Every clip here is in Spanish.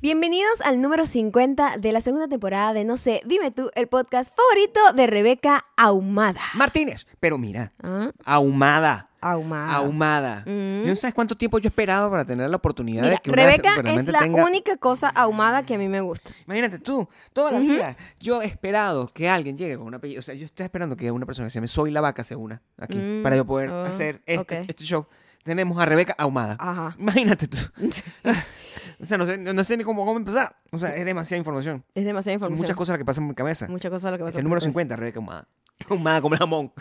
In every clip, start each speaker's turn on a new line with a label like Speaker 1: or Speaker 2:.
Speaker 1: Bienvenidos al número 50 de la segunda temporada de No sé, dime tú, el podcast favorito de Rebeca Ahumada.
Speaker 2: Martínez. Pero mira,
Speaker 1: Ah,
Speaker 2: ahumada.
Speaker 1: Ahumada.
Speaker 2: Ahumada.
Speaker 1: Ah. Mm.
Speaker 2: Yo no sabes cuánto tiempo yo he esperado para tener la oportunidad
Speaker 1: Mira,
Speaker 2: de que una
Speaker 1: Rebeca es
Speaker 2: realmente
Speaker 1: la
Speaker 2: tenga-
Speaker 1: única cosa ahumada que a mí me gusta.
Speaker 2: Imagínate tú, toda la vida yo he esperado que alguien llegue con un apellido. O sea, yo estoy esperando que una persona que se llame Soy la Vaca se una aquí
Speaker 1: Mm,
Speaker 2: para yo poder
Speaker 1: oh,
Speaker 2: hacer este,
Speaker 1: ok. Ah.
Speaker 2: este show. Tenemos a Rebeca Ahumada.
Speaker 1: Ajá.
Speaker 2: Imagínate tú. o sea, no sé, no sé ni cómo, cómo empezar. O sea, es demasiada información.
Speaker 1: Es demasiada
Speaker 2: Son
Speaker 1: información.
Speaker 2: Muchas cosas las que pasan en mi cabeza.
Speaker 1: Muchas cosas lo que pasa.
Speaker 2: Este
Speaker 1: por
Speaker 2: número
Speaker 1: tu cabeza.
Speaker 2: 50, Rebeca Ahumada. Ahumada como jamón.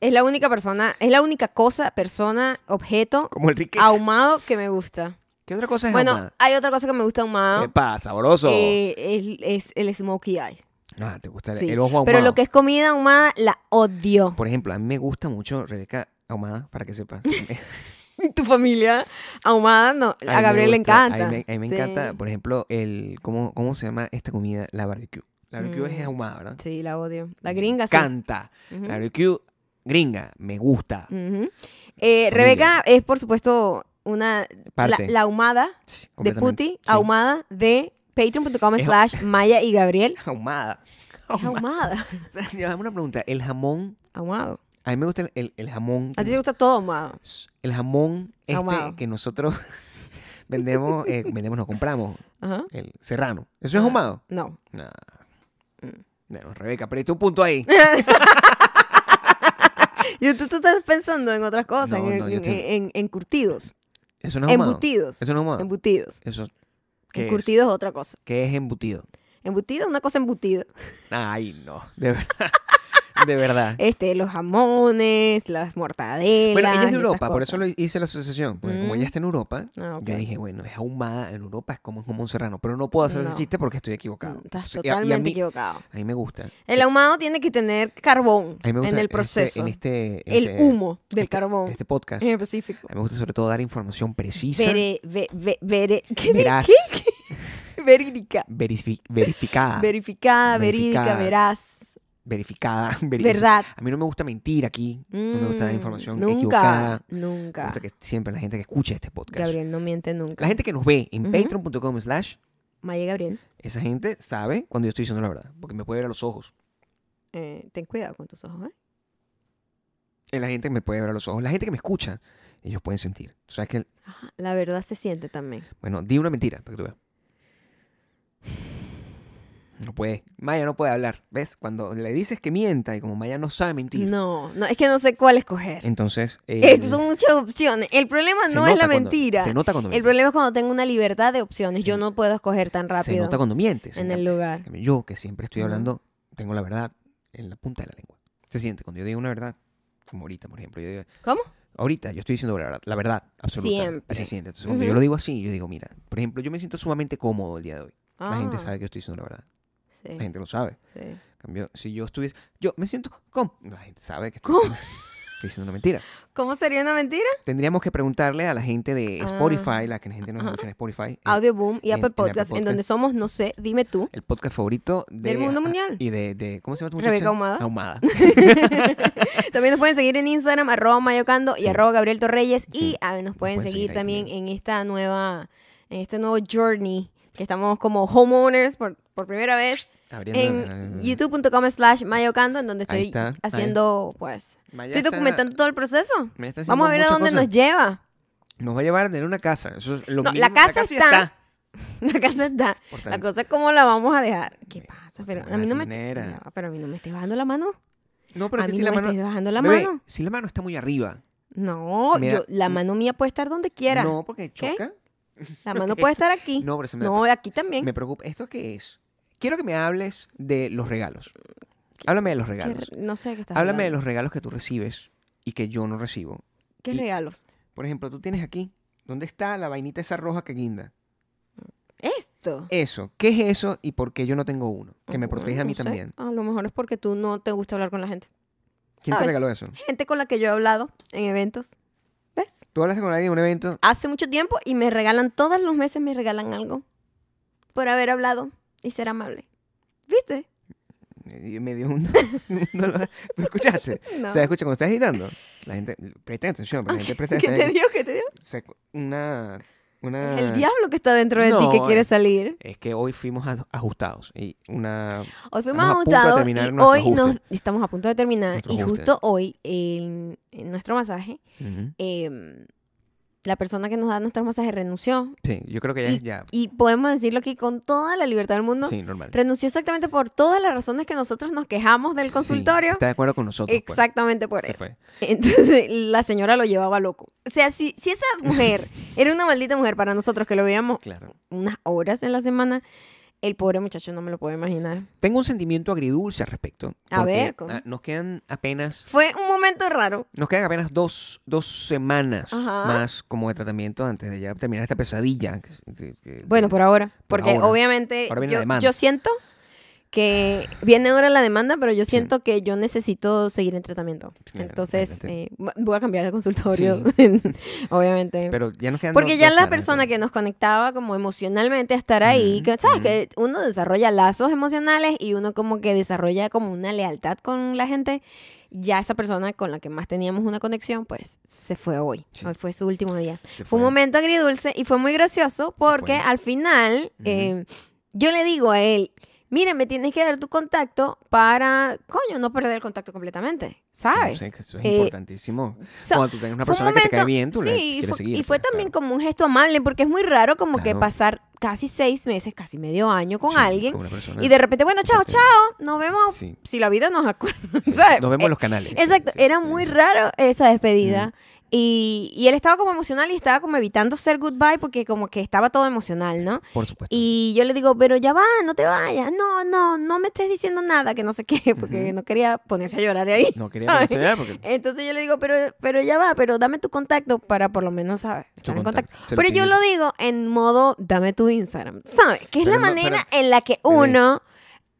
Speaker 1: Es la única persona, es la única cosa, persona, objeto
Speaker 2: Como el riqueza.
Speaker 1: ahumado que me gusta.
Speaker 2: ¿Qué otra cosa es
Speaker 1: Bueno,
Speaker 2: ahumada?
Speaker 1: hay otra cosa que me gusta ahumado.
Speaker 2: Epa, sabroso.
Speaker 1: eh, el- es el smokey eye.
Speaker 2: Ah, te gusta el,
Speaker 1: Sí.
Speaker 2: el ojo ahumado.
Speaker 1: Pero lo que es comida ahumada, la odio.
Speaker 2: Por ejemplo, a mí me gusta mucho Rebeca Ahumada, para que sepas.
Speaker 1: Tu familia ahumada, no.
Speaker 2: A mí
Speaker 1: A
Speaker 2: me
Speaker 1: Gabriel le
Speaker 2: gusta,
Speaker 1: encanta.
Speaker 2: A mí me, a mí me
Speaker 1: Sí.
Speaker 2: encanta, por ejemplo, el ¿cómo, ¿cómo se llama esta comida? La barbecue. La barbecue
Speaker 1: Mm.
Speaker 2: es ahumada, ¿verdad?
Speaker 1: Sí, la odio. La gringa, sí.
Speaker 2: Canta. La barbecue gringa, me gusta.
Speaker 1: Ujú. Eh, Rebeca es, por supuesto, una. La,
Speaker 2: Parte.
Speaker 1: la ahumada
Speaker 2: Sí,
Speaker 1: de
Speaker 2: completamente.
Speaker 1: Puti,
Speaker 2: Sí.
Speaker 1: ahumada de patreon.com
Speaker 2: Es-
Speaker 1: slash Maya y Gabriel.
Speaker 2: Ahumada.
Speaker 1: Es ahumada.
Speaker 2: O sea, Dame una pregunta. El jamón,
Speaker 1: Ahumado.
Speaker 2: a mí me gusta el, el- el jamón.
Speaker 1: A ti te gusta todo ahumado.
Speaker 2: El jamón este
Speaker 1: Ahumado.
Speaker 2: que nosotros vendemos, eh, vendemos, no compramos,
Speaker 1: Ajá.
Speaker 2: el serrano. ¿Eso
Speaker 1: Ah.
Speaker 2: es ahumado?
Speaker 1: No.
Speaker 2: Nah.
Speaker 1: Mm.
Speaker 2: Bueno, Rebeca, perdiste un punto ahí.
Speaker 1: Yo, tú, tú estás pensando en otras cosas,
Speaker 2: No,
Speaker 1: en,
Speaker 2: no, yo
Speaker 1: en-
Speaker 2: estoy-
Speaker 1: en- en curtidos.
Speaker 2: Eso no es ahumado.
Speaker 1: Embutidos.
Speaker 2: Eso no es ahumado.
Speaker 1: Embutidos.
Speaker 2: Eso, ¿qué es?
Speaker 1: Encurtidos es otra cosa.
Speaker 2: ¿Qué es embutido?
Speaker 1: Embutido es una cosa embutida.
Speaker 2: Ay, no, de verdad. de verdad.
Speaker 1: Este, los jamones, las mortadelas.
Speaker 2: Bueno, ella es
Speaker 1: y
Speaker 2: de
Speaker 1: esas
Speaker 2: Europa, por
Speaker 1: cosas.
Speaker 2: eso lo hice la asociación. Porque como
Speaker 1: Mm.
Speaker 2: ella está en Europa,
Speaker 1: Ah, ok.
Speaker 2: yo dije, bueno, es ahumada en Europa, es como un jamón serrano. Pero no puedo hacer
Speaker 1: No.
Speaker 2: ese chiste porque estoy equivocado.
Speaker 1: Mm, Estás
Speaker 2: O sea, y a- y
Speaker 1: totalmente
Speaker 2: a, mí,
Speaker 1: equivocado.
Speaker 2: a mí me gusta.
Speaker 1: El ahumado tiene que tener carbón
Speaker 2: A mí me gusta
Speaker 1: en el
Speaker 2: este-
Speaker 1: proceso.
Speaker 2: en este, en
Speaker 1: el
Speaker 2: este-
Speaker 1: humo del
Speaker 2: este-
Speaker 1: carbón
Speaker 2: Este podcast.
Speaker 1: en específico.
Speaker 2: A mí me gusta sobre todo dar información precisa.
Speaker 1: Vere, ve- ve- vere- ¿qué di-
Speaker 2: Verás.
Speaker 1: qué? Verídica.
Speaker 2: verifi- verificada.
Speaker 1: Verificada, verídica,
Speaker 2: Ah, Verificada.
Speaker 1: veraz.
Speaker 2: verificada. veri-
Speaker 1: Verdad.
Speaker 2: A mí no me gusta mentir aquí. no me gusta dar
Speaker 1: Mm,
Speaker 2: información
Speaker 1: nunca,
Speaker 2: equivocada. Me
Speaker 1: Nunca.
Speaker 2: gusta que siempre la gente que escucha este podcast.
Speaker 1: Gabriel no miente nunca.
Speaker 2: La gente que nos ve en
Speaker 1: Ujú.
Speaker 2: patreon.com slash,
Speaker 1: Maya Gabriel,
Speaker 2: esa gente sabe cuando yo estoy diciendo la verdad, porque me puede ver a los ojos.
Speaker 1: eh, ten cuidado con tus ojos, ¿eh?
Speaker 2: Eh, La gente que me puede ver a los ojos, la gente que me escucha, ellos pueden sentir. O sea, que,
Speaker 1: Ajá, Ah, La verdad se siente también.
Speaker 2: bueno, di una mentira para que tú veas. No puede. Maya no puede hablar. ¿Ves? Cuando le dices que mienta y como Maya no sabe mentir,
Speaker 1: No, no, es que no sé cuál escoger.
Speaker 2: entonces... eh,
Speaker 1: Eh, son muchas opciones. El problema
Speaker 2: se
Speaker 1: no es
Speaker 2: nota
Speaker 1: la
Speaker 2: cuando-
Speaker 1: mentira.
Speaker 2: se nota cuando
Speaker 1: El
Speaker 2: miente.
Speaker 1: problema es cuando tengo una libertad de opciones. Yo
Speaker 2: Sí.
Speaker 1: no puedo escoger tan rápido
Speaker 2: Se nota cuando mientes.
Speaker 1: en
Speaker 2: cambio-
Speaker 1: el lugar.
Speaker 2: cambio Yo, que siempre estoy
Speaker 1: Ujú.
Speaker 2: hablando, tengo la verdad en la punta de la lengua. Se siente cuando yo digo una verdad, como ahorita, por ejemplo. Yo digo,
Speaker 1: ¿Cómo?
Speaker 2: Ahorita yo estoy diciendo la verdad, la verdad absoluta.
Speaker 1: Siempre.
Speaker 2: Y se siente. Entonces, cuando yo
Speaker 1: Ujú.
Speaker 2: lo digo así, yo digo, mira, por ejemplo, yo me siento sumamente cómodo el día de hoy. La gente
Speaker 1: Ah,
Speaker 2: sabe que yo estoy diciendo la verdad.
Speaker 1: sí,
Speaker 2: La gente lo sabe.
Speaker 1: sí.
Speaker 2: En cambio, si yo estuviese, yo me siento cómodo. La gente sabe que estoy,
Speaker 1: ¿Cómo?
Speaker 2: Diciendo, estoy diciendo una mentira.
Speaker 1: ¿Cómo sería una mentira?
Speaker 2: Tendríamos que preguntarle a la gente de
Speaker 1: Ah.
Speaker 2: Spotify, la que la gente nos
Speaker 1: Ajá.
Speaker 2: escucha en Spotify. eh,
Speaker 1: Audio Boom y
Speaker 2: en-
Speaker 1: Apple
Speaker 2: en Apple
Speaker 1: Podcast, en, donde somos, no sé, dime tú.
Speaker 2: El podcast favorito de-
Speaker 1: Del mundo
Speaker 2: ah,
Speaker 1: mundial.
Speaker 2: Y de, de- ¿cómo se llama tu muchacha?
Speaker 1: Rebeca Ahumada.
Speaker 2: Ahumada.
Speaker 1: También nos pueden seguir en Instagram, arroba mayocando y
Speaker 2: Sí.
Speaker 1: arroba Gabriel Torreyes. Y
Speaker 2: Sí.
Speaker 1: ah, nos pueden
Speaker 2: pueden
Speaker 1: seguir
Speaker 2: seguir ahí
Speaker 1: también en esta nueva, en este nuevo journey que estamos como homeowners por, por primera vez
Speaker 2: Abriendo-
Speaker 1: en youtube.com slash mayocando, en donde estoy
Speaker 2: Ahí está, ahí.
Speaker 1: haciendo, pues,
Speaker 2: Maya
Speaker 1: estoy
Speaker 2: está-
Speaker 1: documentando todo el proceso.
Speaker 2: Maya está haciendo
Speaker 1: Vamos a ver a
Speaker 2: muchas
Speaker 1: dónde
Speaker 2: cosas.
Speaker 1: nos lleva.
Speaker 2: Nos va a llevar a tener una casa. Eso es lo
Speaker 1: No, la
Speaker 2: mínimo.
Speaker 1: casa
Speaker 2: ya
Speaker 1: está. La casa está.
Speaker 2: Por
Speaker 1: La
Speaker 2: tanto.
Speaker 1: cosa es cómo la vamos a dejar. ¿Qué
Speaker 2: Me-
Speaker 1: pasa?
Speaker 2: no
Speaker 1: Pero
Speaker 2: te
Speaker 1: a mí no me.
Speaker 2: manera.
Speaker 1: Ya, pero a mí no me estés bajando la mano.
Speaker 2: No, pero
Speaker 1: a
Speaker 2: es que
Speaker 1: mí
Speaker 2: si
Speaker 1: no
Speaker 2: la
Speaker 1: me estés
Speaker 2: mano.
Speaker 1: bajando la
Speaker 2: Bebé,
Speaker 1: mano.
Speaker 2: Si la mano está muy arriba.
Speaker 1: No,
Speaker 2: Me
Speaker 1: yo-
Speaker 2: da-
Speaker 1: la mano mía puede estar donde quiera.
Speaker 2: No, porque choca.
Speaker 1: La mano puede estar aquí.
Speaker 2: No, pero se me,
Speaker 1: No, aquí también.
Speaker 2: me preocupa. ¿Esto qué es? Quiero que me hables de los regalos. Háblame de los
Speaker 1: Qué
Speaker 2: regalos.
Speaker 1: re- no sé de qué estás
Speaker 2: Háblame de
Speaker 1: hablando.
Speaker 2: los regalos que tú recibes y que yo no recibo.
Speaker 1: ¿Qué
Speaker 2: y-
Speaker 1: regalos?
Speaker 2: Por ejemplo, tú tienes aquí. ¿Dónde está la vainita esa roja que guinda?
Speaker 1: Esto.
Speaker 2: Eso. ¿Qué es eso y por qué yo no tengo uno? Que me
Speaker 1: Bueno,
Speaker 2: proteja a
Speaker 1: Mm,
Speaker 2: mí
Speaker 1: no sé.
Speaker 2: también.
Speaker 1: A lo mejor es porque tú no te gusta hablar con la gente.
Speaker 2: ¿Quién te
Speaker 1: ¿Sabes?
Speaker 2: regaló eso?
Speaker 1: Gente con la que yo he hablado en eventos. ¿Ves?
Speaker 2: Tú hablaste con alguien en un evento.
Speaker 1: Hace mucho tiempo y me regalan, todos los meses me regalan algo. Por haber hablado y ser amable. ¿Viste?
Speaker 2: Me dio- me dio un, un dolor. ¿Tú escuchaste?
Speaker 1: No.
Speaker 2: O sea, escucha, cuando estás editando, la gente, presta atención, pero la gente presta
Speaker 1: ¿Qué te
Speaker 2: atención.
Speaker 1: dio? ¿Qué te dio?
Speaker 2: Se- Una, una...
Speaker 1: Es el diablo que está dentro de ti
Speaker 2: Ah. No,
Speaker 1: que quiere
Speaker 2: eh.
Speaker 1: salir.
Speaker 2: Es que hoy fuimos aj- ajustados. Y una...
Speaker 1: Hoy fuimos
Speaker 2: Estamos a punto de
Speaker 1: ajustados y
Speaker 2: terminar nuestro
Speaker 1: hoy nos,
Speaker 2: ajuste.
Speaker 1: estamos a punto de terminar.
Speaker 2: Nuestro
Speaker 1: y
Speaker 2: ajuste.
Speaker 1: justo hoy, en, en nuestro masaje,
Speaker 2: Ujú.
Speaker 1: eh, la persona que nos da nuestros masajes renunció.
Speaker 2: Sí, yo creo que ya... ya
Speaker 1: Y podemos decirlo aquí con toda la libertad del mundo.
Speaker 2: sí, normal.
Speaker 1: Renunció exactamente por todas las razones que nosotros nos quejamos del
Speaker 2: Sí,
Speaker 1: consultorio.
Speaker 2: está de acuerdo con nosotros. pues.
Speaker 1: Exactamente por
Speaker 2: Se
Speaker 1: eso.
Speaker 2: fue.
Speaker 1: Entonces la señora lo llevaba loco. O sea, si, si esa mujer era una maldita mujer para nosotros que lo veíamos
Speaker 2: Claro.
Speaker 1: unas horas en la semana, el pobre muchacho no me lo puedo imaginar.
Speaker 2: Tengo un sentimiento agridulce al respecto.
Speaker 1: A
Speaker 2: porque,
Speaker 1: ver, ¿cómo?
Speaker 2: ah, Nos quedan apenas
Speaker 1: Fue un momento raro.
Speaker 2: Nos quedan apenas dos, dos semanas
Speaker 1: Ajá.
Speaker 2: más como de tratamiento antes de ya terminar esta pesadilla. que- que- que-
Speaker 1: Bueno, por ahora.
Speaker 2: Por
Speaker 1: Porque
Speaker 2: ahora.
Speaker 1: obviamente
Speaker 2: Ahora viene la
Speaker 1: yo,
Speaker 2: demanda.
Speaker 1: yo siento que viene ahora la demanda, pero yo siento que yo necesito seguir en tratamiento.
Speaker 2: Sí,
Speaker 1: Entonces,
Speaker 2: obviamente.
Speaker 1: eh, va- voy a cambiar de consultorio, obviamente.
Speaker 2: Pero ya nos quedan
Speaker 1: porque
Speaker 2: dos-
Speaker 1: ya
Speaker 2: dos
Speaker 1: la
Speaker 2: semanas,
Speaker 1: persona
Speaker 2: pues.
Speaker 1: que nos conectaba como emocionalmente a estar ahí,
Speaker 2: Ujú,
Speaker 1: que, ¿sabes?
Speaker 2: ujú.
Speaker 1: Que uno desarrolla lazos emocionales y uno como que desarrolla como una lealtad con la gente, ya esa persona con la que más teníamos una conexión, pues se fue hoy.
Speaker 2: Sí.
Speaker 1: Hoy fue su último día.
Speaker 2: Se
Speaker 1: Fue un momento agridulce y fue muy gracioso porque
Speaker 2: Fue.
Speaker 1: al final
Speaker 2: Ujú.
Speaker 1: eh, yo le digo a él, mira, me tienes que dar tu contacto para, coño, no perder el contacto completamente,
Speaker 2: No
Speaker 1: ¿sabes?
Speaker 2: sé, que eso es
Speaker 1: Eh,
Speaker 2: importantísimo.
Speaker 1: O sea,
Speaker 2: Cuando tú tengas una
Speaker 1: fue un
Speaker 2: persona que te cae
Speaker 1: momento-
Speaker 2: bien, tú le
Speaker 1: sí, y
Speaker 2: quieres
Speaker 1: fue,
Speaker 2: seguir.
Speaker 1: y fue
Speaker 2: pues,
Speaker 1: también
Speaker 2: claro.
Speaker 1: como un gesto amable porque es muy raro como que
Speaker 2: Claro.
Speaker 1: pasar casi seis meses, casi medio año con
Speaker 2: Sí,
Speaker 1: alguien
Speaker 2: una persona.
Speaker 1: y de repente, bueno, chao,
Speaker 2: Exacto.
Speaker 1: chao, nos vemos
Speaker 2: Sí.
Speaker 1: si la vida nos acuerda, ¿sabes?
Speaker 2: Nos vemos
Speaker 1: Eh,
Speaker 2: en los canales.
Speaker 1: Exacto,
Speaker 2: Sí,
Speaker 1: era
Speaker 2: sí,
Speaker 1: muy
Speaker 2: sí.
Speaker 1: raro esa despedida. Y, y él estaba como emocional y estaba como evitando ser goodbye porque como que estaba todo emocional, ¿no?
Speaker 2: Por supuesto.
Speaker 1: Y yo le digo, pero ya va, no te vayas, no, no, no me estés diciendo nada, que no sé qué, porque
Speaker 2: Ujú.
Speaker 1: no quería ponerse a llorar ahí.
Speaker 2: No quería
Speaker 1: ¿sabes?
Speaker 2: mencionar porque...
Speaker 1: Entonces yo le digo, pero, pero ya va, pero dame tu contacto para por lo menos, ¿sabes? Estar en contacto.
Speaker 2: contacto. Se lo
Speaker 1: Pero yo
Speaker 2: pidí.
Speaker 1: lo digo en modo, dame tu Instagram, ¿sabes? Que es
Speaker 2: Pero
Speaker 1: la
Speaker 2: no-
Speaker 1: manera
Speaker 2: pero-
Speaker 1: en la que uno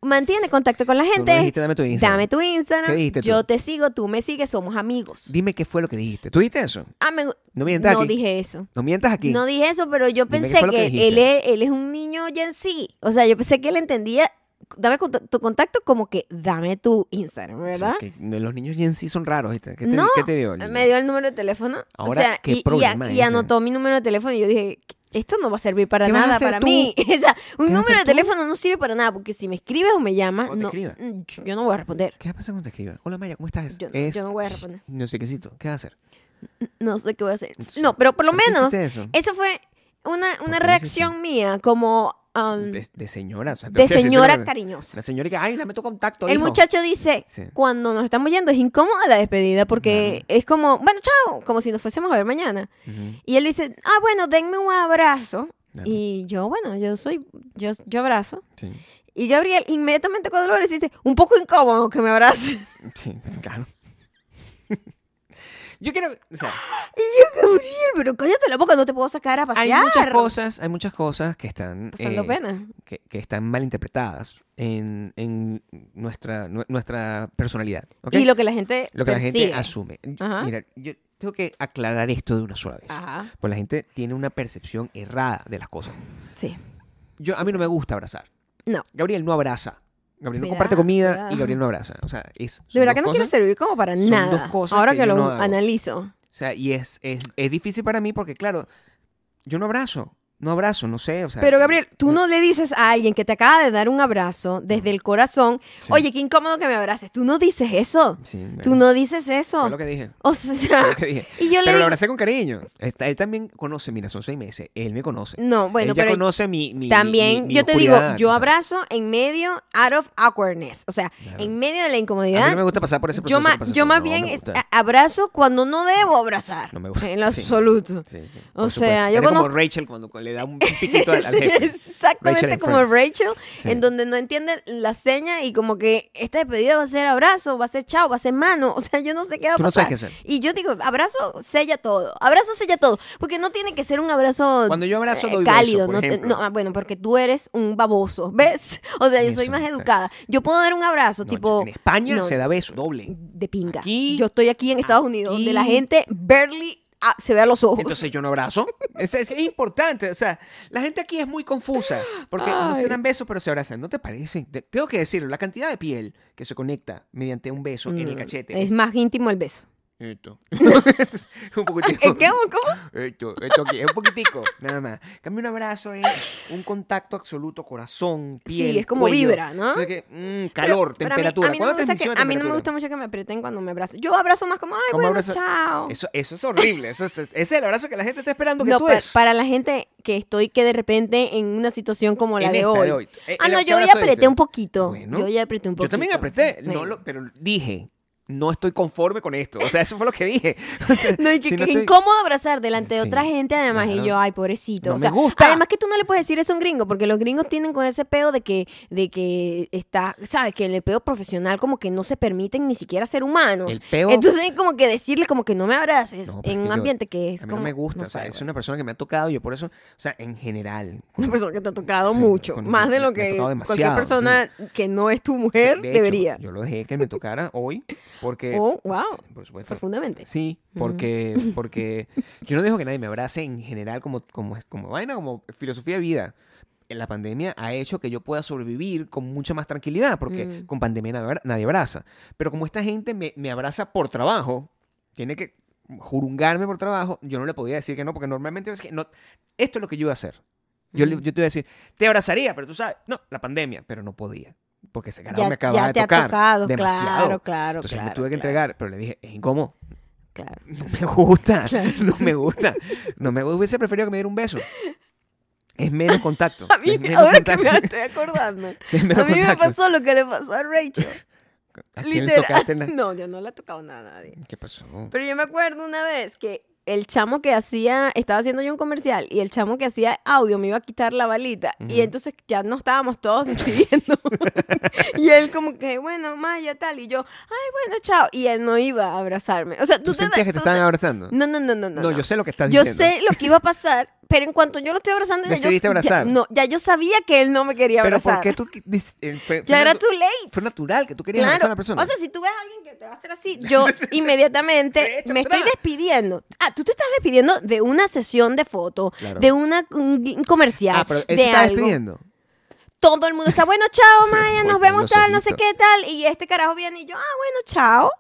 Speaker 1: mantiene contacto con la
Speaker 2: Tú no
Speaker 1: gente.
Speaker 2: dijiste, dame tu Instagram.
Speaker 1: Dame tu Instagram,
Speaker 2: ¿Qué dijiste tú?
Speaker 1: yo te sigo, tú me sigues, somos amigos.
Speaker 2: Dime qué fue lo que dijiste. ¿Tú dijiste eso?
Speaker 1: Ah, me-
Speaker 2: No mientas
Speaker 1: no
Speaker 2: aquí.
Speaker 1: dije eso.
Speaker 2: No mientas aquí.
Speaker 1: No dije eso, pero yo
Speaker 2: Dime qué
Speaker 1: pensé
Speaker 2: fue lo que
Speaker 1: que,
Speaker 2: dijiste.
Speaker 1: él, es, él es un niño Gen Z. O sea, yo pensé que él entendía, dame cont- tu contacto como que dame tu Instagram,
Speaker 2: O
Speaker 1: ¿verdad?
Speaker 2: sea, que los niños en sí son raros. ¿viste? ¿Qué te,
Speaker 1: No,
Speaker 2: ¿qué te dio? Lina?
Speaker 1: Me dio el número de teléfono.
Speaker 2: Ahora,
Speaker 1: o sea,
Speaker 2: ¿qué
Speaker 1: y- y, a-
Speaker 2: problema
Speaker 1: y
Speaker 2: ese?
Speaker 1: anotó mi número de teléfono y yo dije, esto no va a servir para
Speaker 2: ¿Qué vas a
Speaker 1: nada
Speaker 2: hacer
Speaker 1: para
Speaker 2: tú?
Speaker 1: mí. O sea, un
Speaker 2: ¿Qué vas a
Speaker 1: número de
Speaker 2: hacer tú?
Speaker 1: teléfono no sirve para nada porque si me escribes o me llamas,
Speaker 2: Cuando
Speaker 1: no, mm,
Speaker 2: te
Speaker 1: yo no voy a responder.
Speaker 2: ¿Qué va a pasar cuando te escriba? Hola Maya, ¿cómo estás?
Speaker 1: Yo no- yo no voy a responder.
Speaker 2: No sé qué cito. ¿Qué va a hacer?
Speaker 1: No sé qué voy a hacer.
Speaker 2: Sí.
Speaker 1: No, pero por lo
Speaker 2: ¿Por qué
Speaker 1: menos,
Speaker 2: hiciste eso?
Speaker 1: eso fue una,
Speaker 2: ¿Por
Speaker 1: una
Speaker 2: qué lo
Speaker 1: reacción mía como um,
Speaker 2: De, de señora. o sea, te
Speaker 1: de
Speaker 2: voy a decir,
Speaker 1: señora
Speaker 2: te-
Speaker 1: cariñosa.
Speaker 2: La señora que, ay, dame tu contacto.
Speaker 1: El
Speaker 2: hijo.
Speaker 1: muchacho dice,
Speaker 2: Sí.
Speaker 1: cuando nos estamos yendo es incómoda la despedida porque es como, bueno, chao, como si nos fuésemos a ver mañana.
Speaker 2: Ujú,
Speaker 1: Y él dice, ah, bueno, denme un abrazo.
Speaker 2: claro,
Speaker 1: Y yo, bueno, yo soy, yo, yo abrazo.
Speaker 2: Sí.
Speaker 1: Y Gabriel inmediatamente con dolores dice, un poco incómodo que me abrace.
Speaker 2: Sí, claro. Yo creo. O sea,
Speaker 1: Y yo, Gabriel, pero cállate la boca, no te puedo sacar a
Speaker 2: hay
Speaker 1: pasear.
Speaker 2: muchas cosas, hay muchas cosas que están.
Speaker 1: Pasando
Speaker 2: eh,
Speaker 1: pena.
Speaker 2: que, que están mal interpretadas en, en nuestra, nue- nuestra personalidad. ¿ok?
Speaker 1: Y lo que la gente
Speaker 2: Lo que la gente
Speaker 1: percibe.
Speaker 2: asume.
Speaker 1: Ajá. Ah.
Speaker 2: Mira, yo tengo que aclarar esto de una sola vez.
Speaker 1: Ajá,
Speaker 2: Pues la gente tiene una percepción errada de las cosas.
Speaker 1: sí.
Speaker 2: Yo, A mí no me gusta abrazar.
Speaker 1: No.
Speaker 2: Gabriel no abraza. Gabriel no
Speaker 1: Verá,
Speaker 2: comparte comida
Speaker 1: verá.
Speaker 2: y Gabriel no abraza. O sea, es.
Speaker 1: De
Speaker 2: son
Speaker 1: verdad
Speaker 2: dos
Speaker 1: que no quiere
Speaker 2: cosas-
Speaker 1: servir como para
Speaker 2: son
Speaker 1: nada.
Speaker 2: dos cosas
Speaker 1: Ahora
Speaker 2: que
Speaker 1: que lo
Speaker 2: yo no hago.
Speaker 1: analizo.
Speaker 2: O sea, y es, es, es difícil para mí porque, claro, yo no abrazo. No abrazo, no sé. O sea,
Speaker 1: Pero Gabriel, tú no le dices a alguien que te acaba de dar un abrazo desde el corazón,
Speaker 2: Sí.
Speaker 1: oye, qué incómodo que me abraces. Tú no dices eso.
Speaker 2: Sí,
Speaker 1: Tú
Speaker 2: bueno,
Speaker 1: no dices
Speaker 2: Fue
Speaker 1: eso.
Speaker 2: lo que dije.
Speaker 1: O
Speaker 2: fue
Speaker 1: sea,
Speaker 2: lo que dije.
Speaker 1: y yo le
Speaker 2: Pero lo
Speaker 1: digo,
Speaker 2: abracé con cariño. Está- él también conoce, mira, son seis meses. Él me conoce.
Speaker 1: no, bueno,
Speaker 2: él ya
Speaker 1: pero
Speaker 2: conoce mi. mi- mi-
Speaker 1: también
Speaker 2: mi
Speaker 1: yo te digo,
Speaker 2: oscuridad, o
Speaker 1: yo
Speaker 2: sea,
Speaker 1: abrazo en medio out of awkwardness, o sea,
Speaker 2: Claro.
Speaker 1: en medio de la
Speaker 2: A mí no
Speaker 1: incomodidad.
Speaker 2: me gusta pasar por ese proceso.
Speaker 1: yo
Speaker 2: que
Speaker 1: más,
Speaker 2: pasas
Speaker 1: yo
Speaker 2: tú,
Speaker 1: más
Speaker 2: no
Speaker 1: bien
Speaker 2: me
Speaker 1: es-
Speaker 2: gusta.
Speaker 1: a- abrazo cuando no debo abrazar.
Speaker 2: No me gusta,
Speaker 1: En
Speaker 2: sí.
Speaker 1: lo absoluto.
Speaker 2: Sí, sí,
Speaker 1: O sea,
Speaker 2: por supuesto.
Speaker 1: yo
Speaker 2: Eres como
Speaker 1: conozco-
Speaker 2: Rachel cuando le da un piquito al, al
Speaker 1: Sí,
Speaker 2: jefe.
Speaker 1: exactamente
Speaker 2: Rachel and
Speaker 1: como
Speaker 2: Friends.
Speaker 1: Rachel,
Speaker 2: Sí.
Speaker 1: en donde no entiende la seña y como que esta despedida va a ser abrazo, va a ser chao, va a ser mano, o sea, yo no sé qué va a
Speaker 2: Tú no
Speaker 1: pasar.
Speaker 2: sabes qué hacer.
Speaker 1: Y yo digo, abrazo sella todo, abrazo sella todo, porque no tiene que ser un abrazo
Speaker 2: Cuando yo abrazo,
Speaker 1: eh,
Speaker 2: doy beso,
Speaker 1: cálido,
Speaker 2: por
Speaker 1: no, te-
Speaker 2: ejemplo.
Speaker 1: no, ah, bueno, porque tú eres un baboso, ¿ves? O sea, yo soy
Speaker 2: Eso,
Speaker 1: más
Speaker 2: sí.
Speaker 1: educada. Yo puedo dar un abrazo
Speaker 2: No,
Speaker 1: tipo
Speaker 2: en España
Speaker 1: no,
Speaker 2: se da beso doble.
Speaker 1: de pinga.
Speaker 2: Aquí-
Speaker 1: yo estoy aquí en Estados Unidos donde la
Speaker 2: aquí-
Speaker 1: gente barely ah, se ve a los ojos.
Speaker 2: Entonces yo no abrazo. Es, es importante. O sea, la gente aquí es muy confusa. Porque no
Speaker 1: Ay.
Speaker 2: se dan besos, pero se abrazan. ¿No te parece? Te- tengo que decirlo. La cantidad de piel que se conecta mediante un beso en el
Speaker 1: Mm,
Speaker 2: cachete.
Speaker 1: Es más íntimo el beso.
Speaker 2: Esto.
Speaker 1: ¿Qué?
Speaker 2: un poquitico.
Speaker 1: ¿Cómo?
Speaker 2: Esto, esto aquí, es un poquitico, nada más. En Cambio un abrazo es un contacto absoluto, corazón, piel.
Speaker 1: es como
Speaker 2: cuello.
Speaker 1: vibra, ¿no?
Speaker 2: O sea que, mm, calor,
Speaker 1: Pero- pero a mí-
Speaker 2: temperatura.
Speaker 1: A mí, no
Speaker 2: ¿Cuál
Speaker 1: me
Speaker 2: es
Speaker 1: gusta
Speaker 2: la
Speaker 1: que-
Speaker 2: transmisión de
Speaker 1: a mí no me gusta
Speaker 2: temperatura?
Speaker 1: mucho que me aprieten cuando me abrazo. Yo abrazo más como, ay,
Speaker 2: ¿Cómo
Speaker 1: bueno,
Speaker 2: abraza-
Speaker 1: chao.
Speaker 2: Eso, eso es horrible. Eso es, es- es el abrazo que la gente está esperando que
Speaker 1: No,
Speaker 2: tú
Speaker 1: pa-
Speaker 2: des.
Speaker 1: para la gente que estoy que de repente en una situación como la
Speaker 2: En
Speaker 1: de,
Speaker 2: esta
Speaker 1: hoy.
Speaker 2: de hoy. Eh,
Speaker 1: Ah,
Speaker 2: el
Speaker 1: no, yo ya
Speaker 2: abrazo de
Speaker 1: apreté
Speaker 2: este.
Speaker 1: un poquito.
Speaker 2: Bueno,
Speaker 1: yo ya apreté un poquito.
Speaker 2: Yo también apreté, no
Speaker 1: Bueno.
Speaker 2: lo, pero dije, no estoy conforme con esto. O sea, eso fue lo que dije. O sea,
Speaker 1: No, y que,
Speaker 2: si
Speaker 1: que es
Speaker 2: estoy-
Speaker 1: incómodo abrazar delante de
Speaker 2: Sí,
Speaker 1: otra gente, además.
Speaker 2: claro.
Speaker 1: Y yo, ay, pobrecito.
Speaker 2: No
Speaker 1: o
Speaker 2: me
Speaker 1: sea,
Speaker 2: gusta.
Speaker 1: Además que tú no le puedes decir eso a un gringo, porque los gringos tienen con ese peo de que, de que está, ¿sabes? Que el peo profesional como que no se permiten ni siquiera ser humanos.
Speaker 2: El peo-
Speaker 1: Entonces, como que decirle como que no me abraces
Speaker 2: No,
Speaker 1: en
Speaker 2: pero es
Speaker 1: un
Speaker 2: que yo-
Speaker 1: ambiente que es
Speaker 2: A mí
Speaker 1: como...
Speaker 2: no me gusta, o sea,
Speaker 1: sé,
Speaker 2: es
Speaker 1: bueno,
Speaker 2: una persona que me ha tocado, yo por eso, o sea, en general.
Speaker 1: una persona que te ha tocado
Speaker 2: Sí,
Speaker 1: mucho,
Speaker 2: con-
Speaker 1: más de
Speaker 2: me-
Speaker 1: lo
Speaker 2: me ha
Speaker 1: que
Speaker 2: tocado
Speaker 1: cualquier
Speaker 2: demasiado,
Speaker 1: persona que no es tu mujer
Speaker 2: Sí, de hecho,
Speaker 1: debería.
Speaker 2: yo lo dejé que me tocara hoy porque...
Speaker 1: Oh, wow.
Speaker 2: Sí, Por supuesto.
Speaker 1: Profundamente.
Speaker 2: Sí,
Speaker 1: Mm.
Speaker 2: porque, porque yo no dejo que nadie me abrace en general como, como, como vaina, como filosofía de vida. La pandemia ha hecho que yo pueda sobrevivir con mucha más tranquilidad, porque
Speaker 1: Mm.
Speaker 2: con pandemia nadie abra- nadie abraza. Pero como esta gente me, me abraza por trabajo, tiene que jurungarme por trabajo, yo no le podía decir que no, porque normalmente es que no, esto es lo que yo iba a hacer. Yo, le-
Speaker 1: Mm.
Speaker 2: yo te iba a decir, te abrazaría, pero tú sabes, no, la pandemia, pero no podía, porque ese carajo
Speaker 1: Ya,
Speaker 2: me acababa
Speaker 1: ya
Speaker 2: de
Speaker 1: te
Speaker 2: tocar.
Speaker 1: ha tocado,
Speaker 2: demasiado.
Speaker 1: claro, claro,
Speaker 2: Entonces
Speaker 1: claro.
Speaker 2: me tuve que
Speaker 1: claro,
Speaker 2: entregar, pero le dije, es incómodo,
Speaker 1: claro.
Speaker 2: no me gusta, no me gusta. No me hubiese preferido que me diera un beso. Es menos contacto.
Speaker 1: A mí,
Speaker 2: es menos
Speaker 1: ahora que me
Speaker 2: contacto.
Speaker 1: estoy acordando,
Speaker 2: Sí, es menos
Speaker 1: a mí me
Speaker 2: contacto.
Speaker 1: pasó lo que le pasó a Rachel.
Speaker 2: ¿A quién le
Speaker 1: Literal.
Speaker 2: tocaste en la-
Speaker 1: No, yo no le he tocado nada a nadie.
Speaker 2: ¿Qué pasó?
Speaker 1: Pero yo me acuerdo una vez que el chamo que hacía, estaba haciendo yo un comercial y el chamo que hacía audio me iba a quitar la balita y
Speaker 2: Ujú.
Speaker 1: entonces ya no estábamos todos decidiendo. y él como que, bueno, Maya, tal, y yo, ay, bueno, chao. Y él no iba a abrazarme. O sea, tú,
Speaker 2: ¿Tú,
Speaker 1: te...
Speaker 2: sentías que te
Speaker 1: tú
Speaker 2: estaban abrazando?
Speaker 1: No, no, no, no, no.
Speaker 2: No, yo sé lo que estás
Speaker 1: Yo
Speaker 2: diciendo.
Speaker 1: sé lo que iba a pasar, pero en cuanto yo lo estoy abrazando, ya yo,
Speaker 2: Decidiste
Speaker 1: ya-
Speaker 2: abrazar.
Speaker 1: no, ya yo sabía que él no me quería
Speaker 2: Pero
Speaker 1: abrazar.
Speaker 2: ¿por qué tú... qui- dis- eh, fue-
Speaker 1: ya
Speaker 2: fue
Speaker 1: era
Speaker 2: natu-
Speaker 1: too late.
Speaker 2: Fue natural que tú querías
Speaker 1: Claro.
Speaker 2: abrazar a la persona.
Speaker 1: O sea, si tú ves a alguien que te va a hacer así, yo inmediatamente
Speaker 2: echa
Speaker 1: me estoy
Speaker 2: atrás.
Speaker 1: despidiendo. Ah, tú te estás despidiendo de una sesión de foto,
Speaker 2: Claro.
Speaker 1: de una, un comercial,
Speaker 2: ah, pero él
Speaker 1: de
Speaker 2: se está
Speaker 1: algo.
Speaker 2: despidiendo.
Speaker 1: Todo el mundo está, bueno, chao, Maya, nos
Speaker 2: Volteando
Speaker 1: vemos tal, no sé
Speaker 2: solito.
Speaker 1: qué tal. Y este carajo viene y yo, ah, bueno, chao.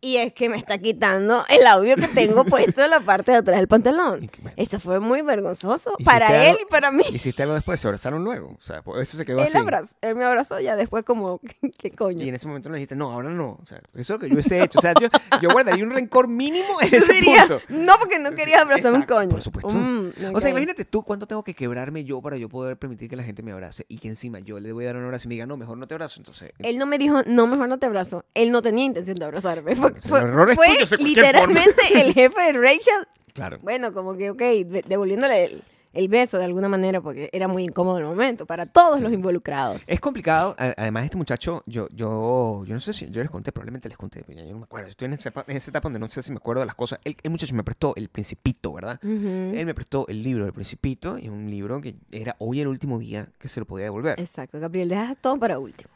Speaker 1: Y es que me está quitando el audio que tengo puesto en la parte de atrás del pantalón.
Speaker 2: Y que, bueno.
Speaker 1: Eso fue muy vergonzoso
Speaker 2: Hiciste
Speaker 1: para él
Speaker 2: algo-
Speaker 1: y para mí.
Speaker 2: Hiciste algo después, se abrazaron luego. O sea, por eso se quedó
Speaker 1: Él,
Speaker 2: así.
Speaker 1: abrazó- él me abrazó ya después como, ¿qué coño?
Speaker 2: Y en ese momento le dijiste, no, ahora no. O sea, eso es lo que yo hubiese hecho. O sea, yo, yo guardaría un rencor mínimo en
Speaker 1: Yo
Speaker 2: ese
Speaker 1: diría,
Speaker 2: punto.
Speaker 1: No, porque no quería abrazar un
Speaker 2: Exacto,
Speaker 1: coño.
Speaker 2: Por supuesto.
Speaker 1: Mm, ok.
Speaker 2: O sea, imagínate tú cuánto tengo que quebrarme yo para yo poder permitir que la gente me abrace y que encima yo le voy a dar un abrazo y me diga, no, mejor no te abrazo. Entonces,
Speaker 1: Él no me dijo, no, mejor no te abrazo. Él no tenía intención de abrazarme. Fue,
Speaker 2: Bueno, si
Speaker 1: fue-
Speaker 2: el error es
Speaker 1: fue
Speaker 2: tuyo, de cualquier
Speaker 1: literalmente el jefe de Rachel.
Speaker 2: claro.
Speaker 1: Bueno, como que, ok, de- devolviéndole el, el beso de alguna manera, porque era muy incómodo el momento para todos los involucrados.
Speaker 2: Es complicado. A- Además, este muchacho, yo, yo, yo no sé si yo les conté, probablemente les conté, pero ya yo no me acuerdo. Yo Estoy en esa, etapa- en esa etapa donde no sé si me acuerdo de las cosas. El, el muchacho me prestó El Principito, ¿verdad?
Speaker 1: Ujú.
Speaker 2: Él me prestó el libro El Principito y un libro que era hoy el último día que se lo podía devolver.
Speaker 1: Exacto, Gabriel, dejas todo para último.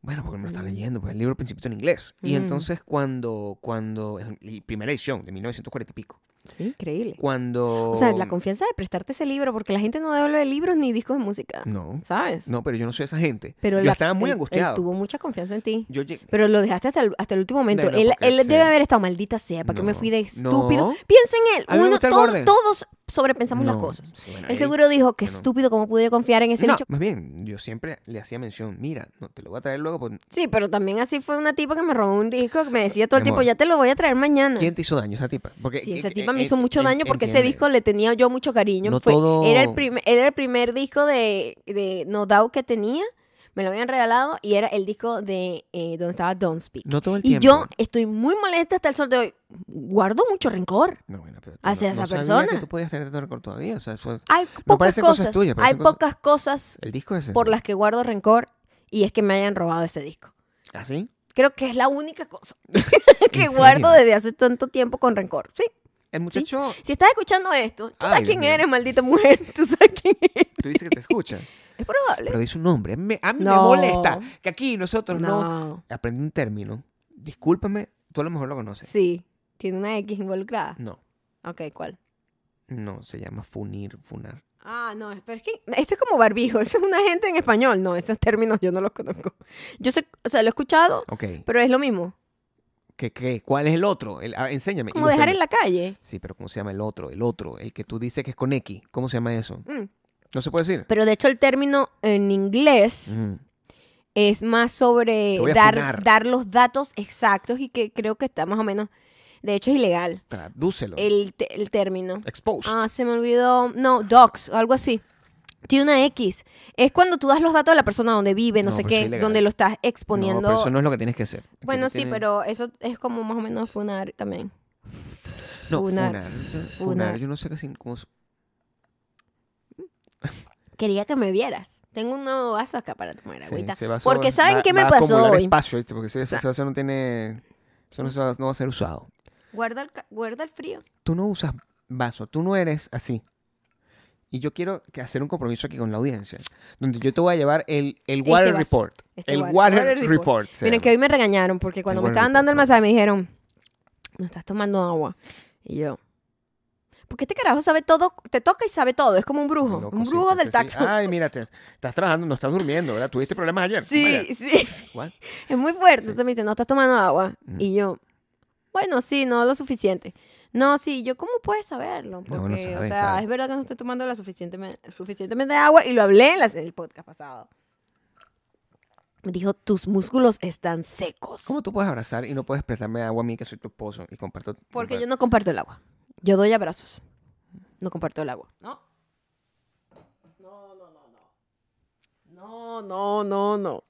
Speaker 2: Bueno, porque me lo están leyendo, pues el libro Principito en inglés. Y
Speaker 1: Mm.
Speaker 2: entonces cuando, cuando, y primera edición de 1940 y pico,
Speaker 1: Sí, increíble.
Speaker 2: cuando...
Speaker 1: O sea, la confianza de prestarte ese libro, porque la gente no devuelve libros ni discos de música,
Speaker 2: No,
Speaker 1: ¿sabes?
Speaker 2: no, pero yo no soy esa gente.
Speaker 1: Pero
Speaker 2: yo
Speaker 1: la-
Speaker 2: estaba muy
Speaker 1: él- él
Speaker 2: angustiado.
Speaker 1: tuvo mucha confianza en ti.
Speaker 2: Yo llegué...
Speaker 1: Pero lo dejaste hasta el, hasta el último momento.
Speaker 2: Bueno,
Speaker 1: él
Speaker 2: porque
Speaker 1: él
Speaker 2: sí.
Speaker 1: debe haber estado maldita sea, ¿para qué me
Speaker 2: No,
Speaker 1: fui de estúpido?
Speaker 2: no.
Speaker 1: Piensa en él.
Speaker 2: A mí me
Speaker 1: Uno-
Speaker 2: gusta el
Speaker 1: todo-
Speaker 2: borde.
Speaker 1: todos sobrepensamos las
Speaker 2: No,
Speaker 1: cosas.
Speaker 2: sí, bueno,
Speaker 1: Él
Speaker 2: él-
Speaker 1: seguro dijo, qué
Speaker 2: no.
Speaker 1: estúpido, ¿cómo pude confiar en ese
Speaker 2: No,
Speaker 1: bicho?
Speaker 2: más bien, yo siempre le hacía mención, mira, no, te lo voy a traer luego, pues,
Speaker 1: Sí, pero también así fue una tipa que me robó un disco que me decía todo el
Speaker 2: Mi
Speaker 1: tiempo,
Speaker 2: amor,
Speaker 1: ya te lo voy a traer mañana.
Speaker 2: ¿quién te hizo daño esa tipa? Porque,
Speaker 1: Mm. Sí,
Speaker 2: eh,
Speaker 1: esa
Speaker 2: eh,
Speaker 1: tipa me
Speaker 2: eh,
Speaker 1: hizo mucho
Speaker 2: en-
Speaker 1: daño porque ese
Speaker 2: entiende.
Speaker 1: disco le tenía yo mucho cariño.
Speaker 2: No
Speaker 1: Fue-
Speaker 2: todo-
Speaker 1: era, el primer, era el primer disco de, de No Doubt que tenía. Me lo habían regalado y era el disco de eh, donde estaba Don't Speak.
Speaker 2: No todo el
Speaker 1: y
Speaker 2: tiempo.
Speaker 1: yo estoy muy molesta hasta el sol de hoy. Guardo mucho rencor.
Speaker 2: No, bueno, pero tú
Speaker 1: hacia
Speaker 2: no- no
Speaker 1: esa
Speaker 2: sabía
Speaker 1: persona.
Speaker 2: Que tú podías tener tanto rencor todavía, o sea, fue-
Speaker 1: Hay
Speaker 2: No
Speaker 1: pocas
Speaker 2: parecen
Speaker 1: cosas,
Speaker 2: cosas tuyas,
Speaker 1: hay
Speaker 2: parecen cosas-
Speaker 1: pocas cosas
Speaker 2: el disco ese.
Speaker 1: por las que guardo rencor y es que me hayan robado ese disco.
Speaker 2: ¿Así?
Speaker 1: Creo que es la única cosa que
Speaker 2: ¿En
Speaker 1: guardo
Speaker 2: serio?
Speaker 1: desde hace tanto tiempo con rencor. Sí.
Speaker 2: El muchacho,
Speaker 1: Si estás escuchando esto, tú
Speaker 2: Ay,
Speaker 1: sabes
Speaker 2: Dios
Speaker 1: quién
Speaker 2: mío.
Speaker 1: eres, maldita mujer. Tú sabes quién eres.
Speaker 2: tú dices que te escucha,
Speaker 1: Es probable.
Speaker 2: pero dice un nombre. A mí, me- a mí
Speaker 1: No.
Speaker 2: me molesta que aquí nosotros no...
Speaker 1: No.
Speaker 2: Aprendí un término, discúlpame, tú a lo mejor lo conoces.
Speaker 1: Sí. Tiene una X involucrada.
Speaker 2: No,
Speaker 1: Ok, ¿cuál?
Speaker 2: no, se llama funir, funar.
Speaker 1: Ah, no, es- pero es que esto es como barbijo, eso es una gente en español, no, esos términos yo no los conozco. Yo sé, o sea, lo he escuchado,
Speaker 2: Ok,
Speaker 1: pero es lo mismo.
Speaker 2: ¿Qué, qué? ¿Cuál es el otro? El- ah, enséñame.
Speaker 1: Como dejar
Speaker 2: Ilústrame.
Speaker 1: en la calle.
Speaker 2: Sí, pero ¿cómo se llama el otro? El otro, el que tú dices que es con X. ¿Cómo se llama eso?
Speaker 1: Mm.
Speaker 2: No se puede decir.
Speaker 1: Pero de hecho el término en inglés
Speaker 2: Mm.
Speaker 1: es más sobre
Speaker 2: Te voy a
Speaker 1: dar,
Speaker 2: funar.
Speaker 1: dar los datos exactos y que creo que está más o menos... De hecho es ilegal
Speaker 2: Tradúcelo.
Speaker 1: el, te- el término.
Speaker 2: Exposed.
Speaker 1: Ah, se me olvidó. No, docs, o algo así. Tiene una X. Es cuando tú das los datos de la persona donde vive, no,
Speaker 2: No,
Speaker 1: sé
Speaker 2: pero eso es
Speaker 1: qué,
Speaker 2: ilegal.
Speaker 1: donde lo estás
Speaker 2: No,
Speaker 1: exponiendo.
Speaker 2: pero eso no es lo que tienes que hacer. Aquí
Speaker 1: Bueno,
Speaker 2: no
Speaker 1: sí,
Speaker 2: tiene-
Speaker 1: pero eso es como más o menos funar también.
Speaker 2: No,
Speaker 1: funar.
Speaker 2: funar. Funar.
Speaker 1: Funar.
Speaker 2: Yo no sé qué sin- cómo... se-
Speaker 1: Quería que me vieras. Tengo un nuevo vaso acá para tomar agüita.
Speaker 2: se va a-
Speaker 1: Porque
Speaker 2: va-
Speaker 1: ¿saben
Speaker 2: va-
Speaker 1: qué me
Speaker 2: va a
Speaker 1: pasó
Speaker 2: acumular
Speaker 1: hoy?
Speaker 2: espacio, ¿viste? porque si
Speaker 1: Sa-
Speaker 2: eso, eso no tiene... Eso no, se va- no va a ser usado.
Speaker 1: Guarda el, ca- guarda el frío.
Speaker 2: Tú no usas vaso. Tú no eres así. Y yo quiero que hacer un compromiso aquí con la audiencia. Donde yo te voy a llevar el, el
Speaker 1: Este
Speaker 2: Water
Speaker 1: vaso.
Speaker 2: Report.
Speaker 1: Este
Speaker 2: el
Speaker 1: wa-
Speaker 2: Water,
Speaker 1: water
Speaker 2: Report.
Speaker 1: report.
Speaker 2: se
Speaker 1: Miren,
Speaker 2: llama.
Speaker 1: que hoy me regañaron porque cuando me
Speaker 2: Igual
Speaker 1: estaban
Speaker 2: rico,
Speaker 1: dando el
Speaker 2: claro.
Speaker 1: masaje me dijeron, no estás tomando agua. Y yo, porque este carajo sabe todo, te toca y sabe todo. Es como un brujo,
Speaker 2: Loco,
Speaker 1: un
Speaker 2: sí,
Speaker 1: brujo del
Speaker 2: entonces, sí.
Speaker 1: tacto.
Speaker 2: Ay, mira, te- estás trabajando, no estás durmiendo, ¿verdad? ¿Tuviste problemas ayer?
Speaker 1: Sí,
Speaker 2: Vaya.
Speaker 1: sí.
Speaker 2: What?
Speaker 1: Es muy fuerte. Entonces me dice, no estás tomando agua.
Speaker 2: Ujú.
Speaker 1: Y yo, bueno, sí, no lo suficiente. No, sí, yo, ¿cómo puedes saberlo? Porque,
Speaker 2: No, no
Speaker 1: o
Speaker 2: sabe,
Speaker 1: sea,
Speaker 2: sabe.
Speaker 1: es verdad que no estoy tomando la suficientemente, suficientemente agua y lo hablé en, las- en el podcast pasado. Me dijo, tus músculos están secos.
Speaker 2: ¿Cómo tú puedes abrazar y no puedes prestarme agua a mí que soy tu esposo y comparto?
Speaker 1: Porque yo no comparto el agua. Yo doy abrazos. No comparto el agua. No. No, no, no, no. No, no, no, no.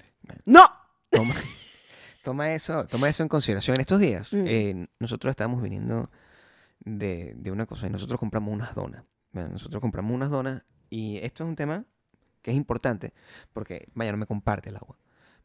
Speaker 1: No.
Speaker 2: Toma, toma eso, toma eso en consideración. En estos días,
Speaker 1: Mm.
Speaker 2: eh, nosotros estábamos viniendo de, de una cosa y nosotros compramos unas donas. Bueno, nosotros compramos unas donas y esto es un tema que es importante porque, Maya no me comparte el agua.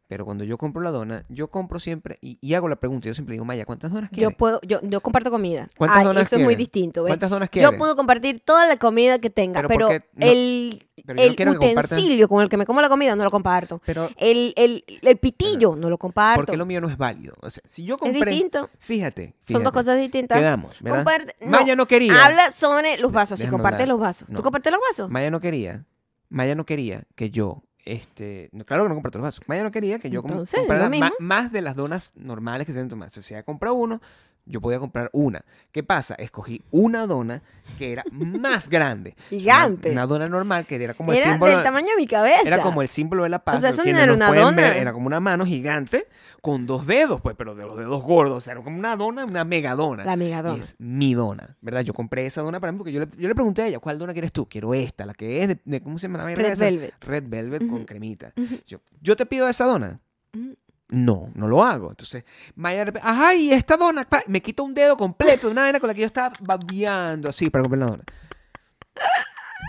Speaker 2: Pero cuando yo compro la dona, yo compro siempre y, y hago la pregunta. Yo siempre digo, Maya, ¿cuántas donas
Speaker 1: Yo
Speaker 2: quieres?
Speaker 1: puedo, yo, yo comparto comida.
Speaker 2: ¿Cuántas
Speaker 1: Ah,
Speaker 2: donas
Speaker 1: eso es muy
Speaker 2: quieres?
Speaker 1: distinto, ¿ves?
Speaker 2: ¿Cuántas donas quieres?
Speaker 1: Yo puedo compartir toda la comida que tenga,
Speaker 2: Pero
Speaker 1: pero,
Speaker 2: porque no-
Speaker 1: el,
Speaker 2: pero yo no
Speaker 1: el
Speaker 2: quiero que compartan-
Speaker 1: utensilio con el que me como la comida no lo comparto.
Speaker 2: Pero
Speaker 1: El, el, el pitillo no lo comparto.
Speaker 2: porque lo mío no es válido. O sea, si yo
Speaker 1: es
Speaker 2: compré,
Speaker 1: distinto.
Speaker 2: fíjate,
Speaker 1: Son
Speaker 2: fíjate,
Speaker 1: dos cosas distintas.
Speaker 2: Quedamos, ¿verdad?
Speaker 1: Comparte- no,
Speaker 2: Maya no quería.
Speaker 1: Habla sobre los vasos. Si
Speaker 2: Déjame
Speaker 1: comparte
Speaker 2: hablar.
Speaker 1: los vasos. ¿Tú
Speaker 2: No.
Speaker 1: compartes los vasos?
Speaker 2: Maya no quería. Maya no quería que yo. Este, no, claro que no comparto los vasos. Maya no quería que yo com-
Speaker 1: Entonces,
Speaker 2: comprara
Speaker 1: lo
Speaker 2: ma-
Speaker 1: mismo.
Speaker 2: más de las donas normales que se deben tomar. O sea, si ella compra uno, yo podía comprar una. ¿Qué pasa? Escogí una dona que era más grande. Una-
Speaker 1: Gigante.
Speaker 2: Una, dona normal que era como el
Speaker 1: Era
Speaker 2: símbolo.
Speaker 1: del tamaño de mi cabeza.
Speaker 2: Era como el símbolo de la paz.
Speaker 1: O sea, eso
Speaker 2: quienes
Speaker 1: no era
Speaker 2: nos
Speaker 1: una
Speaker 2: pueden ver,
Speaker 1: dona.
Speaker 2: era como una mano gigante con dos dedos, pues, pero de los dedos gordos. O sea, era como una dona, una megadona.
Speaker 1: La megadona.
Speaker 2: Y es mi dona, ¿verdad? Yo compré esa dona para mí porque yo le, yo le pregunté a ella, ¿cuál dona quieres tú? Quiero esta, la que es de, de- ¿cómo se llama la vaina
Speaker 1: Red
Speaker 2: esa?
Speaker 1: Velvet.
Speaker 2: Red Velvet con cremita. Yo, yo te pido esa dona.
Speaker 1: Ujú.
Speaker 2: No, no lo hago. Entonces, Maya de repente, ajá, y esta dona, pa, me quita un dedo completo de una vaina con la que yo estaba babeando así para comprar la dona.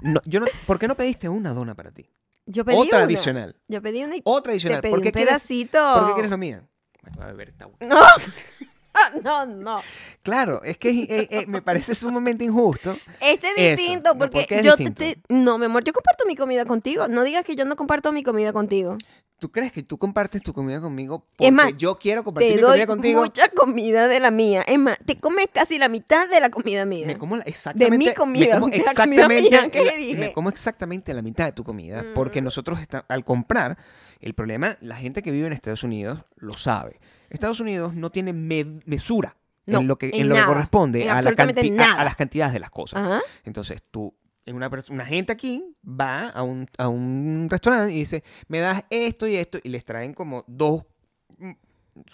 Speaker 2: No, yo no, ¿Por qué no pediste una dona para ti?
Speaker 1: Yo pedí
Speaker 2: Otra
Speaker 1: una.
Speaker 2: adicional.
Speaker 1: Yo pedí una y
Speaker 2: Otra adicional.
Speaker 1: te pedí
Speaker 2: ¿Por qué
Speaker 1: un
Speaker 2: quieres,
Speaker 1: pedacito.
Speaker 2: ¿Por qué quieres la mía? Bueno, a beber esta agua.
Speaker 1: No. Ah, no, no.
Speaker 2: Claro, es que eh, eh, me parece sumamente injusto.
Speaker 1: Este es
Speaker 2: Eso,
Speaker 1: distinto
Speaker 2: no,
Speaker 1: porque
Speaker 2: ¿por qué es
Speaker 1: yo te-
Speaker 2: distinto?
Speaker 1: te- No, mi amor, yo comparto mi comida contigo. No digas que yo no comparto mi comida contigo.
Speaker 2: ¿Tú crees que tú compartes tu comida conmigo porque
Speaker 1: más,
Speaker 2: yo quiero compartir
Speaker 1: Te
Speaker 2: mi
Speaker 1: doy
Speaker 2: comida contigo?
Speaker 1: mucha comida de la mía. Es más, te comes casi la mitad de la comida mía.
Speaker 2: Me como la- exactamente
Speaker 1: mi
Speaker 2: me
Speaker 1: comida,
Speaker 2: como
Speaker 1: de la comida
Speaker 2: exactamente
Speaker 1: mía que
Speaker 2: la-
Speaker 1: le dije. Mm.
Speaker 2: me como exactamente la mitad de tu comida porque nosotros está- al comprar el problema la gente que vive en Estados Unidos lo sabe. Estados Unidos no tiene me- mesura
Speaker 1: No,
Speaker 2: en lo que
Speaker 1: en
Speaker 2: en lo que
Speaker 1: nada,
Speaker 2: corresponde
Speaker 1: en
Speaker 2: a, la
Speaker 1: absolutamente
Speaker 2: canti- a-
Speaker 1: nada.
Speaker 2: a las cantidades de las cosas.
Speaker 1: Ajá.
Speaker 2: Entonces tú, en una, pers- una gente aquí va a un, a un restaurante y dice, me das esto y esto, y les traen como dos mm,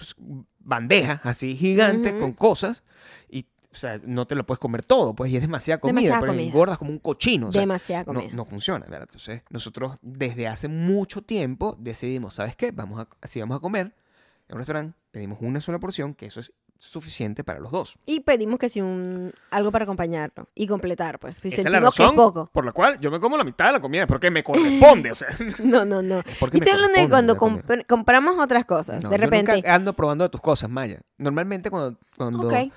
Speaker 2: s- bandejas así gigantes
Speaker 1: Ujú.
Speaker 2: con cosas, y o sea, no te lo puedes comer todo, pues, y es demasiada comida,
Speaker 1: Demasiada
Speaker 2: pero
Speaker 1: comida.
Speaker 2: engordas como un cochino. o sea,
Speaker 1: Demasiada
Speaker 2: no,
Speaker 1: comida.
Speaker 2: no funciona, ¿verdad? Entonces, nosotros desde hace mucho tiempo decidimos, ¿sabes qué? Vamos a, si vamos a comer en un restaurante, pedimos una sola porción, que eso es suficiente para los dos.
Speaker 1: Y pedimos que si un algo para acompañarlo y completar, pues. Si
Speaker 2: Esa es la
Speaker 1: sentimos que es
Speaker 2: razón
Speaker 1: poco.
Speaker 2: por la cual yo me como la mitad de la comida, porque me corresponde. o sea,
Speaker 1: No, no, no.
Speaker 2: porque
Speaker 1: Yo
Speaker 2: me
Speaker 1: estoy hablando de
Speaker 2: corresponde
Speaker 1: cuando
Speaker 2: la comida.
Speaker 1: compr- compramos otras cosas.
Speaker 2: No,
Speaker 1: de
Speaker 2: yo nunca
Speaker 1: repente.
Speaker 2: ando probando de tus cosas, Maya. Normalmente cuando. cuando
Speaker 1: Ok,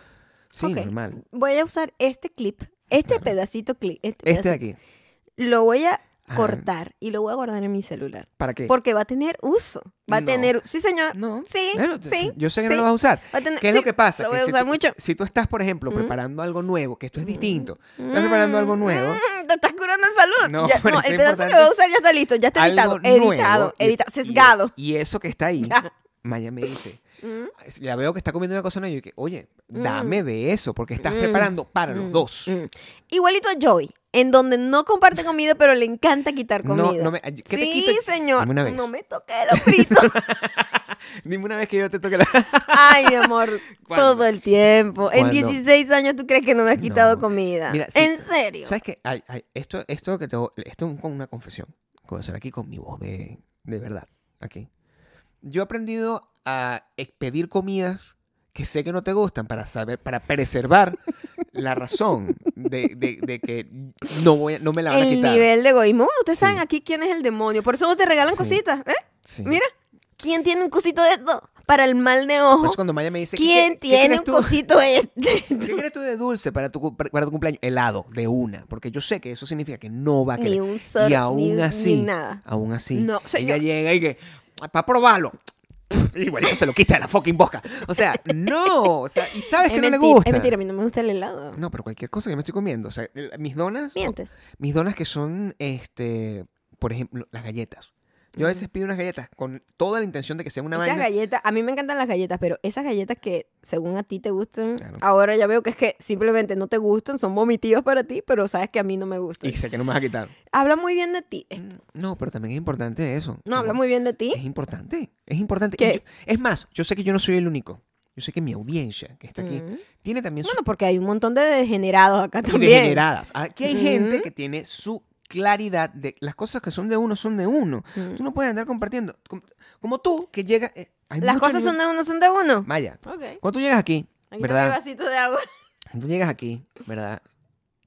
Speaker 2: sí,
Speaker 1: ok.
Speaker 2: normal.
Speaker 1: voy a usar este clip, este pedacito clip, este
Speaker 2: Este de
Speaker 1: pedacito,
Speaker 2: aquí. Ah.
Speaker 1: lo voy a
Speaker 2: Ajá.
Speaker 1: cortar y lo voy a guardar en mi celular.
Speaker 2: ¿Para qué?
Speaker 1: Porque va a tener uso. Va a
Speaker 2: No.
Speaker 1: tener. Sí, señor.
Speaker 2: No.
Speaker 1: Sí,
Speaker 2: Claro, te-
Speaker 1: sí,
Speaker 2: Yo sé que
Speaker 1: sí.
Speaker 2: no lo vas a usar.
Speaker 1: Va a tener-
Speaker 2: ¿Qué es
Speaker 1: sí,
Speaker 2: lo que pasa?
Speaker 1: Lo voy
Speaker 2: Que
Speaker 1: a
Speaker 2: si
Speaker 1: usar
Speaker 2: tú-
Speaker 1: mucho. Mm.
Speaker 2: Si tú estás, por ejemplo,
Speaker 1: Ujú.
Speaker 2: preparando algo nuevo, que esto es distinto, estás preparando algo nuevo,
Speaker 1: Mm, te estás curando en salud.
Speaker 2: No,
Speaker 1: Ya-
Speaker 2: pero
Speaker 1: no,
Speaker 2: eso
Speaker 1: el
Speaker 2: es
Speaker 1: pedazo que
Speaker 2: importante.
Speaker 1: voy a usar ya está listo. Ya está editado.
Speaker 2: algo nuevo,
Speaker 1: editado,
Speaker 2: y-
Speaker 1: editado,
Speaker 2: y-
Speaker 1: sesgado.
Speaker 2: Y, eso que está ahí,
Speaker 1: Ya.
Speaker 2: Maya me dice,
Speaker 1: Mm.
Speaker 2: La veo que está comiendo una cosa no, y yo que, oye, dame
Speaker 1: Mm.
Speaker 2: de eso, porque estás
Speaker 1: Mm.
Speaker 2: preparando para los
Speaker 1: Mm,
Speaker 2: dos.
Speaker 1: mm. Igualito a Joey, en donde no comparte comida, pero le encanta quitar comida.
Speaker 2: No, no me, ¿qué te
Speaker 1: sí,
Speaker 2: quita?
Speaker 1: señor.
Speaker 2: Dame una vez.
Speaker 1: No me toque los fritos.
Speaker 2: Dime una vez que yo te toque la.
Speaker 1: Ay, mi amor,
Speaker 2: ¿Cuándo?
Speaker 1: todo el tiempo. En
Speaker 2: ¿Cuándo?
Speaker 1: 16 años tú crees que no me has quitado
Speaker 2: No.
Speaker 1: comida.
Speaker 2: Mira, sí,
Speaker 1: en serio.
Speaker 2: ¿Sabes qué? Ay, ay, esto, esto, que te, esto es con una confesión. Voy a hacer aquí con mi voz de, de verdad. Aquí. Yo he aprendido a ex- pedir comidas que sé que no te gustan para saber, para preservar la razón de, de- de que no, voy a- no me la van a
Speaker 1: El
Speaker 2: quitar.
Speaker 1: nivel de egoísmo. Ustedes saben
Speaker 2: Sí.
Speaker 1: aquí quién es el demonio. Por eso no te regalan
Speaker 2: Sí.
Speaker 1: cositas. ¿eh?
Speaker 2: Sí.
Speaker 1: Mira, ¿quién tiene un cosito de esto? Para el mal de
Speaker 2: Por
Speaker 1: ojo.
Speaker 2: eso Pues, cuando Maya me dice, ¿qué-
Speaker 1: ¿Quién
Speaker 2: qué- qué
Speaker 1: tiene
Speaker 2: crees
Speaker 1: un
Speaker 2: tú?
Speaker 1: cosito de este?
Speaker 2: ¿Qué quieres tú de dulce para tu, cu- para tu cumpleaños? Helado, de una. Porque yo sé que eso significa que no va a
Speaker 1: ni
Speaker 2: querer.
Speaker 1: un sol,
Speaker 2: y
Speaker 1: ni
Speaker 2: aún
Speaker 1: un- ni
Speaker 2: así,
Speaker 1: nada.
Speaker 2: aún así,
Speaker 1: No,
Speaker 2: ella
Speaker 1: señor.
Speaker 2: llega y que, para probarlo. Igualito se lo quita de la fucking boca. O sea, no. O sea, y sabes que no le
Speaker 1: mentira,
Speaker 2: gusta.
Speaker 1: Es mentira, a mí no me gusta el helado.
Speaker 2: No, pero cualquier cosa que me estoy comiendo. O sea, el- mis donas.
Speaker 1: Mientes.
Speaker 2: Mis donas que son, este, por ejemplo, las galletas. Yo a veces pido unas galletas con toda la intención de que sea una
Speaker 1: Esas
Speaker 2: vaina.
Speaker 1: galletas, a mí me encantan las galletas, pero esas galletas que según a ti te gustan,
Speaker 2: Claro.
Speaker 1: ahora ya veo que es que simplemente no te gustan, son vomitivas para ti, pero sabes que a mí no me gustan.
Speaker 2: Y sé que no me vas a quitar. Mm,
Speaker 1: Habla muy bien de ti. esto.
Speaker 2: No, pero también es importante eso.
Speaker 1: No, habla
Speaker 2: Como-
Speaker 1: muy bien de ti.
Speaker 2: Es importante, es importante. Y
Speaker 1: ¿Qué?
Speaker 2: yo- es más, yo sé que yo no soy el único. Yo sé que mi audiencia que está aquí
Speaker 1: Mm.
Speaker 2: tiene también sus
Speaker 1: Bueno, porque hay un montón de degenerados acá
Speaker 2: y
Speaker 1: también. Mm.
Speaker 2: degeneradas. Aquí hay gente
Speaker 1: Ujú.
Speaker 2: que tiene su claridad de las cosas que son de uno son de uno.
Speaker 1: Mm.
Speaker 2: Tú no puedes andar compartiendo. Com- Como, tú que llega eh, hay
Speaker 1: Las
Speaker 2: mucha
Speaker 1: cosas
Speaker 2: nivel-
Speaker 1: son de uno, son de uno.
Speaker 2: Maya,
Speaker 1: Ok.
Speaker 2: cuando tú llegas aquí,
Speaker 1: Aquí tengo mi
Speaker 2: ¿verdad?
Speaker 1: vasito de agua.
Speaker 2: Tú llegas aquí, ¿verdad?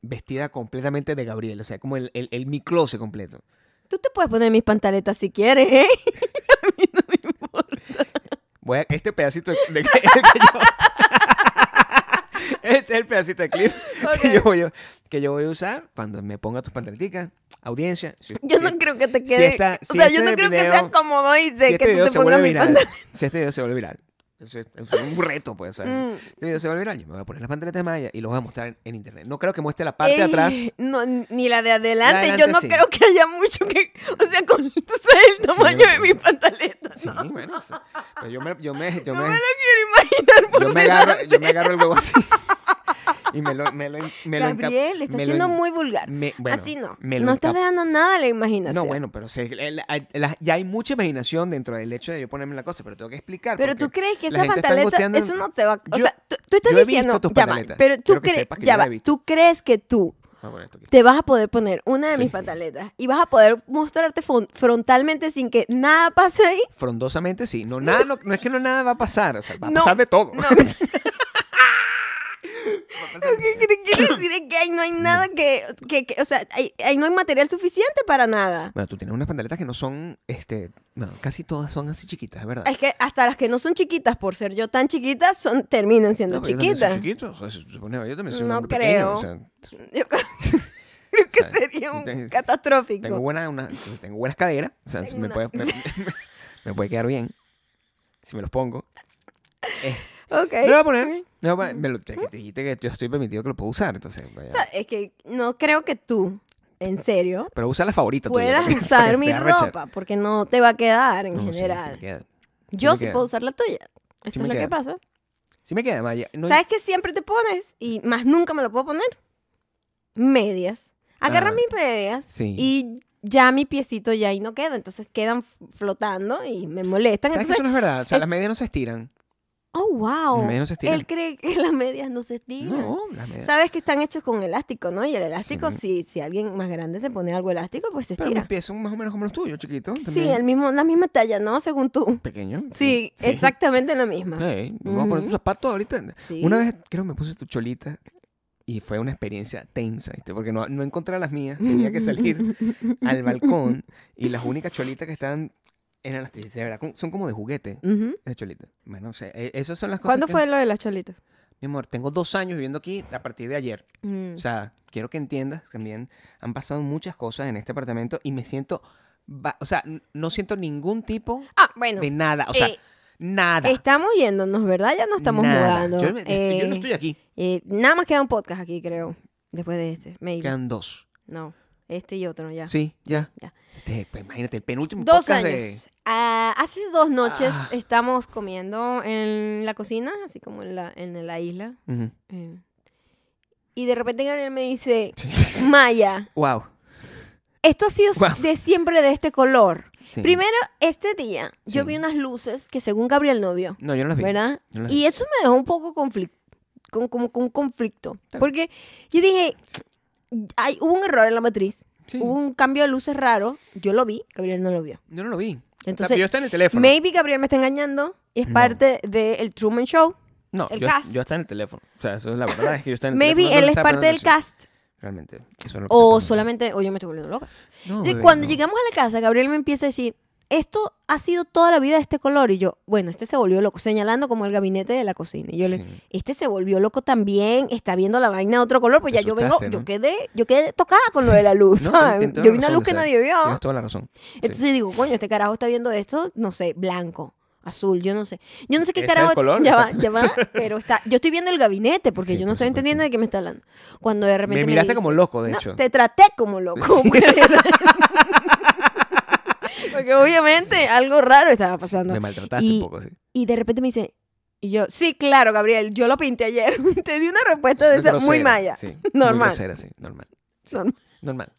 Speaker 2: Vestida completamente de Gabriel, o sea, como el, el, el mi closet completo.
Speaker 1: Tú te puedes poner mis pantaletas si quieres, ¿eh?
Speaker 2: Voy a- este pedacito de, de- que yo- este es el pedacito de clip que,
Speaker 1: Ok.
Speaker 2: yo voy, a- que yo voy a usar cuando me ponga tus pantaleticas. Audiencia. si-
Speaker 1: Yo
Speaker 2: si-
Speaker 1: no creo que te
Speaker 2: si
Speaker 1: quede.
Speaker 2: esta-
Speaker 1: o
Speaker 2: si
Speaker 1: sea, yo
Speaker 2: este
Speaker 1: no creo que
Speaker 2: video-
Speaker 1: sea cómodo y de
Speaker 2: si este
Speaker 1: que tú
Speaker 2: video
Speaker 1: te
Speaker 2: se vuelve
Speaker 1: pongas mis
Speaker 2: viral.
Speaker 1: pantaletas.
Speaker 2: Si este video se vuelve viral. eso Es, es un reto, pues. ¿sabes?
Speaker 1: Mm.
Speaker 2: Este video se vuelve viral. Yo me voy a poner las pantaletas de Maya y los voy a mostrar en, en internet. No creo que muestre la parte de
Speaker 1: Ey,
Speaker 2: atrás.
Speaker 1: No, ni la de adelante.
Speaker 2: adelante
Speaker 1: Yo no
Speaker 2: sí.
Speaker 1: creo que haya mucho que. O sea, con tú sabes el tamaño
Speaker 2: no.
Speaker 1: de mis pantaletas.
Speaker 2: Sí,
Speaker 1: no,
Speaker 2: bueno. sí. Pero yo me, yo me, yo
Speaker 1: no
Speaker 2: me,
Speaker 1: me lo quiero imaginar por
Speaker 2: yo me agarro, yo me agarro el huevo así. Y me lo, me lo, me lo enca-
Speaker 1: Gabriel, está
Speaker 2: me lo
Speaker 1: siendo
Speaker 2: en-
Speaker 1: muy vulgar.
Speaker 2: me- bueno,
Speaker 1: Así no.
Speaker 2: me lo
Speaker 1: no estás
Speaker 2: encap-
Speaker 1: dejando nada a la imaginación.
Speaker 2: No, bueno, pero se- el- el- la- ya hay mucha imaginación dentro del hecho de yo ponerme la cosa, pero tengo que explicar.
Speaker 1: Pero
Speaker 2: porque
Speaker 1: tú crees que
Speaker 2: la
Speaker 1: esa
Speaker 2: gente está
Speaker 1: pantaleta,
Speaker 2: angustiando-
Speaker 1: eso no te va. O
Speaker 2: Yo-
Speaker 1: sea, tú, tú estás
Speaker 2: yo he visto
Speaker 1: diciendo.
Speaker 2: tus
Speaker 1: ya va,
Speaker 2: pantaletas.
Speaker 1: pero tú
Speaker 2: Quiero que
Speaker 1: crees,
Speaker 2: sepas que
Speaker 1: ya
Speaker 2: yo la
Speaker 1: va,
Speaker 2: he visto.
Speaker 1: tú crees que tú
Speaker 2: Ah, bueno, esto aquí.
Speaker 1: te vas a poder poner una de
Speaker 2: Sí.
Speaker 1: mis pantaletas y vas a poder mostrarte fron- frontalmente sin que nada pase ahí.
Speaker 2: Frondosamente sí. No, nada, no, no es que no nada va a pasar. O sea, va a
Speaker 1: No,
Speaker 2: pasar de todo.
Speaker 1: no.
Speaker 2: Va a pasar-
Speaker 1: Lo que quiere- quiere decir es que ahí no hay nada que, que- que- o sea, ahí, ahí no hay material suficiente para nada.
Speaker 2: Bueno, tú tienes unas pantaletas que no son, este, no, casi todas son así chiquitas, es verdad.
Speaker 1: Es que hasta las que no son chiquitas, por ser yo tan chiquita, son, terminan siendo
Speaker 2: No, pero yo también soy
Speaker 1: chiquitas.
Speaker 2: chiquito, o sea, se supone que yo también soy un
Speaker 1: No
Speaker 2: hombre pequeño, o
Speaker 1: creo.
Speaker 2: sea,
Speaker 1: Yo creo, creo que
Speaker 2: O sea,
Speaker 1: sería un
Speaker 2: tengo-
Speaker 1: catastrófico.
Speaker 2: tengo, buena, una- tengo buenas caderas, o sea,
Speaker 1: Tengo
Speaker 2: me
Speaker 1: una-
Speaker 2: puede, me, me puede quedar bien si me los pongo. Eh,
Speaker 1: Ok.
Speaker 2: me lo voy a poner, me
Speaker 1: ok.
Speaker 2: lo voy a poner, me lo- ya que te dijiste que yo estoy permitido que lo puedo usar, entonces, vaya.
Speaker 1: O sea, es que no creo que tú, en serio,
Speaker 2: pero usa la favorita tuya,
Speaker 1: puedas
Speaker 2: para que- para que
Speaker 1: usar mi
Speaker 2: te arreche.
Speaker 1: ropa, porque no te va a quedar en
Speaker 2: No, sí, sí me
Speaker 1: general.
Speaker 2: queda.
Speaker 1: yo
Speaker 2: me
Speaker 1: sí
Speaker 2: queda.
Speaker 1: puedo usar la tuya. Eso
Speaker 2: Sí
Speaker 1: es
Speaker 2: me
Speaker 1: lo que
Speaker 2: queda.
Speaker 1: pasa.
Speaker 2: Sí me queda, Maya. No,
Speaker 1: ¿Sabes qué siempre te pones? Y más nunca me lo puedo poner. Medias. Agarra
Speaker 2: Ah,
Speaker 1: mis medias
Speaker 2: sí.
Speaker 1: y ya mi piecito ya ahí no queda. Entonces quedan f- flotando y me molestan.
Speaker 2: ¿Sabes que
Speaker 1: Entonces,
Speaker 2: eso no es verdad? O sea,
Speaker 1: es-
Speaker 2: las medias no se estiran.
Speaker 1: oh, wow.
Speaker 2: Las medias no se estiran.
Speaker 1: Él cree que las medias no se estiran.
Speaker 2: No, las medias.
Speaker 1: Sabes que están hechos con elástico, ¿no? Y el elástico, si,
Speaker 2: Sí.
Speaker 1: si alguien más grande se pone algo elástico, pues se
Speaker 2: Pero mis
Speaker 1: estira.
Speaker 2: pies son más o menos como los tuyos, chiquitos.
Speaker 1: Sí, el mismo, la misma talla, ¿no? Según tú.
Speaker 2: pequeño.
Speaker 1: Sí, exactamente la misma.
Speaker 2: Ey, nos vamos a poner
Speaker 1: Ujú.
Speaker 2: tu zapato ahorita.
Speaker 1: Sí.
Speaker 2: Una vez creo que me puse tu cholita y fue una experiencia tensa, ¿viste? Porque no, no encontraba las mías. Tenía que salir al balcón y las únicas cholitas que estaban eran las tuyas. De verdad, como- son como de juguete.
Speaker 1: Ujú.
Speaker 2: Las cholitas. Bueno, o sea, e- esas son las cosas.
Speaker 1: ¿Cuándo
Speaker 2: que-
Speaker 1: fue lo de las cholitas?
Speaker 2: Mi amor, tengo dos años viviendo aquí a partir de ayer.
Speaker 1: Mm.
Speaker 2: O sea, quiero que entiendas también, han pasado muchas cosas en este apartamento y me siento, va- o sea, n- no siento ningún tipo
Speaker 1: Ah, bueno.
Speaker 2: de nada, o sea,
Speaker 1: eh,
Speaker 2: nada.
Speaker 1: Estamos yéndonos, ¿verdad? Ya no estamos
Speaker 2: nada.
Speaker 1: mudando.
Speaker 2: Yo, me- yo- yo no
Speaker 1: Eh,
Speaker 2: estoy aquí.
Speaker 1: eh, nada más queda un podcast aquí, creo. Después de este. Maybe.
Speaker 2: Quedan dos.
Speaker 1: No. Este y otro, ya.
Speaker 2: Sí, ya.
Speaker 1: Ya.
Speaker 2: Este, pues, imagínate, el penúltimo
Speaker 1: Dos
Speaker 2: podcast
Speaker 1: años.
Speaker 2: de-
Speaker 1: Ah, hace dos noches
Speaker 2: Ah.
Speaker 1: estamos comiendo en la cocina, así como en la, en la isla.
Speaker 2: Ujú.
Speaker 1: eh, y de repente Gabriel me dice,
Speaker 2: Sí.
Speaker 1: Maya,
Speaker 2: wow.
Speaker 1: esto ha sido
Speaker 2: Guau.
Speaker 1: de siempre de este color.
Speaker 2: Sí.
Speaker 1: Primero, este día, yo
Speaker 2: Sí.
Speaker 1: vi unas luces que según Gabriel no vio,
Speaker 2: No, yo no las vi.
Speaker 1: ¿verdad?
Speaker 2: Yo no las vi.
Speaker 1: Y eso me dejó un poco conflic- con, como con un conflicto.
Speaker 2: bien.
Speaker 1: Porque yo dije, hay, hubo un error en la matriz,
Speaker 2: Sí.
Speaker 1: hubo un cambio de luces raro, yo lo vi, Gabriel no lo vio.
Speaker 2: Yo no lo vi.
Speaker 1: Entonces,
Speaker 2: O sea, yo estaba en el teléfono.
Speaker 1: Maybe Gabriel me está engañando y es
Speaker 2: No.
Speaker 1: parte del Truman Show.
Speaker 2: No,
Speaker 1: el
Speaker 2: yo,
Speaker 1: cast.
Speaker 2: yo estaba en el teléfono. O sea, eso es la verdad, es que yo estaba en el teléfono.
Speaker 1: Maybe
Speaker 2: yo no
Speaker 1: él es
Speaker 2: estaba
Speaker 1: parte del
Speaker 2: prestando
Speaker 1: cast
Speaker 2: atención. Realmente. eso es lo que
Speaker 1: o
Speaker 2: pasa.
Speaker 1: solamente o yo me estoy volviendo loca.
Speaker 2: No,
Speaker 1: Y
Speaker 2: bebé,
Speaker 1: cuando
Speaker 2: no.
Speaker 1: llegamos a la casa, Gabriel me empieza a decir, esto ha sido toda la vida de este color. Y yo, bueno, este se volvió loco, señalando como el gabinete de la cocina. Y yo le,
Speaker 2: Sí.
Speaker 1: este se volvió loco también, está viendo la vaina de otro color, pues
Speaker 2: Te
Speaker 1: ya yo vengo,
Speaker 2: asustaste, ¿no?
Speaker 1: yo quedé, yo quedé tocada con lo de la luz.
Speaker 2: No,
Speaker 1: ¿sabes?
Speaker 2: tienes toda
Speaker 1: yo
Speaker 2: la
Speaker 1: vi una
Speaker 2: razón,
Speaker 1: luz que
Speaker 2: o sea,
Speaker 1: nadie vio.
Speaker 2: Tienes toda la razón. Sí.
Speaker 1: Entonces digo, coño, este carajo está viendo esto, no sé, blanco, azul, yo no sé. Yo no sé qué
Speaker 2: Ese es el
Speaker 1: carajo.
Speaker 2: color,
Speaker 1: ya va,
Speaker 2: exacto.
Speaker 1: ya va, pero está. Yo estoy viendo el gabinete porque
Speaker 2: Sí,
Speaker 1: yo no
Speaker 2: por
Speaker 1: estoy
Speaker 2: supuesto.
Speaker 1: entendiendo de qué me está hablando. Cuando de repente.
Speaker 2: me miraste
Speaker 1: dice,
Speaker 2: como loco, de
Speaker 1: "No,
Speaker 2: hecho.
Speaker 1: Te traté como loco. porque obviamente algo raro estaba pasando.
Speaker 2: Me maltrataste
Speaker 1: Y-
Speaker 2: un poco, sí.
Speaker 1: Y de repente me dice. Y yo, sí, claro, Gabriel, yo lo pinté ayer. Te di una respuesta de esa muy
Speaker 2: Grosera,
Speaker 1: maya.
Speaker 2: sí,
Speaker 1: Normal.
Speaker 2: Muy grosera, sí, normal. Sí,
Speaker 1: Normal.
Speaker 2: Normal.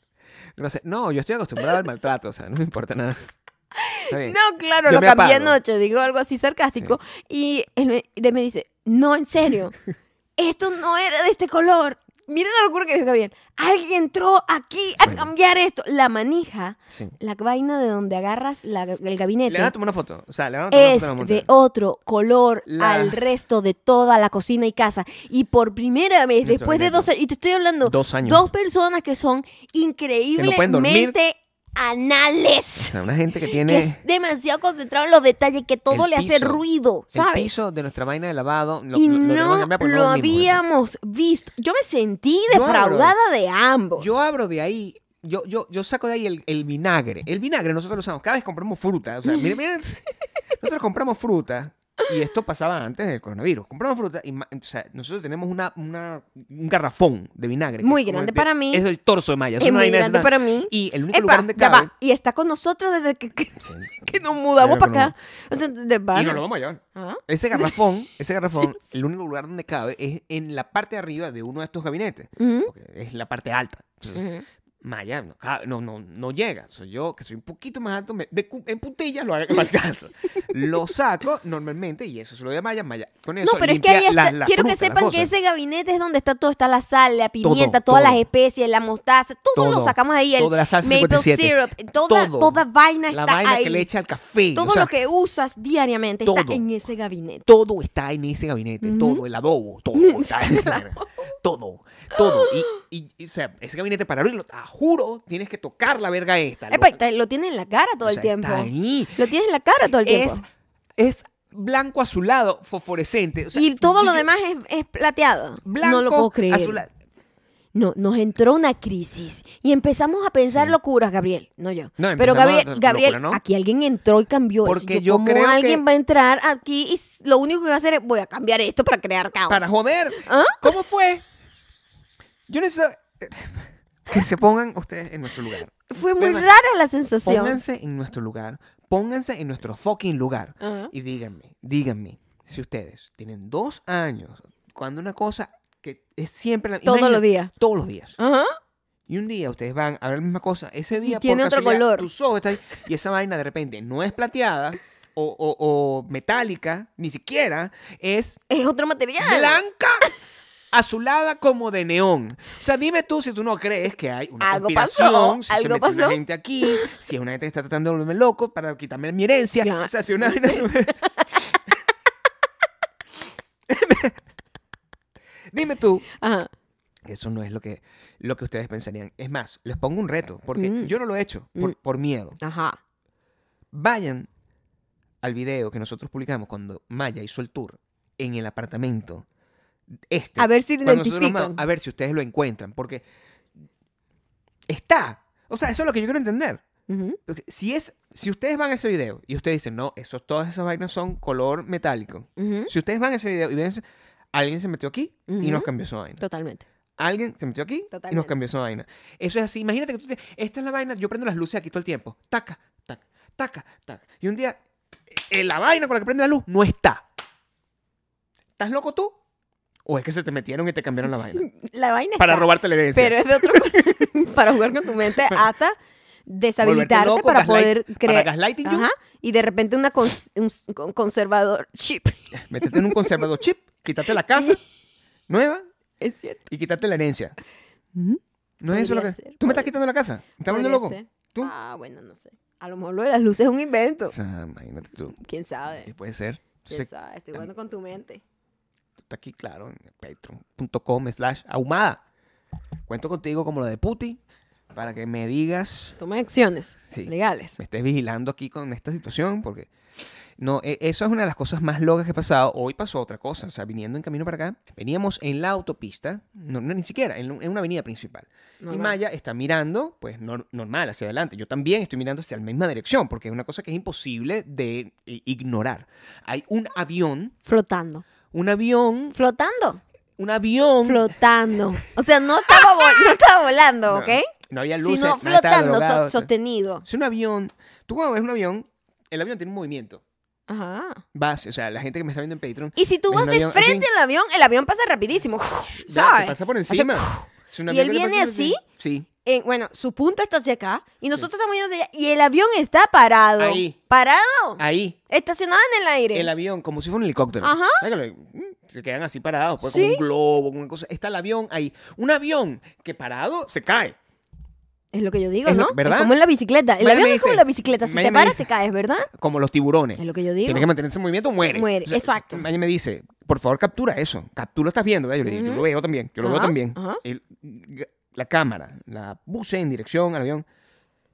Speaker 2: Grose- No, yo estoy acostumbrado al maltrato, o sea, no me importa nada. Está bien.
Speaker 1: No, claro,
Speaker 2: Yo
Speaker 1: lo
Speaker 2: me
Speaker 1: cambié
Speaker 2: apago.
Speaker 1: anoche, digo algo así sarcástico. Y él me, él me dice, no, en serio, esto no era de este color. Mira la locura que dijo Gabriel. Alguien entró aquí a
Speaker 2: Bueno.
Speaker 1: cambiar esto. La manija,
Speaker 2: Sí.
Speaker 1: la vaina de donde agarras la- el
Speaker 2: Le van a
Speaker 1: gabinete,
Speaker 2: tomar una foto. O sea, le van a tomar una
Speaker 1: es
Speaker 2: foto. y la van a
Speaker 1: de
Speaker 2: montar.
Speaker 1: otro color
Speaker 2: La-
Speaker 1: al resto de toda la cocina y casa. Y por primera vez,
Speaker 2: Nuestro
Speaker 1: después de
Speaker 2: gabinete.
Speaker 1: dos años, y te estoy hablando,
Speaker 2: Dos años.
Speaker 1: dos personas que son
Speaker 2: pueden dormir.
Speaker 1: increíblemente anales.
Speaker 2: O sea, una gente que
Speaker 1: Que
Speaker 2: tiene
Speaker 1: es demasiado concentrado en los detalles, que todo
Speaker 2: El
Speaker 1: le hace
Speaker 2: piso.
Speaker 1: ruido,
Speaker 2: el
Speaker 1: ¿sabes?
Speaker 2: piso de nuestra vaina de lavado. Lo,
Speaker 1: y
Speaker 2: lo- lo tenemos que
Speaker 1: no
Speaker 2: cambiar porque no
Speaker 1: lo
Speaker 2: dormimos, eso.
Speaker 1: habíamos visto. Yo me sentí
Speaker 2: Yo abro-
Speaker 1: defraudada de ambos.
Speaker 2: Yo abro de ahí, yo, yo, yo saco de ahí el, el vinagre. El vinagre nosotros lo usamos. Cada vez compramos fruta. O sea, miren, miren, nosotros compramos fruta. Y esto pasaba antes del coronavirus. Compramos fruta y ma- o sea, nosotros tenemos una, una- un garrafón de vinagre. que
Speaker 1: Muy
Speaker 2: es como
Speaker 1: grande
Speaker 2: el de-
Speaker 1: para mí.
Speaker 2: Es del torso de Maya.
Speaker 1: es
Speaker 2: una
Speaker 1: muy
Speaker 2: vaina de
Speaker 1: grande
Speaker 2: esa-
Speaker 1: para mí.
Speaker 2: Y el único
Speaker 1: Epa,
Speaker 2: lugar donde
Speaker 1: ya
Speaker 2: cabe...
Speaker 1: va. Y está con nosotros desde que, que-
Speaker 2: Sí.
Speaker 1: que nos mudamos
Speaker 2: Pero
Speaker 1: para
Speaker 2: no.
Speaker 1: acá. O sea, de
Speaker 2: Y
Speaker 1: pana.
Speaker 2: nos lo vamos a llevar.
Speaker 1: Ah,
Speaker 2: Ese garrafón, ese garrafón, el único lugar donde cabe es en la parte de arriba de uno de estos gabinetes.
Speaker 1: ujú,
Speaker 2: Porque es la parte alta. Entonces,
Speaker 1: ujú.
Speaker 2: Maya no, ca- no, no, no llega. Soy yo, que soy un poquito más alto, me- de cu- en puntillas lo haga- me alcanza. lo saco normalmente y eso se lo doy a Maya. Maya con eso
Speaker 1: No, pero es que
Speaker 2: limpia
Speaker 1: ahí está.
Speaker 2: las- las
Speaker 1: Quiero que
Speaker 2: frutas, las
Speaker 1: sepan que
Speaker 2: cosas.
Speaker 1: ese gabinete es donde está todo. Está la sal, la pimienta,
Speaker 2: Todo,
Speaker 1: todas
Speaker 2: todo.
Speaker 1: las especies, la mostaza. Todo, lo
Speaker 2: Todo,
Speaker 1: sacamos ahí. El
Speaker 2: toda la salsa
Speaker 1: maple
Speaker 2: 57,
Speaker 1: syrup. Toda,
Speaker 2: todo.
Speaker 1: toda vaina
Speaker 2: La
Speaker 1: está
Speaker 2: vaina
Speaker 1: ahí.
Speaker 2: que le echa al café.
Speaker 1: Todo
Speaker 2: o sea,
Speaker 1: lo que usas diariamente está
Speaker 2: todo.
Speaker 1: en ese gabinete.
Speaker 2: Todo está en ese gabinete.
Speaker 1: Ujú.
Speaker 2: Todo, el adobo, todo está en ese gabinete. Todo, todo. Y, y- y, o sea, ese gabinete para abrirlo, ah, juro, tienes que tocar la verga esta.
Speaker 1: Epa,
Speaker 2: Lo-
Speaker 1: te- lo tienes en la cara todo
Speaker 2: o
Speaker 1: el
Speaker 2: sea,
Speaker 1: tiempo.
Speaker 2: Está ahí.
Speaker 1: Lo tienes en la cara todo el tiempo.
Speaker 2: Es, es blanco azulado, fosforescente. o sea,
Speaker 1: y todo lo
Speaker 2: yo-
Speaker 1: demás es, es plateado.
Speaker 2: Blanco,
Speaker 1: no lo puedo creer.
Speaker 2: azulado.
Speaker 1: No, nos entró una crisis y empezamos a pensar
Speaker 2: Sí.
Speaker 1: locuras, Gabriel, no yo.
Speaker 2: No,
Speaker 1: Pero
Speaker 2: empezamos
Speaker 1: Gabriel,
Speaker 2: a hacer
Speaker 1: Gabriel,
Speaker 2: locura, ¿no?
Speaker 1: aquí alguien entró y cambió eso.
Speaker 2: Porque yo
Speaker 1: yo, como
Speaker 2: creo que-
Speaker 1: alguien va a entrar aquí y s- lo único que va a hacer es voy a cambiar esto para crear caos.
Speaker 2: Para joder.
Speaker 1: ¿Ah?
Speaker 2: ¿Cómo fue? Yo necesito que se pongan ustedes en nuestro lugar.
Speaker 1: Fue muy
Speaker 2: Venga,
Speaker 1: rara la sensación.
Speaker 2: Pónganse en nuestro lugar. Pónganse en nuestro fucking lugar.
Speaker 1: Ajá.
Speaker 2: Y díganme, díganme, si ustedes tienen dos años, cuando una cosa que es siempre la
Speaker 1: Todos
Speaker 2: imagina-
Speaker 1: los días.
Speaker 2: Todos los días.
Speaker 1: Ajá.
Speaker 2: Y un día ustedes van a ver la misma cosa, ese día por
Speaker 1: tiene otro
Speaker 2: casualidad,
Speaker 1: color.
Speaker 2: tus ojos están ahí, y esa vaina de repente no es plateada o, o- o metálica, ni siquiera, es
Speaker 1: Es otro material.
Speaker 2: blanca, azulada como de neón. O sea, dime tú si tú no crees que hay una
Speaker 1: Algo
Speaker 2: conspiración,
Speaker 1: pasó,
Speaker 2: si se
Speaker 1: algo
Speaker 2: metió
Speaker 1: pasó.
Speaker 2: una gente aquí, si es una gente que está tratando de volverme loco para quitarme mi herencia.
Speaker 1: Claro.
Speaker 2: O sea, si una vaina se- Dime tú,
Speaker 1: Ajá.
Speaker 2: eso no es lo que, lo que ustedes pensarían. Es más, les pongo un reto, porque
Speaker 1: Mm.
Speaker 2: yo no lo he hecho por,
Speaker 1: Mm.
Speaker 2: por miedo.
Speaker 1: Ajá.
Speaker 2: Vayan al video que nosotros publicamos cuando Maya hizo el tour en el apartamento. Este,
Speaker 1: A ver si
Speaker 2: cuando nosotros nos
Speaker 1: identifican.
Speaker 2: mandamos- a ver si ustedes lo encuentran, porque está. O sea, eso es lo que yo quiero entender.
Speaker 1: Ujú.
Speaker 2: Si, es, si ustedes van a ese video y ustedes dicen, no, esos, todas esas vainas son color metálico.
Speaker 1: Ujú.
Speaker 2: Si ustedes van a ese video y ven, eso, alguien se metió aquí y
Speaker 1: ¿Mm? Ujú.
Speaker 2: nos cambió su vaina.
Speaker 1: Totalmente.
Speaker 2: Alguien se metió aquí y nos
Speaker 1: Totalmente.
Speaker 2: cambió esa vaina. Eso es así. Imagínate que tú te- Esta es la vaina. Yo prendo las luces aquí todo el tiempo. Taca, taca, taca, taca. Y un día, eh, la vaina con la que prende la luz no está. ¿Estás loco tú? ¿O es que se te metieron y te cambiaron la vaina?
Speaker 1: La vaina
Speaker 2: Para
Speaker 1: está,
Speaker 2: robarte la herencia.
Speaker 1: Pero es de otro para jugar con tu mente hasta deshabilitarte
Speaker 2: Volverte loco,
Speaker 1: para
Speaker 2: gaslight-
Speaker 1: poder
Speaker 2: Para
Speaker 1: creer.
Speaker 2: gaslighting you,
Speaker 1: Ajá. Y de repente una cons- un s- con- conservador chip.
Speaker 2: métete en un conservador chip, quítate la casa nueva
Speaker 1: Es cierto.
Speaker 2: y quítate la herencia.
Speaker 1: Ujú.
Speaker 2: ¿No es eso lo que...?
Speaker 1: Podría ser,
Speaker 2: ¿Tú me
Speaker 1: podría-
Speaker 2: estás quitando la casa? ¿Me ¿Estás volviendo
Speaker 1: Podría
Speaker 2: loco?
Speaker 1: ser.
Speaker 2: ¿Tú?
Speaker 1: Ah, bueno, no sé. A lo mejor lo de las luces es un invento.
Speaker 2: O sea, imagínate tú.
Speaker 1: ¿Quién
Speaker 2: ¿Qué
Speaker 1: sabe?
Speaker 2: puede ser?
Speaker 1: ¿Quién
Speaker 2: Sé-
Speaker 1: sabe? Estoy jugando con tu mente.
Speaker 2: está aquí, claro, en patreon.com slash ahumada. Cuento contigo como lo de Puti para que me digas,
Speaker 1: Toma acciones
Speaker 2: Sí.
Speaker 1: legales.
Speaker 2: me estés vigilando aquí con esta situación, porque no, e- eso es una de las cosas más locas que ha pasado. Hoy pasó otra cosa, o sea, viniendo en camino para acá, veníamos en la autopista, no, no, ni siquiera, en, en una avenida principal. Y
Speaker 1: Normal.
Speaker 2: Maya está mirando, pues nor- normal, hacia adelante. Yo también estoy mirando hacia la misma dirección, porque es una cosa que es imposible de eh, ignorar. Hay un avión,
Speaker 1: Flotando.
Speaker 2: un avión,
Speaker 1: Flotando.
Speaker 2: un avión.
Speaker 1: Flotando. O sea, no estaba, vol- no estaba volando,
Speaker 2: No,
Speaker 1: ¿ok?
Speaker 2: No había luces.
Speaker 1: Sino
Speaker 2: nadie estaba
Speaker 1: flotando, so-
Speaker 2: drogado.
Speaker 1: sostenido.
Speaker 2: Si un avión, tú cuando ves un avión, el avión tiene un movimiento.
Speaker 1: Ajá.
Speaker 2: Vas, o sea, la gente que me está viendo en Patreon,
Speaker 1: Y si tú
Speaker 2: Es
Speaker 1: vas
Speaker 2: un
Speaker 1: de
Speaker 2: avión
Speaker 1: frente
Speaker 2: así.
Speaker 1: al avión, el avión pasa rapidísimo,
Speaker 2: ya, te
Speaker 1: ¿sabes?
Speaker 2: pasa por encima. Si un
Speaker 1: y
Speaker 2: avión
Speaker 1: él
Speaker 2: que le
Speaker 1: viene
Speaker 2: pasa
Speaker 1: así.
Speaker 2: Sí.
Speaker 1: Eh, bueno, su punta está hacia acá y nosotros estamos yendo hacia allá y el avión está parado.
Speaker 2: Ahí.
Speaker 1: Parado.
Speaker 2: Ahí,
Speaker 1: Estacionado en el aire.
Speaker 2: el avión, como si fuera un helicóptero.
Speaker 1: Ajá.
Speaker 2: ¿Sabes que lo- mm, Se quedan así parados, pues, como
Speaker 1: Sí.
Speaker 2: un globo, como una cosa. Está el avión ahí. Un avión que parado se cae.
Speaker 1: Es lo que yo digo,
Speaker 2: Es lo-
Speaker 1: ¿no?
Speaker 2: ¿verdad?
Speaker 1: Es como en la bicicleta. El
Speaker 2: Maya
Speaker 1: avión
Speaker 2: me
Speaker 1: es como
Speaker 2: dice-
Speaker 1: la bicicleta. Si
Speaker 2: Maya
Speaker 1: te
Speaker 2: me
Speaker 1: paras,
Speaker 2: dice-
Speaker 1: te caes, ¿verdad?
Speaker 2: Como los tiburones.
Speaker 1: Es lo que yo digo.
Speaker 2: Tienes que mantener ese movimiento, muere.
Speaker 1: Muere, exacto.
Speaker 2: Maya me dice, por favor, captura eso. Cap- Tú lo estás viendo, ¿verdad? Yo, le digo, yo lo veo también. Yo lo veo
Speaker 1: Ajá,
Speaker 2: también.
Speaker 1: ajá.
Speaker 2: El- g- la cámara, la puse en dirección al avión.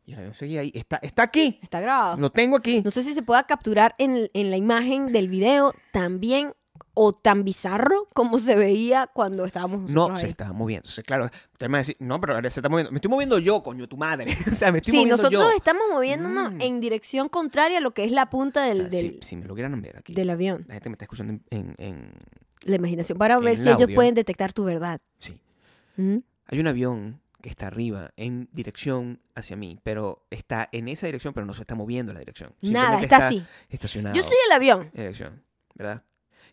Speaker 2: Y el avión seguía ahí. Está, está aquí.
Speaker 1: Está grabado.
Speaker 2: Lo tengo aquí.
Speaker 1: No sé si se pueda capturar en, en la imagen del video tan bien o tan bizarro como se veía cuando estábamos nosotros
Speaker 2: No,
Speaker 1: ahí.
Speaker 2: se estaba moviendo. Se- claro, te van a decir, no, pero ahora se está moviendo. Me estoy moviendo yo, coño, tu madre. o sea, me estoy
Speaker 1: Sí,
Speaker 2: moviendo
Speaker 1: nosotros
Speaker 2: yo. Mm.
Speaker 1: estamos moviéndonos en dirección contraria a lo que es la punta del,
Speaker 2: O sea, si-
Speaker 1: del-
Speaker 2: si, me logran ver aquí.
Speaker 1: del avión.
Speaker 2: La gente me está escuchando en... en- en-
Speaker 1: La imaginación para ver
Speaker 2: el
Speaker 1: si ellos
Speaker 2: audio.
Speaker 1: pueden detectar tu verdad.
Speaker 2: sí.
Speaker 1: ¿Mm?
Speaker 2: Hay un avión que está arriba en dirección hacia mí, pero está en esa dirección, pero no se está moviendo la dirección.
Speaker 1: Nada,
Speaker 2: Simplemente
Speaker 1: está así.
Speaker 2: Estacionado.
Speaker 1: Yo soy el avión.
Speaker 2: en dirección, ¿verdad?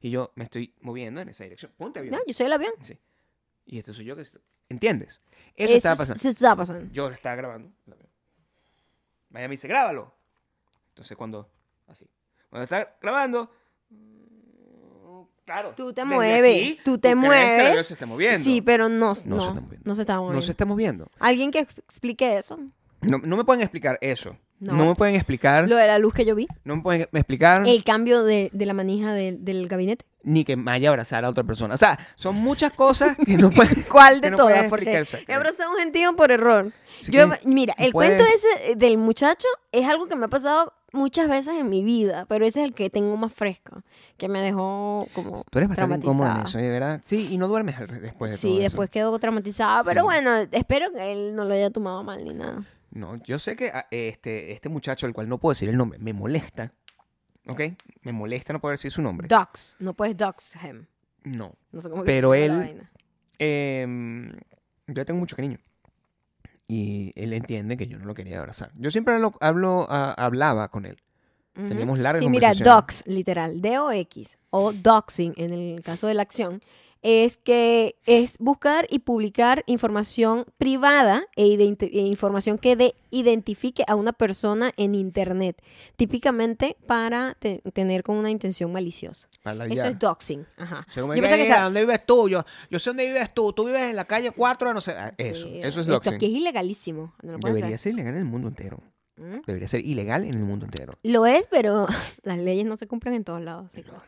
Speaker 2: Y yo me estoy moviendo en esa dirección. Ponte avión.
Speaker 1: No, yo soy el avión.
Speaker 2: Sí. Y esto soy yo que... estoy- ¿Entiendes? Eso, estaba
Speaker 1: es-
Speaker 2: pasando.
Speaker 1: Eso estaba pasando.
Speaker 2: Yo lo estaba grabando. Miami dice, grábalo. Entonces cuando... Así. Cuando está grabando... mm, Claro.
Speaker 1: Tú te
Speaker 2: desde
Speaker 1: mueves,
Speaker 2: aquí,
Speaker 1: tú te
Speaker 2: crees que el
Speaker 1: mueves.
Speaker 2: avión se está moviendo.
Speaker 1: Sí, pero no,
Speaker 2: se
Speaker 1: no, no,
Speaker 2: está
Speaker 1: se,
Speaker 2: moviendo.
Speaker 1: estaba moviendo.
Speaker 2: no se está moviendo.
Speaker 1: Alguien que explique eso.
Speaker 2: No, no me pueden explicar eso. No,
Speaker 1: No.
Speaker 2: me pueden explicar.
Speaker 1: Lo de la luz que yo vi.
Speaker 2: No me pueden explicar
Speaker 1: El cambio de, de la manija de- del gabinete.
Speaker 2: ni que Maya abrazara a otra persona. O sea, son muchas cosas que no pueden.
Speaker 1: ¿Cuál
Speaker 2: que
Speaker 1: de
Speaker 2: no pueden
Speaker 1: todas? Porque
Speaker 2: explicarse.
Speaker 1: he abrazado a un gentío por error.
Speaker 2: Sí,
Speaker 1: Yo,
Speaker 2: que
Speaker 1: mira,
Speaker 2: no
Speaker 1: el
Speaker 2: puede-
Speaker 1: cuento ese eh, del muchacho es algo que me ha pasado muchas veces en mi vida, pero ese es el que tengo más fresco, que me dejó como
Speaker 2: Tú eres bastante incómoda en
Speaker 1: traumatizada.
Speaker 2: eso, ¿eh? ¿verdad? Sí, y no duermes al- después de todo
Speaker 1: sí,
Speaker 2: eso.
Speaker 1: después quedó traumatizada, pero
Speaker 2: Sí.
Speaker 1: bueno, espero que él no lo haya tomado mal ni nada.
Speaker 2: No, yo sé que ah, este, este muchacho, al cual no puedo decir el nombre, me molesta. ¿Ok? Me molesta no poder decir su nombre.
Speaker 1: Docs, no puedes docs him.
Speaker 2: No.
Speaker 1: No sé cómo
Speaker 2: Pero
Speaker 1: que- la
Speaker 2: él-
Speaker 1: vaina.
Speaker 2: Em, yo le tengo mucho cariño. Y él entiende que yo no lo quería abrazar. Yo siempre hablo, hablo- ah, hablaba con él.
Speaker 1: Ujú.
Speaker 2: Teníamos largas
Speaker 1: Sí, mira,
Speaker 2: conversaciones.
Speaker 1: docs, literal, D-O-X, o doxing en el caso de la acción, es que es buscar y publicar información privada e, identi- e información que de- identifique a una persona en Internet, típicamente para te- tener con una intención maliciosa.
Speaker 2: Para la
Speaker 1: Eso es doxing. Ajá.
Speaker 2: O sea, como
Speaker 1: Yo
Speaker 2: que,
Speaker 1: pensaba que
Speaker 2: "Eh,
Speaker 1: estaba-
Speaker 2: ¿a ¿Dónde vives tú? Yo, yo sé dónde vives tú. Tú vives en la calle 4, no sé. Ah, Eso,
Speaker 1: Sí, eh,
Speaker 2: eso es
Speaker 1: esto
Speaker 2: doxing.
Speaker 1: aquí es ilegalísimo. no lo pueden
Speaker 2: Debería
Speaker 1: hacer.
Speaker 2: ser ilegal en el mundo entero.
Speaker 1: ¿Mm?
Speaker 2: Debería ser ilegal en el mundo entero.
Speaker 1: Lo es, pero las leyes no se cumplen en todos lados. sí, claro.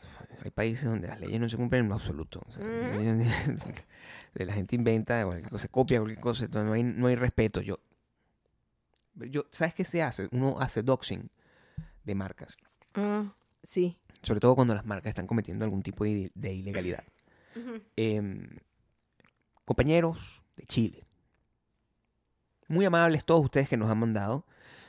Speaker 2: Hay países donde las leyes no se cumplen en lo absoluto. O sea,
Speaker 1: Ujú.
Speaker 2: de la gente inventa cualquier cosa, copia cualquier cosa, entonces no hay, no hay respeto. Yo, yo, ¿Sabes qué se hace? Uno hace doxing de marcas,
Speaker 1: Ah, sí.
Speaker 2: sobre todo cuando las marcas están cometiendo algún tipo de, de ilegalidad.
Speaker 1: Ujú.
Speaker 2: Em, compañeros de Chile, muy amables todos ustedes que nos han mandado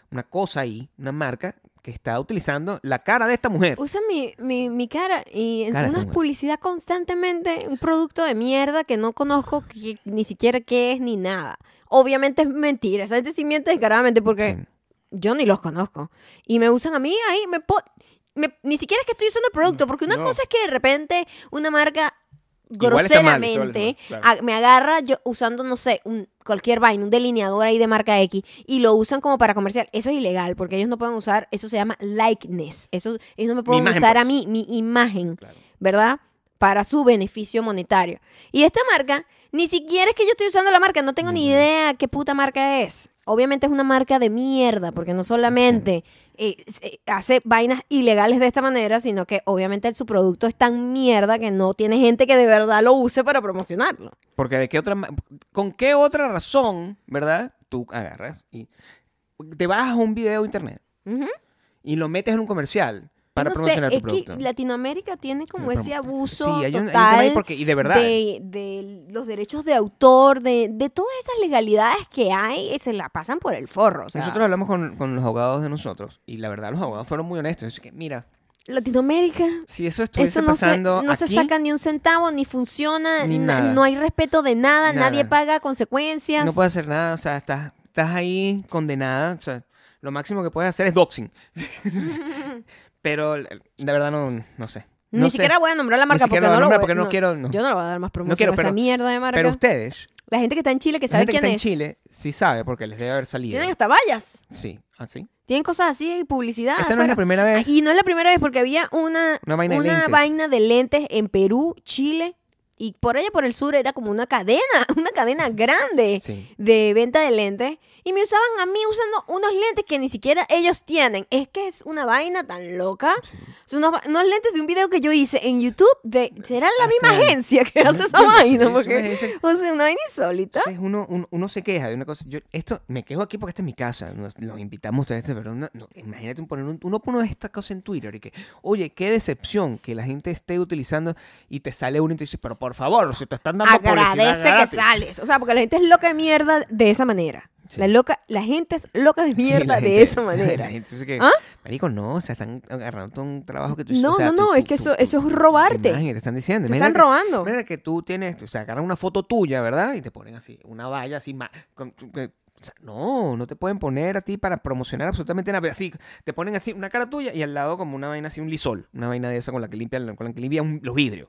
Speaker 2: una cosa ahí, una marca que está utilizando la cara de esta mujer.
Speaker 1: Usa mi, mi, mi cara y en
Speaker 2: Cara de
Speaker 1: una
Speaker 2: mujer.
Speaker 1: publicidad constantemente, un producto de mierda que no conozco que ni siquiera qué es ni nada. Obviamente es mentira, esa gente sí miente descaradamente porque
Speaker 2: Sí.
Speaker 1: yo ni los conozco. Y me usan a mí ahí, me, po- me- ni siquiera es que estoy usando el
Speaker 2: Mm,
Speaker 1: producto, porque una
Speaker 3: No.
Speaker 1: cosa es que de repente una marca
Speaker 2: Igual está mal,
Speaker 1: groseramente
Speaker 3: igual está mal, claro.
Speaker 1: a- me agarra yo usando, no sé, un, cualquier vaina, un delineador ahí de marca X, y lo usan como para comercial. Eso es ilegal, porque ellos no pueden usar, eso se llama likeness. Eso, ellos no me pueden
Speaker 2: imagen,
Speaker 1: usar a mí,
Speaker 2: pues.
Speaker 1: mi imagen.
Speaker 3: Claro.
Speaker 1: ¿verdad? Para su beneficio monetario. Y esta marca, ni siquiera es que yo estoy usando la marca, no tengo ni idea qué puta marca es. Obviamente es una marca de mierda, porque no solamente eh, se- hace vainas ilegales de esta manera, sino que obviamente su producto es tan mierda que no tiene gente que de verdad lo use para promocionarlo.
Speaker 2: Porque de qué otra ma- con qué otra razón, ¿verdad? Tú agarras y te bajas un video de internet
Speaker 1: Ujú.
Speaker 2: y lo metes en un comercial para
Speaker 1: no sé,
Speaker 2: promocionar tu
Speaker 1: es que
Speaker 2: producto.
Speaker 1: Latinoamérica tiene como
Speaker 2: Pero-
Speaker 1: ese abuso
Speaker 2: Sí, hay un, hay un tema
Speaker 1: total
Speaker 2: ahí porque y de verdad
Speaker 1: de, de los derechos de autor, de, de todas esas legalidades que hay, eh, se la pasan por el forro. o sea,
Speaker 2: Nosotros hablamos con, con los abogados de nosotros y la verdad los abogados fueron muy honestos. Es que, mira,
Speaker 1: Latinoamérica,
Speaker 2: si eso estuviese
Speaker 1: eso no, se,
Speaker 2: pasando
Speaker 1: no se
Speaker 2: aquí,
Speaker 1: saca ni un centavo, ni funciona,
Speaker 2: Ni
Speaker 1: na-
Speaker 2: nada.
Speaker 1: no hay respeto de nada,
Speaker 2: Nada.
Speaker 1: nadie paga consecuencias.
Speaker 2: no puedes hacer nada. O sea, estás, estás ahí condenada. O sea, lo máximo que puedes hacer es doxing. Pero de verdad no, no sé.
Speaker 1: ni
Speaker 2: No sé.
Speaker 1: siquiera voy a nombrar la
Speaker 2: Ni
Speaker 1: marca porque
Speaker 2: siquiera
Speaker 1: no,
Speaker 2: voy
Speaker 1: lo
Speaker 2: a nombrar
Speaker 1: voy-
Speaker 2: porque no quiero- no.
Speaker 1: Yo no le voy a dar más promoción
Speaker 2: quiero,
Speaker 1: a esa
Speaker 2: pero-
Speaker 1: mierda de marca.
Speaker 2: Pero ustedes,
Speaker 1: la gente que está en Chile que
Speaker 2: la
Speaker 1: sabe
Speaker 2: gente que
Speaker 1: quién
Speaker 2: está en
Speaker 1: es.
Speaker 2: Chile, sí sabe porque les debe haber salido.
Speaker 1: Tienen hasta vallas.
Speaker 2: Sí, así.
Speaker 1: Tienen cosas así y publicidad.
Speaker 2: Esta no es
Speaker 1: afuera.
Speaker 2: la primera vez.
Speaker 1: Y no es la primera vez porque había una,
Speaker 2: Una vaina de lentes.
Speaker 1: vaina de lentes en Perú, Chile y por allá por el sur era como una cadena, una cadena grande
Speaker 2: Sí.
Speaker 1: de venta de lentes y me usaban a mí usando unos lentes que ni siquiera ellos tienen. Es que es una vaina tan loca.
Speaker 2: Sí.
Speaker 1: Son unos, va- unos lentes de un video que yo hice en YouTube de será la
Speaker 2: Hace
Speaker 1: misma
Speaker 2: años.
Speaker 1: agencia que hace esa
Speaker 2: Yo no sé,
Speaker 1: vaina
Speaker 2: eso me
Speaker 1: porque
Speaker 2: dicen-
Speaker 1: o sea, una vaina insólita.
Speaker 2: Entonces uno, uno, uno se queja de una cosa. Yo, esto, me quejo aquí porque esta es mi casa. Nos- Los invitamos a ustedes, pero una- no, imagínate un poner un- uno pone esta cosa en Twitter y que, oye, qué decepción que la gente esté utilizando y te sale uno y te dice, pero por favor, si te están dando
Speaker 1: Agradece
Speaker 2: publicidad
Speaker 1: que
Speaker 2: gratis".
Speaker 1: sales. O sea, porque la gente es loca de mierda de esa manera.
Speaker 2: Sí.
Speaker 1: La, loca, la gente es loca de
Speaker 2: Sí,
Speaker 1: mierda
Speaker 2: la
Speaker 1: de
Speaker 2: gente-
Speaker 1: esa manera.
Speaker 2: la gente dice que,
Speaker 1: ¿Ah?
Speaker 2: Marico, no, o sea, están agarrando un trabajo que tú
Speaker 1: No,
Speaker 2: o sea,
Speaker 1: no,
Speaker 2: tú-
Speaker 1: no,
Speaker 2: tú-
Speaker 1: es que
Speaker 2: tú-
Speaker 1: eso-
Speaker 2: tú-
Speaker 1: eso es robarte.
Speaker 2: Imagínate, te están diciendo.
Speaker 1: Te están
Speaker 2: imagínate-
Speaker 1: robando.
Speaker 2: Mira que tú tienes, o sea, agarran una foto tuya, ¿verdad? Y te ponen así, una valla así, ma- con- que- o sea, no, no te pueden poner a ti para promocionar absolutamente nada. pero Así, te ponen así una cara tuya y al lado como una vaina así, un lisol, una vaina de esa con la que limpian, con la que limpian un- los vidrios.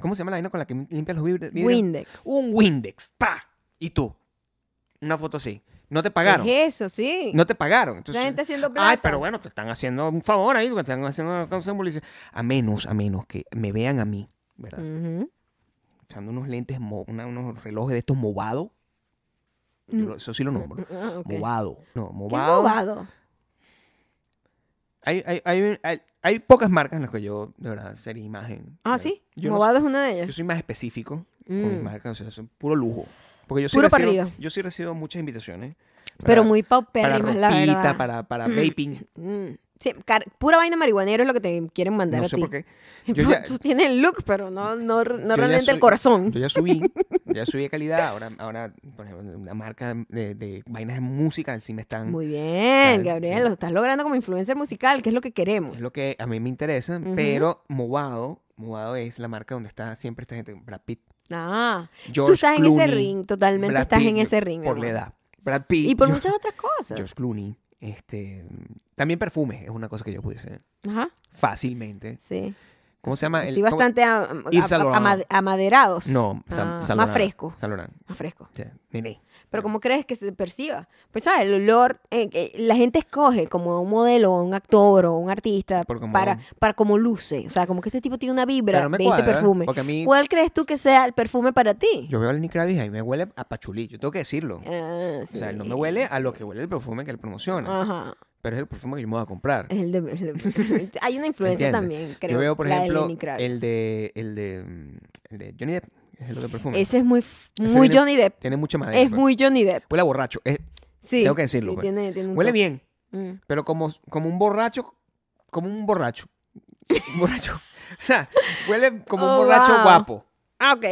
Speaker 2: ¿Cómo se llama la vaina con la que limpian los vidri- vidrios?
Speaker 1: Windex.
Speaker 2: Un Windex, pa. Y tú, una foto así. No te pagaron.
Speaker 1: Es eso, sí.
Speaker 2: No te pagaron. Entonces,
Speaker 1: la gente haciendo plata.
Speaker 2: Ay, pero bueno, te están haciendo un favor ahí, te están haciendo una causa de publicidad. A menos, a menos que me vean a mí, ¿verdad?
Speaker 1: Ujú.
Speaker 2: usando unos lentes, mo- una- unos relojes de estos movados. Yo
Speaker 1: Mm.
Speaker 2: lo- Eso sí lo nombro.
Speaker 1: Ah, ok.
Speaker 2: Movado. No,
Speaker 1: ¿Qué
Speaker 2: movado.
Speaker 1: bobado?
Speaker 2: Hay, hay, hay, hay- hay pocas marcas en las que yo, de verdad, sería imagen.
Speaker 1: Ah,
Speaker 2: ¿verdad?
Speaker 1: sí.
Speaker 2: Yo, no
Speaker 1: Movado es una de
Speaker 2: soy- yo
Speaker 1: ellas.
Speaker 2: soy más específico con mis
Speaker 1: Mm.
Speaker 2: marcas. O sea, son puro lujo. Porque yo sí,
Speaker 1: Puro pa'
Speaker 2: recibo,
Speaker 1: arriba.
Speaker 2: yo sí recibo muchas invitaciones. para-
Speaker 1: Pero muy
Speaker 2: para
Speaker 1: paupérrimas, la verdad.
Speaker 2: ropita, para, para vaping.
Speaker 1: Mm. Sí, car- pura vaina marihuanero es lo que te quieren mandar
Speaker 2: No
Speaker 1: a
Speaker 2: sé
Speaker 1: ti.
Speaker 2: por qué. Yo ya-
Speaker 1: Tú tienes el look, pero no, no, no
Speaker 2: Yo ya
Speaker 1: realmente el
Speaker 2: soy-
Speaker 1: corazón.
Speaker 2: Yo ya subí, yo ya subí de calidad. Ahora, ahora por ejemplo, una marca de, de vainas de música, sí me están.
Speaker 1: Muy bien,
Speaker 2: Claro,
Speaker 1: Gabriel,
Speaker 2: sí.
Speaker 1: lo estás logrando como influencer musical, que es lo que queremos.
Speaker 2: Es lo que a mí me interesa,
Speaker 1: Pues. Ujú.
Speaker 2: pero Movado, Movado es la marca donde está siempre esta gente, Brad Pitt,
Speaker 1: Ah, tú
Speaker 2: George
Speaker 1: estás en ese
Speaker 2: Clooney,
Speaker 1: ring, totalmente
Speaker 2: Brad
Speaker 1: estás
Speaker 2: Pitt,
Speaker 1: en ese ring.
Speaker 2: por
Speaker 1: amor.
Speaker 2: la edad. Brad Pitt,
Speaker 1: Y por
Speaker 2: George,
Speaker 1: muchas otras cosas.
Speaker 2: George Clooney, este, también perfumes es una cosa que yo pudiese
Speaker 1: Ajá,
Speaker 2: fácilmente.
Speaker 1: sí.
Speaker 2: ¿Cómo se llama?
Speaker 1: Sí,
Speaker 2: el- cómo-
Speaker 1: bastante a- a-
Speaker 2: Yves Saint
Speaker 1: a-
Speaker 2: Laurent.
Speaker 1: amade- amaderados.
Speaker 2: No, San-
Speaker 1: Ah,
Speaker 2: San
Speaker 1: más
Speaker 2: Laurent,
Speaker 1: fresco,
Speaker 2: San Laurent,
Speaker 1: más fresco.
Speaker 2: sí, Nene.
Speaker 1: Pero ¿cómo crees que se perciba? Pues, ¿sabes? El olor, eh, eh, la gente escoge como a un modelo, o a un actor o a un artista
Speaker 2: Por como-
Speaker 1: para, para cómo luce. O sea, como que este tipo tiene una vibra
Speaker 2: Pero no me
Speaker 1: de este
Speaker 2: cuadra,
Speaker 1: perfume.
Speaker 2: porque a mí-
Speaker 1: ¿Cuál crees tú que sea el perfume para ti?
Speaker 2: Yo veo a Lenny Kravitz y me huele a pachulí, yo tengo que decirlo.
Speaker 1: Ah,
Speaker 2: O sea,
Speaker 1: sí.
Speaker 2: no me huele a lo que huele el perfume que él promociona,
Speaker 1: Ajá.
Speaker 2: pero es el perfume que yo me voy a comprar.
Speaker 1: El de- el de- hay una influencia
Speaker 2: ¿Entiendes?
Speaker 1: también, creo.
Speaker 2: Yo veo, por
Speaker 1: la de
Speaker 2: ejemplo,
Speaker 1: Lenny Kravitz.
Speaker 2: el de, el de, mm, el de Johnny Depp, es el otro perfume.
Speaker 1: Ese es muy, f-
Speaker 2: Ese
Speaker 1: muy
Speaker 2: viene-
Speaker 1: Johnny Depp.
Speaker 2: Tiene mucha madera.
Speaker 1: Es
Speaker 2: pues.
Speaker 1: muy Johnny Depp.
Speaker 2: Huele a borracho. eh,
Speaker 1: Sí.
Speaker 2: Tengo que decirlo,
Speaker 1: sí,
Speaker 2: pues.
Speaker 1: tiene- tiene un
Speaker 2: huele
Speaker 1: toque.
Speaker 2: bien,
Speaker 1: Mm.
Speaker 2: pero como, como un borracho, como un borracho. Un borracho. O sea, huele como
Speaker 1: Oh,
Speaker 2: un borracho
Speaker 1: wow.
Speaker 2: guapo.
Speaker 1: Ah, ok.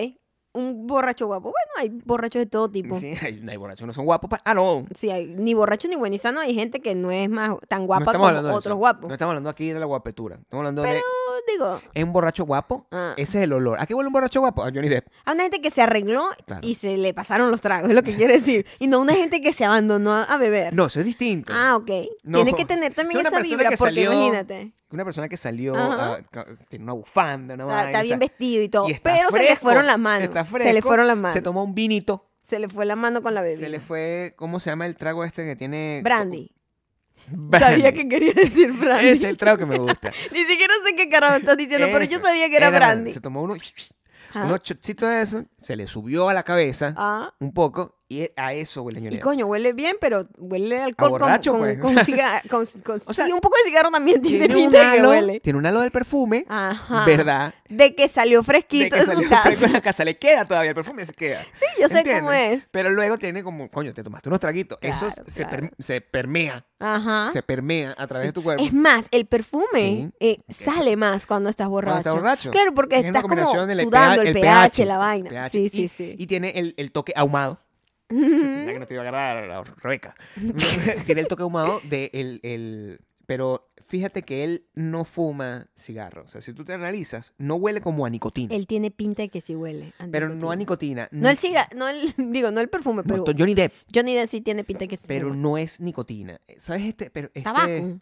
Speaker 1: un borracho guapo. Bueno, hay borrachos de todo tipo. Sí,
Speaker 2: Sí, hay, hay borrachos que no son guapos. pa- Ah, no.
Speaker 1: hay, ni borracho ni buen sano hay gente que no es más tan guapa
Speaker 2: no estamos
Speaker 1: como
Speaker 2: hablando de
Speaker 1: otros
Speaker 2: eso.
Speaker 1: guapos.
Speaker 2: No estamos hablando aquí de la guapetura. Estamos hablando de.
Speaker 1: Pero digo,
Speaker 2: ¿Es un borracho guapo?
Speaker 1: Ah.
Speaker 2: Ese es el olor. ¿A qué huele un borracho guapo? A Johnny Depp.
Speaker 1: a una gente que se arregló
Speaker 2: Claro.
Speaker 1: y se le pasaron los tragos, es lo que quiere decir. Y no una gente que se abandonó a, a beber.
Speaker 2: No, eso es distinto.
Speaker 1: Ah, ok.
Speaker 2: No.
Speaker 1: Tiene que tener también
Speaker 2: Una
Speaker 1: esa
Speaker 2: persona
Speaker 1: vibra,
Speaker 2: que
Speaker 1: porque
Speaker 2: salió-
Speaker 1: imagínate.
Speaker 2: Una persona que salió,
Speaker 1: Ajá.
Speaker 2: ah, ca- tiene una bufanda, una
Speaker 1: Está,
Speaker 2: vaina,
Speaker 1: está
Speaker 2: o sea,
Speaker 1: bien vestido y todo.
Speaker 2: y está
Speaker 1: pero se le
Speaker 2: fresco,
Speaker 1: fueron las manos.
Speaker 2: está
Speaker 1: se le
Speaker 2: fresco,
Speaker 1: fueron las manos.
Speaker 2: Se tomó un vinito.
Speaker 1: Se le fue la mano con la bebida.
Speaker 2: Se le fue, ¿cómo se llama el trago este que tiene?
Speaker 1: Brandy.
Speaker 2: Brandy.
Speaker 1: Sabía que quería decir brandy.
Speaker 2: Ese es el trago que me gusta.
Speaker 1: Ni siquiera sé qué carajo estás diciendo, pero yo
Speaker 2: Ese.
Speaker 1: sabía que era, brandy.
Speaker 2: Se tomó uno,
Speaker 1: Ajá.
Speaker 2: unos chocitos de eso, se le subió a la cabeza
Speaker 1: Ah,
Speaker 2: un poco y e, a eso huele
Speaker 1: y
Speaker 2: ñoñero.
Speaker 1: coño, huele bien, pero huele a alcohol
Speaker 2: borracho,
Speaker 1: con,
Speaker 2: pues.
Speaker 1: con, con ciga- con- con-
Speaker 2: O sea,
Speaker 1: sí, un poco de cigarro también tiene,
Speaker 2: Tiene un,
Speaker 1: pinta de que
Speaker 2: halo,
Speaker 1: huele.
Speaker 2: tiene un halo del perfume,
Speaker 1: Ajá.
Speaker 2: ¿verdad?
Speaker 1: De que salió
Speaker 2: De
Speaker 1: fresquito
Speaker 2: que
Speaker 1: de,
Speaker 2: salió
Speaker 1: su casa.
Speaker 2: fresco en la casa. Le queda todavía el perfume, se queda.
Speaker 1: Sí, yo sé cómo
Speaker 2: ¿Entiendes?
Speaker 1: es.
Speaker 2: Pero luego tiene como, coño, te tomaste unos traguitos. eso
Speaker 1: Claro,
Speaker 2: se, per-
Speaker 1: claro.
Speaker 2: se permea,
Speaker 1: Ajá.
Speaker 2: se permea a través
Speaker 1: Sí.
Speaker 2: de tu cuerpo.
Speaker 1: Es más, el perfume
Speaker 2: Sí.
Speaker 1: eh, sale más cuando estás borracho.
Speaker 2: Cuando estás borracho.
Speaker 1: Claro, porque
Speaker 2: Es una
Speaker 1: estás como
Speaker 2: combinación del
Speaker 1: sudando
Speaker 2: pH,
Speaker 1: el pH, la vaina.
Speaker 2: pH,
Speaker 1: Sí,
Speaker 2: y-
Speaker 1: sí, sí.
Speaker 2: Y tiene el, el toque ahumado. Ya que no te iba a agarrar a Rebeca. tiene el toque ahumado de el, el- Pero fíjate que él no fuma cigarro. O sea, si tú te analizas, no huele como a nicotina.
Speaker 1: Él tiene pinta de que sí huele.
Speaker 2: pero no a
Speaker 1: nicotina.
Speaker 2: nicotina.
Speaker 1: No el ciga, no el, digo, no el perfume,
Speaker 2: no,
Speaker 1: pero
Speaker 2: to- Johnny Depp,
Speaker 1: Johnny Depp sí tiene pinta de que sí.
Speaker 2: pero
Speaker 1: huele.
Speaker 2: no es nicotina. ¿Sabes este? Pero, este-
Speaker 1: Tabaco.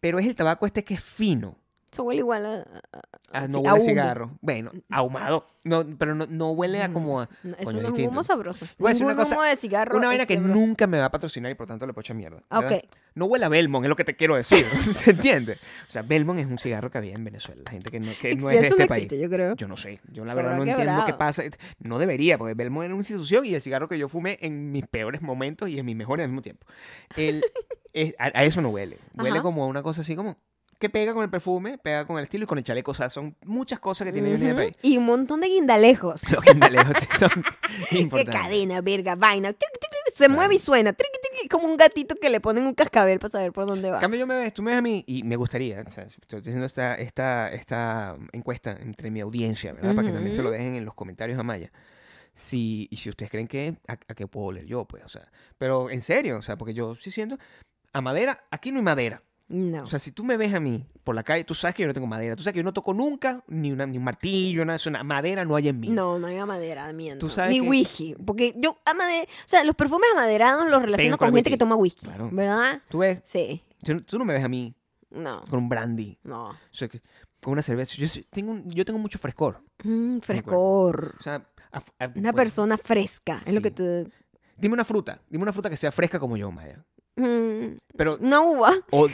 Speaker 2: pero es el tabaco este que es fino.
Speaker 1: Eso huele igual a. a-
Speaker 2: Ah,
Speaker 1: Sí,
Speaker 2: no
Speaker 1: a
Speaker 2: huele a
Speaker 1: humo.
Speaker 2: cigarro. Bueno, ahumado. No, pero no, no huele a como a.
Speaker 1: Mm, no,
Speaker 2: Coño,
Speaker 1: eso no es un
Speaker 2: distinto.
Speaker 1: humo sabroso.
Speaker 2: Voy a decir
Speaker 1: Ningún
Speaker 2: una cosa-
Speaker 1: humo de cigarro.
Speaker 2: Una
Speaker 1: es
Speaker 2: vaina que
Speaker 1: sabroso.
Speaker 2: nunca me va a patrocinar y por tanto le puedo echar mierda.
Speaker 1: Ah,
Speaker 2: ¿verdad?
Speaker 1: ok.
Speaker 2: No huele a Belmont, es lo que te quiero decir. ¿Se entiende? O sea, Belmont es un cigarro que había en Venezuela. La gente que no, que no es de
Speaker 1: Eso
Speaker 2: este
Speaker 1: no
Speaker 2: país.
Speaker 1: existe, yo creo.
Speaker 2: Yo no sé. Yo la
Speaker 1: Se habrá
Speaker 2: verdad no entiendo qué
Speaker 1: quebrado.
Speaker 2: pasa. No debería, porque Belmont era una institución y el cigarro que yo fumé en mis peores momentos y en mis mejores al mismo tiempo. El- es- a, a eso no huele. Huele
Speaker 1: Ajá.
Speaker 2: como a una cosa así como que pega con el perfume, pega con el estilo y con el chaleco. O sea, son muchas cosas que tiene Johnny Depp
Speaker 1: Ujú.
Speaker 2: ahí.
Speaker 1: Y un montón de guindalejos.
Speaker 2: Los guindalejos sí son
Speaker 1: Que
Speaker 2: importantes.
Speaker 1: cadena, verga, vaina. Triqui, triqui, se mueve y suena. triqui, triqui, como un gatito que le ponen un cascabel para saber por dónde va.
Speaker 2: En cambio, yo me ves, tú me ves a mí y me gustaría, o sea, estoy haciendo esta, esta, esta encuesta entre mi audiencia, ¿verdad? Para que también se lo dejen en los comentarios a Maya. Si, y si ustedes creen que a, a qué puedo leer yo, pues, o sea, pero en serio, o sea, porque yo sí siento, a madera, aquí no hay madera.
Speaker 1: no.
Speaker 2: O sea, si tú me ves a mí por la calle, tú sabes que yo no tengo madera, tú sabes que yo no toco nunca ni, una, ni un martillo, nada, de eso, nada, madera no hay en mí.
Speaker 1: no, no hay amadera, miento.
Speaker 2: Tú sabes
Speaker 1: Ni
Speaker 2: que-
Speaker 1: whisky. Porque yo amadera. O sea, los perfumes amaderados los relaciono
Speaker 2: Pegan con
Speaker 1: con
Speaker 2: el
Speaker 1: gente
Speaker 2: whisky.
Speaker 1: que toma whisky.
Speaker 2: Claro.
Speaker 1: ¿Verdad?
Speaker 2: Tú ves,
Speaker 1: Sí.
Speaker 2: yo no- tú no me ves a mí
Speaker 1: No.
Speaker 2: con un brandy,
Speaker 1: No.
Speaker 2: o sea, que- con una cerveza, yo, soy- tengo, un- yo tengo mucho frescor,
Speaker 1: Mm, frescor.
Speaker 2: o sea... a- a-
Speaker 1: Una
Speaker 2: pues,
Speaker 1: persona fresca. Es lo
Speaker 2: Sí.
Speaker 1: que tú.
Speaker 2: Dime una fruta. Dime una fruta que sea fresca como yo, Maya.
Speaker 1: Mm,
Speaker 2: Pero
Speaker 1: una uva.
Speaker 2: o-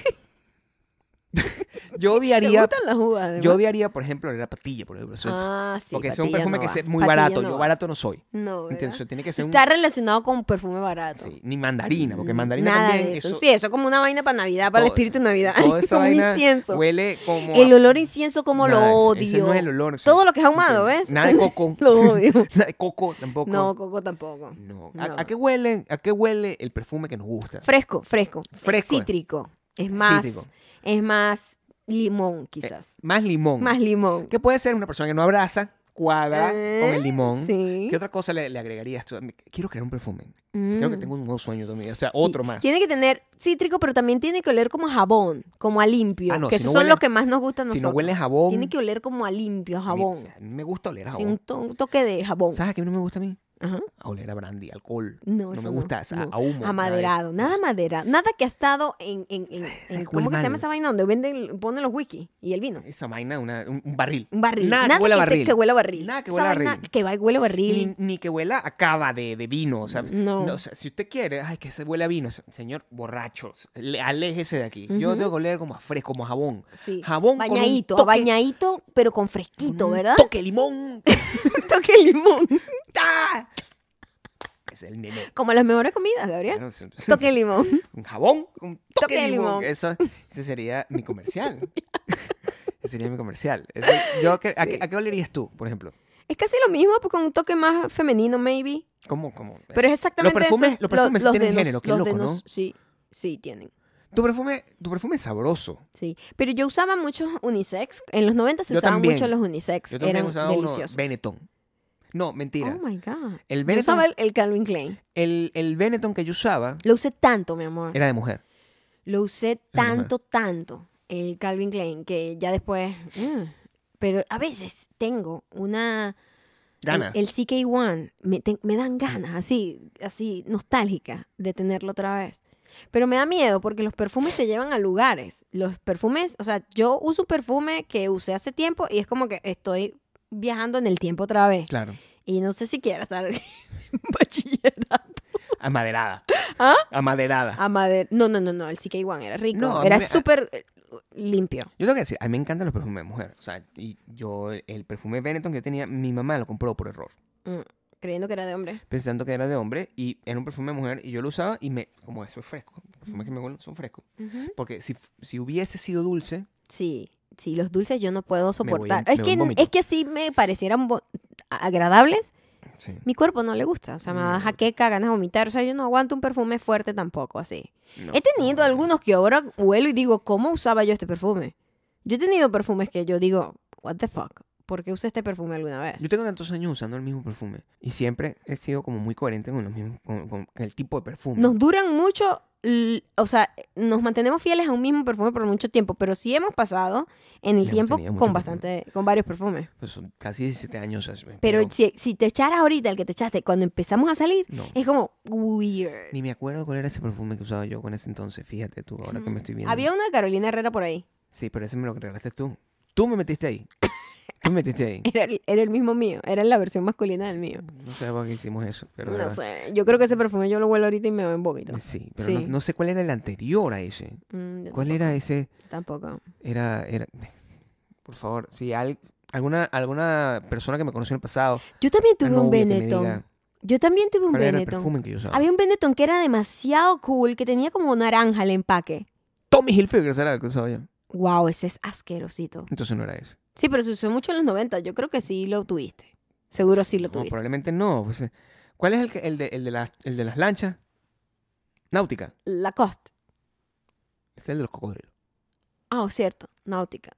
Speaker 2: yo
Speaker 1: ¿Te
Speaker 2: odiaría,
Speaker 1: gustan las uvas? además?
Speaker 2: yo odiaría, por ejemplo, la patilla, por ejemplo. Eso es-
Speaker 1: ah, sí.
Speaker 2: porque sea un
Speaker 1: patilla
Speaker 2: perfume
Speaker 1: no
Speaker 2: que
Speaker 1: va.
Speaker 2: sea muy
Speaker 1: Patilla
Speaker 2: barato.
Speaker 1: no
Speaker 2: yo
Speaker 1: va.
Speaker 2: barato no soy.
Speaker 1: No, ¿verdad?
Speaker 2: Entonces tiene que ser un
Speaker 1: Está relacionado con perfume barato.
Speaker 2: sí, ni mandarina, porque
Speaker 1: Mm,
Speaker 2: mandarina
Speaker 1: Nada
Speaker 2: también
Speaker 1: de eso.
Speaker 2: eso-
Speaker 1: Sí, eso es como una vaina para Navidad, para el
Speaker 2: todo-
Speaker 1: espíritu de Navidad.
Speaker 2: toda esa
Speaker 1: como un
Speaker 2: vaina
Speaker 1: incienso.
Speaker 2: Huele como
Speaker 1: El
Speaker 2: a-
Speaker 1: olor a incienso, como lo
Speaker 2: Nada,
Speaker 1: odio.
Speaker 2: ese- ese no es el olor, sí.
Speaker 1: Todo lo que es ahumado, ¿ves?
Speaker 2: Nada de coco.
Speaker 1: lo odio.
Speaker 2: Nada de coco tampoco.
Speaker 1: No, Coco tampoco.
Speaker 2: No. ¿A,
Speaker 1: no.
Speaker 2: a qué huele? ¿A qué huele el perfume que nos gusta?
Speaker 1: Fresco, fresco.
Speaker 2: Fresco.
Speaker 1: Cítrico. Es más.
Speaker 2: Cítrico.
Speaker 1: Es más limón, quizás.
Speaker 2: Más limón.
Speaker 1: Más limón.
Speaker 2: ¿Qué puede ser una persona que no abraza, cuadra con
Speaker 1: Eh,
Speaker 2: el limón?
Speaker 1: sí.
Speaker 2: ¿Qué otra cosa le, le agregarías tú? Quiero crear un perfume. Creo que
Speaker 1: Mm.
Speaker 2: tengo un nuevo sueño también. O sea,
Speaker 1: Sí.
Speaker 2: otro más.
Speaker 1: Tiene que tener cítrico, pero también tiene que oler como a jabón, como a limpio.
Speaker 2: Ah, no,
Speaker 1: que
Speaker 2: si
Speaker 1: esos
Speaker 2: no
Speaker 1: son
Speaker 2: huele-
Speaker 1: los que más nos gustan a
Speaker 2: Si
Speaker 1: nosotros.
Speaker 2: no huele a jabón.
Speaker 1: Tiene que oler como a limpio, a
Speaker 2: a mí- o
Speaker 1: jabón.
Speaker 2: sea, a mí me gusta oler a
Speaker 1: Sí,
Speaker 2: jabón.
Speaker 1: un, to- un toque de jabón.
Speaker 2: ¿Sabes a qué no me gusta a mí?
Speaker 1: Ajá.
Speaker 2: A oler a brandy, alcohol.
Speaker 1: No,
Speaker 2: No
Speaker 1: eso
Speaker 2: me gusta, a-
Speaker 1: no.
Speaker 2: a humo, nada de
Speaker 1: Amaderado,
Speaker 2: eso.
Speaker 1: nada, maderado. Nada que ha estado en. en, en- en-
Speaker 2: que
Speaker 1: ¿Cómo
Speaker 2: huele
Speaker 1: que se llama
Speaker 2: mal.
Speaker 1: esa vaina donde venden, ponen los whisky y el vino?
Speaker 2: Esa vaina, una- un, un barril.
Speaker 1: Un barril.
Speaker 2: Nada,
Speaker 1: Nada
Speaker 2: que huela a
Speaker 1: que, te-
Speaker 2: barril.
Speaker 1: que huela a barril.
Speaker 2: Nada que
Speaker 1: Esa
Speaker 2: huela a
Speaker 1: vaina
Speaker 2: barril.
Speaker 1: Que va- huele a
Speaker 2: Ni,
Speaker 1: barril.
Speaker 2: ni que huela a cava de, de vino. O sea,
Speaker 1: No.
Speaker 2: o sea, si usted quiere, ay, que se huele a vino. o sea, Señor, borrachos, le- aléjese de aquí. Yo tengo que oler como a fresco, como a jabón.
Speaker 1: Sí.
Speaker 2: Jabón con un
Speaker 1: Bañadito,
Speaker 2: toque-
Speaker 1: bañadito, pero con fresquito,
Speaker 2: Un
Speaker 1: ¿verdad?
Speaker 2: Mm, Toque de limón.
Speaker 1: toque de limón.
Speaker 2: ¡Ah! Es el nene.
Speaker 1: Como las mejores comidas, Gabriel.
Speaker 2: Bueno, se-
Speaker 1: Toque de limón.
Speaker 2: Un jabón, un toque, de limón.
Speaker 1: limón.
Speaker 2: Eso, ese sería mi comercial. ese sería mi comercial. Ese- yo, que- ¿a, qué, a qué olerías tú, por ejemplo?
Speaker 1: Es casi lo mismo, pues con un toque más femenino, maybe.
Speaker 2: ¿Cómo, cómo?
Speaker 1: Pero es exactamente
Speaker 2: Pues, Los perfumes,
Speaker 1: eso.
Speaker 2: los perfumes sí
Speaker 1: los de
Speaker 2: tienen
Speaker 1: nos-
Speaker 2: género, qué
Speaker 1: los
Speaker 2: loco,
Speaker 1: de
Speaker 2: ¿no?
Speaker 1: nos- Sí, sí tienen.
Speaker 2: Tu perfume, tu perfume es sabroso.
Speaker 1: Sí, pero yo usaba muchos unisex. En los 90 se
Speaker 2: Yo
Speaker 1: usaban
Speaker 2: también.
Speaker 1: mucho los unisex.
Speaker 2: Yo también
Speaker 1: Eran
Speaker 2: usaba uno
Speaker 1: deliciosos.
Speaker 2: Benetton. No, mentira.
Speaker 1: Oh my God.
Speaker 2: el,
Speaker 1: Yo
Speaker 2: Benetton,
Speaker 1: usaba el, el Calvin Klein.
Speaker 2: el- el Benetton que yo usaba
Speaker 1: Lo usé tanto, mi amor.
Speaker 2: era de mujer.
Speaker 1: Lo usé
Speaker 2: verdad.
Speaker 1: tanto, tanto, el Calvin Klein, que ya después... mm, pero a veces tengo una...
Speaker 2: Ganas.
Speaker 1: El, el CK1, me, te- me dan ganas, así, así, nostálgica de tenerlo otra vez. Pero me da miedo porque los perfumes te llevan a lugares. Los perfumes, o sea, yo uso un perfume que usé hace tiempo y es como que estoy viajando en el tiempo otra vez.
Speaker 2: Claro.
Speaker 1: Y no sé si quiero estar en bachillerato.
Speaker 2: Amaderada.
Speaker 1: ¿Ah?
Speaker 2: Amaderada.
Speaker 1: A madera. No, no, no, no, el CK1 era rico.
Speaker 2: No, a mí
Speaker 1: era
Speaker 2: me-
Speaker 1: súper eh, limpio.
Speaker 2: Yo tengo que decir, a mí me encantan los perfumes de mujer. O sea, y yo, el- el perfume Benetton que yo tenía, mi mamá lo compró por error.
Speaker 1: Mm, creyendo que era de hombre.
Speaker 2: pensando que era de hombre y era un perfume de mujer y yo lo usaba y me como eso es fresco los perfumes que me huelen son frescos porque si, si hubiese sido dulce
Speaker 1: Sí, sí, los dulces yo no puedo soportar.
Speaker 2: me
Speaker 1: es,
Speaker 2: voy
Speaker 1: que,
Speaker 2: en vómito.
Speaker 1: es que si me parecieran bo- agradables, mi cuerpo no le gusta. O sea, me da
Speaker 2: Mm.
Speaker 1: jaqueca, ganas de vomitar. O sea, yo no aguanto un perfume fuerte tampoco, así.
Speaker 2: no.
Speaker 1: He tenido algunos que ahora huelo y digo, ¿cómo usaba yo este perfume? Yo he tenido perfumes que yo digo, ¿What the fuck? ¿Por qué usé este perfume alguna vez?
Speaker 2: yo tengo tantos años usando el mismo perfume y siempre he sido como muy coherente con, los mismos- con, con el tipo de perfume
Speaker 1: Nos duran mucho, l- o sea, nos mantenemos fieles a un mismo perfume por mucho tiempo, pero sí hemos pasado en el
Speaker 2: Hemos
Speaker 1: tiempo
Speaker 2: tenido mucho
Speaker 1: con
Speaker 2: perfume.
Speaker 1: bastante, con varios perfumes.
Speaker 2: Pues son casi 17 años o sea,
Speaker 1: Pero si, si te echaras ahorita el que te echaste cuando empezamos a salir,
Speaker 2: no
Speaker 1: es como weird.
Speaker 2: ni me acuerdo cuál era ese perfume que usaba yo con ese entonces fíjate tú ahora que me estoy viendo
Speaker 1: Había una de Carolina Herrera por ahí.
Speaker 2: sí pero ese me lo regalaste tú tú me metiste ahí tú me metiste ahí
Speaker 1: Era el, era el mismo mío. Era la versión masculina del mío.
Speaker 2: no sé por qué hicimos eso pero de
Speaker 1: No
Speaker 2: verdad.
Speaker 1: sé. Yo creo que ese perfume yo lo huelo ahorita y me voy en vómito.
Speaker 2: Sí, pero
Speaker 1: Sí.
Speaker 2: No, no sé cuál era el anterior a ese.
Speaker 1: Mm, yo
Speaker 2: ¿Cuál
Speaker 1: tampoco-
Speaker 2: era ese?
Speaker 1: Tampoco.
Speaker 2: Era, era... Por favor, si al- alguna, alguna persona que me conoció en el pasado,
Speaker 1: Yo también tuve
Speaker 2: una
Speaker 1: un
Speaker 2: novia que me
Speaker 1: Benetton.
Speaker 2: diga
Speaker 1: Yo también tuve un
Speaker 2: cuál era el
Speaker 1: Benetton.
Speaker 2: perfume que yo usaba.
Speaker 1: Había un Benetton que era demasiado cool, que tenía como naranja el empaque.
Speaker 2: Tommy Hilfiger era el que usaba yo.
Speaker 1: Wow, ese es asquerosito.
Speaker 2: Entonces no era ese.
Speaker 1: Sí, pero se usó mucho en los 90. Yo creo que sí lo tuviste. Seguro sí lo
Speaker 2: No,
Speaker 1: tuviste.
Speaker 2: probablemente no. pues, eh, ¿Cuál es el, que- el, de, el, de las, el de las lanchas? Náutica.
Speaker 1: Lacoste.
Speaker 2: Este es el de los cocodrilos.
Speaker 1: Ah, cierto. Náutica.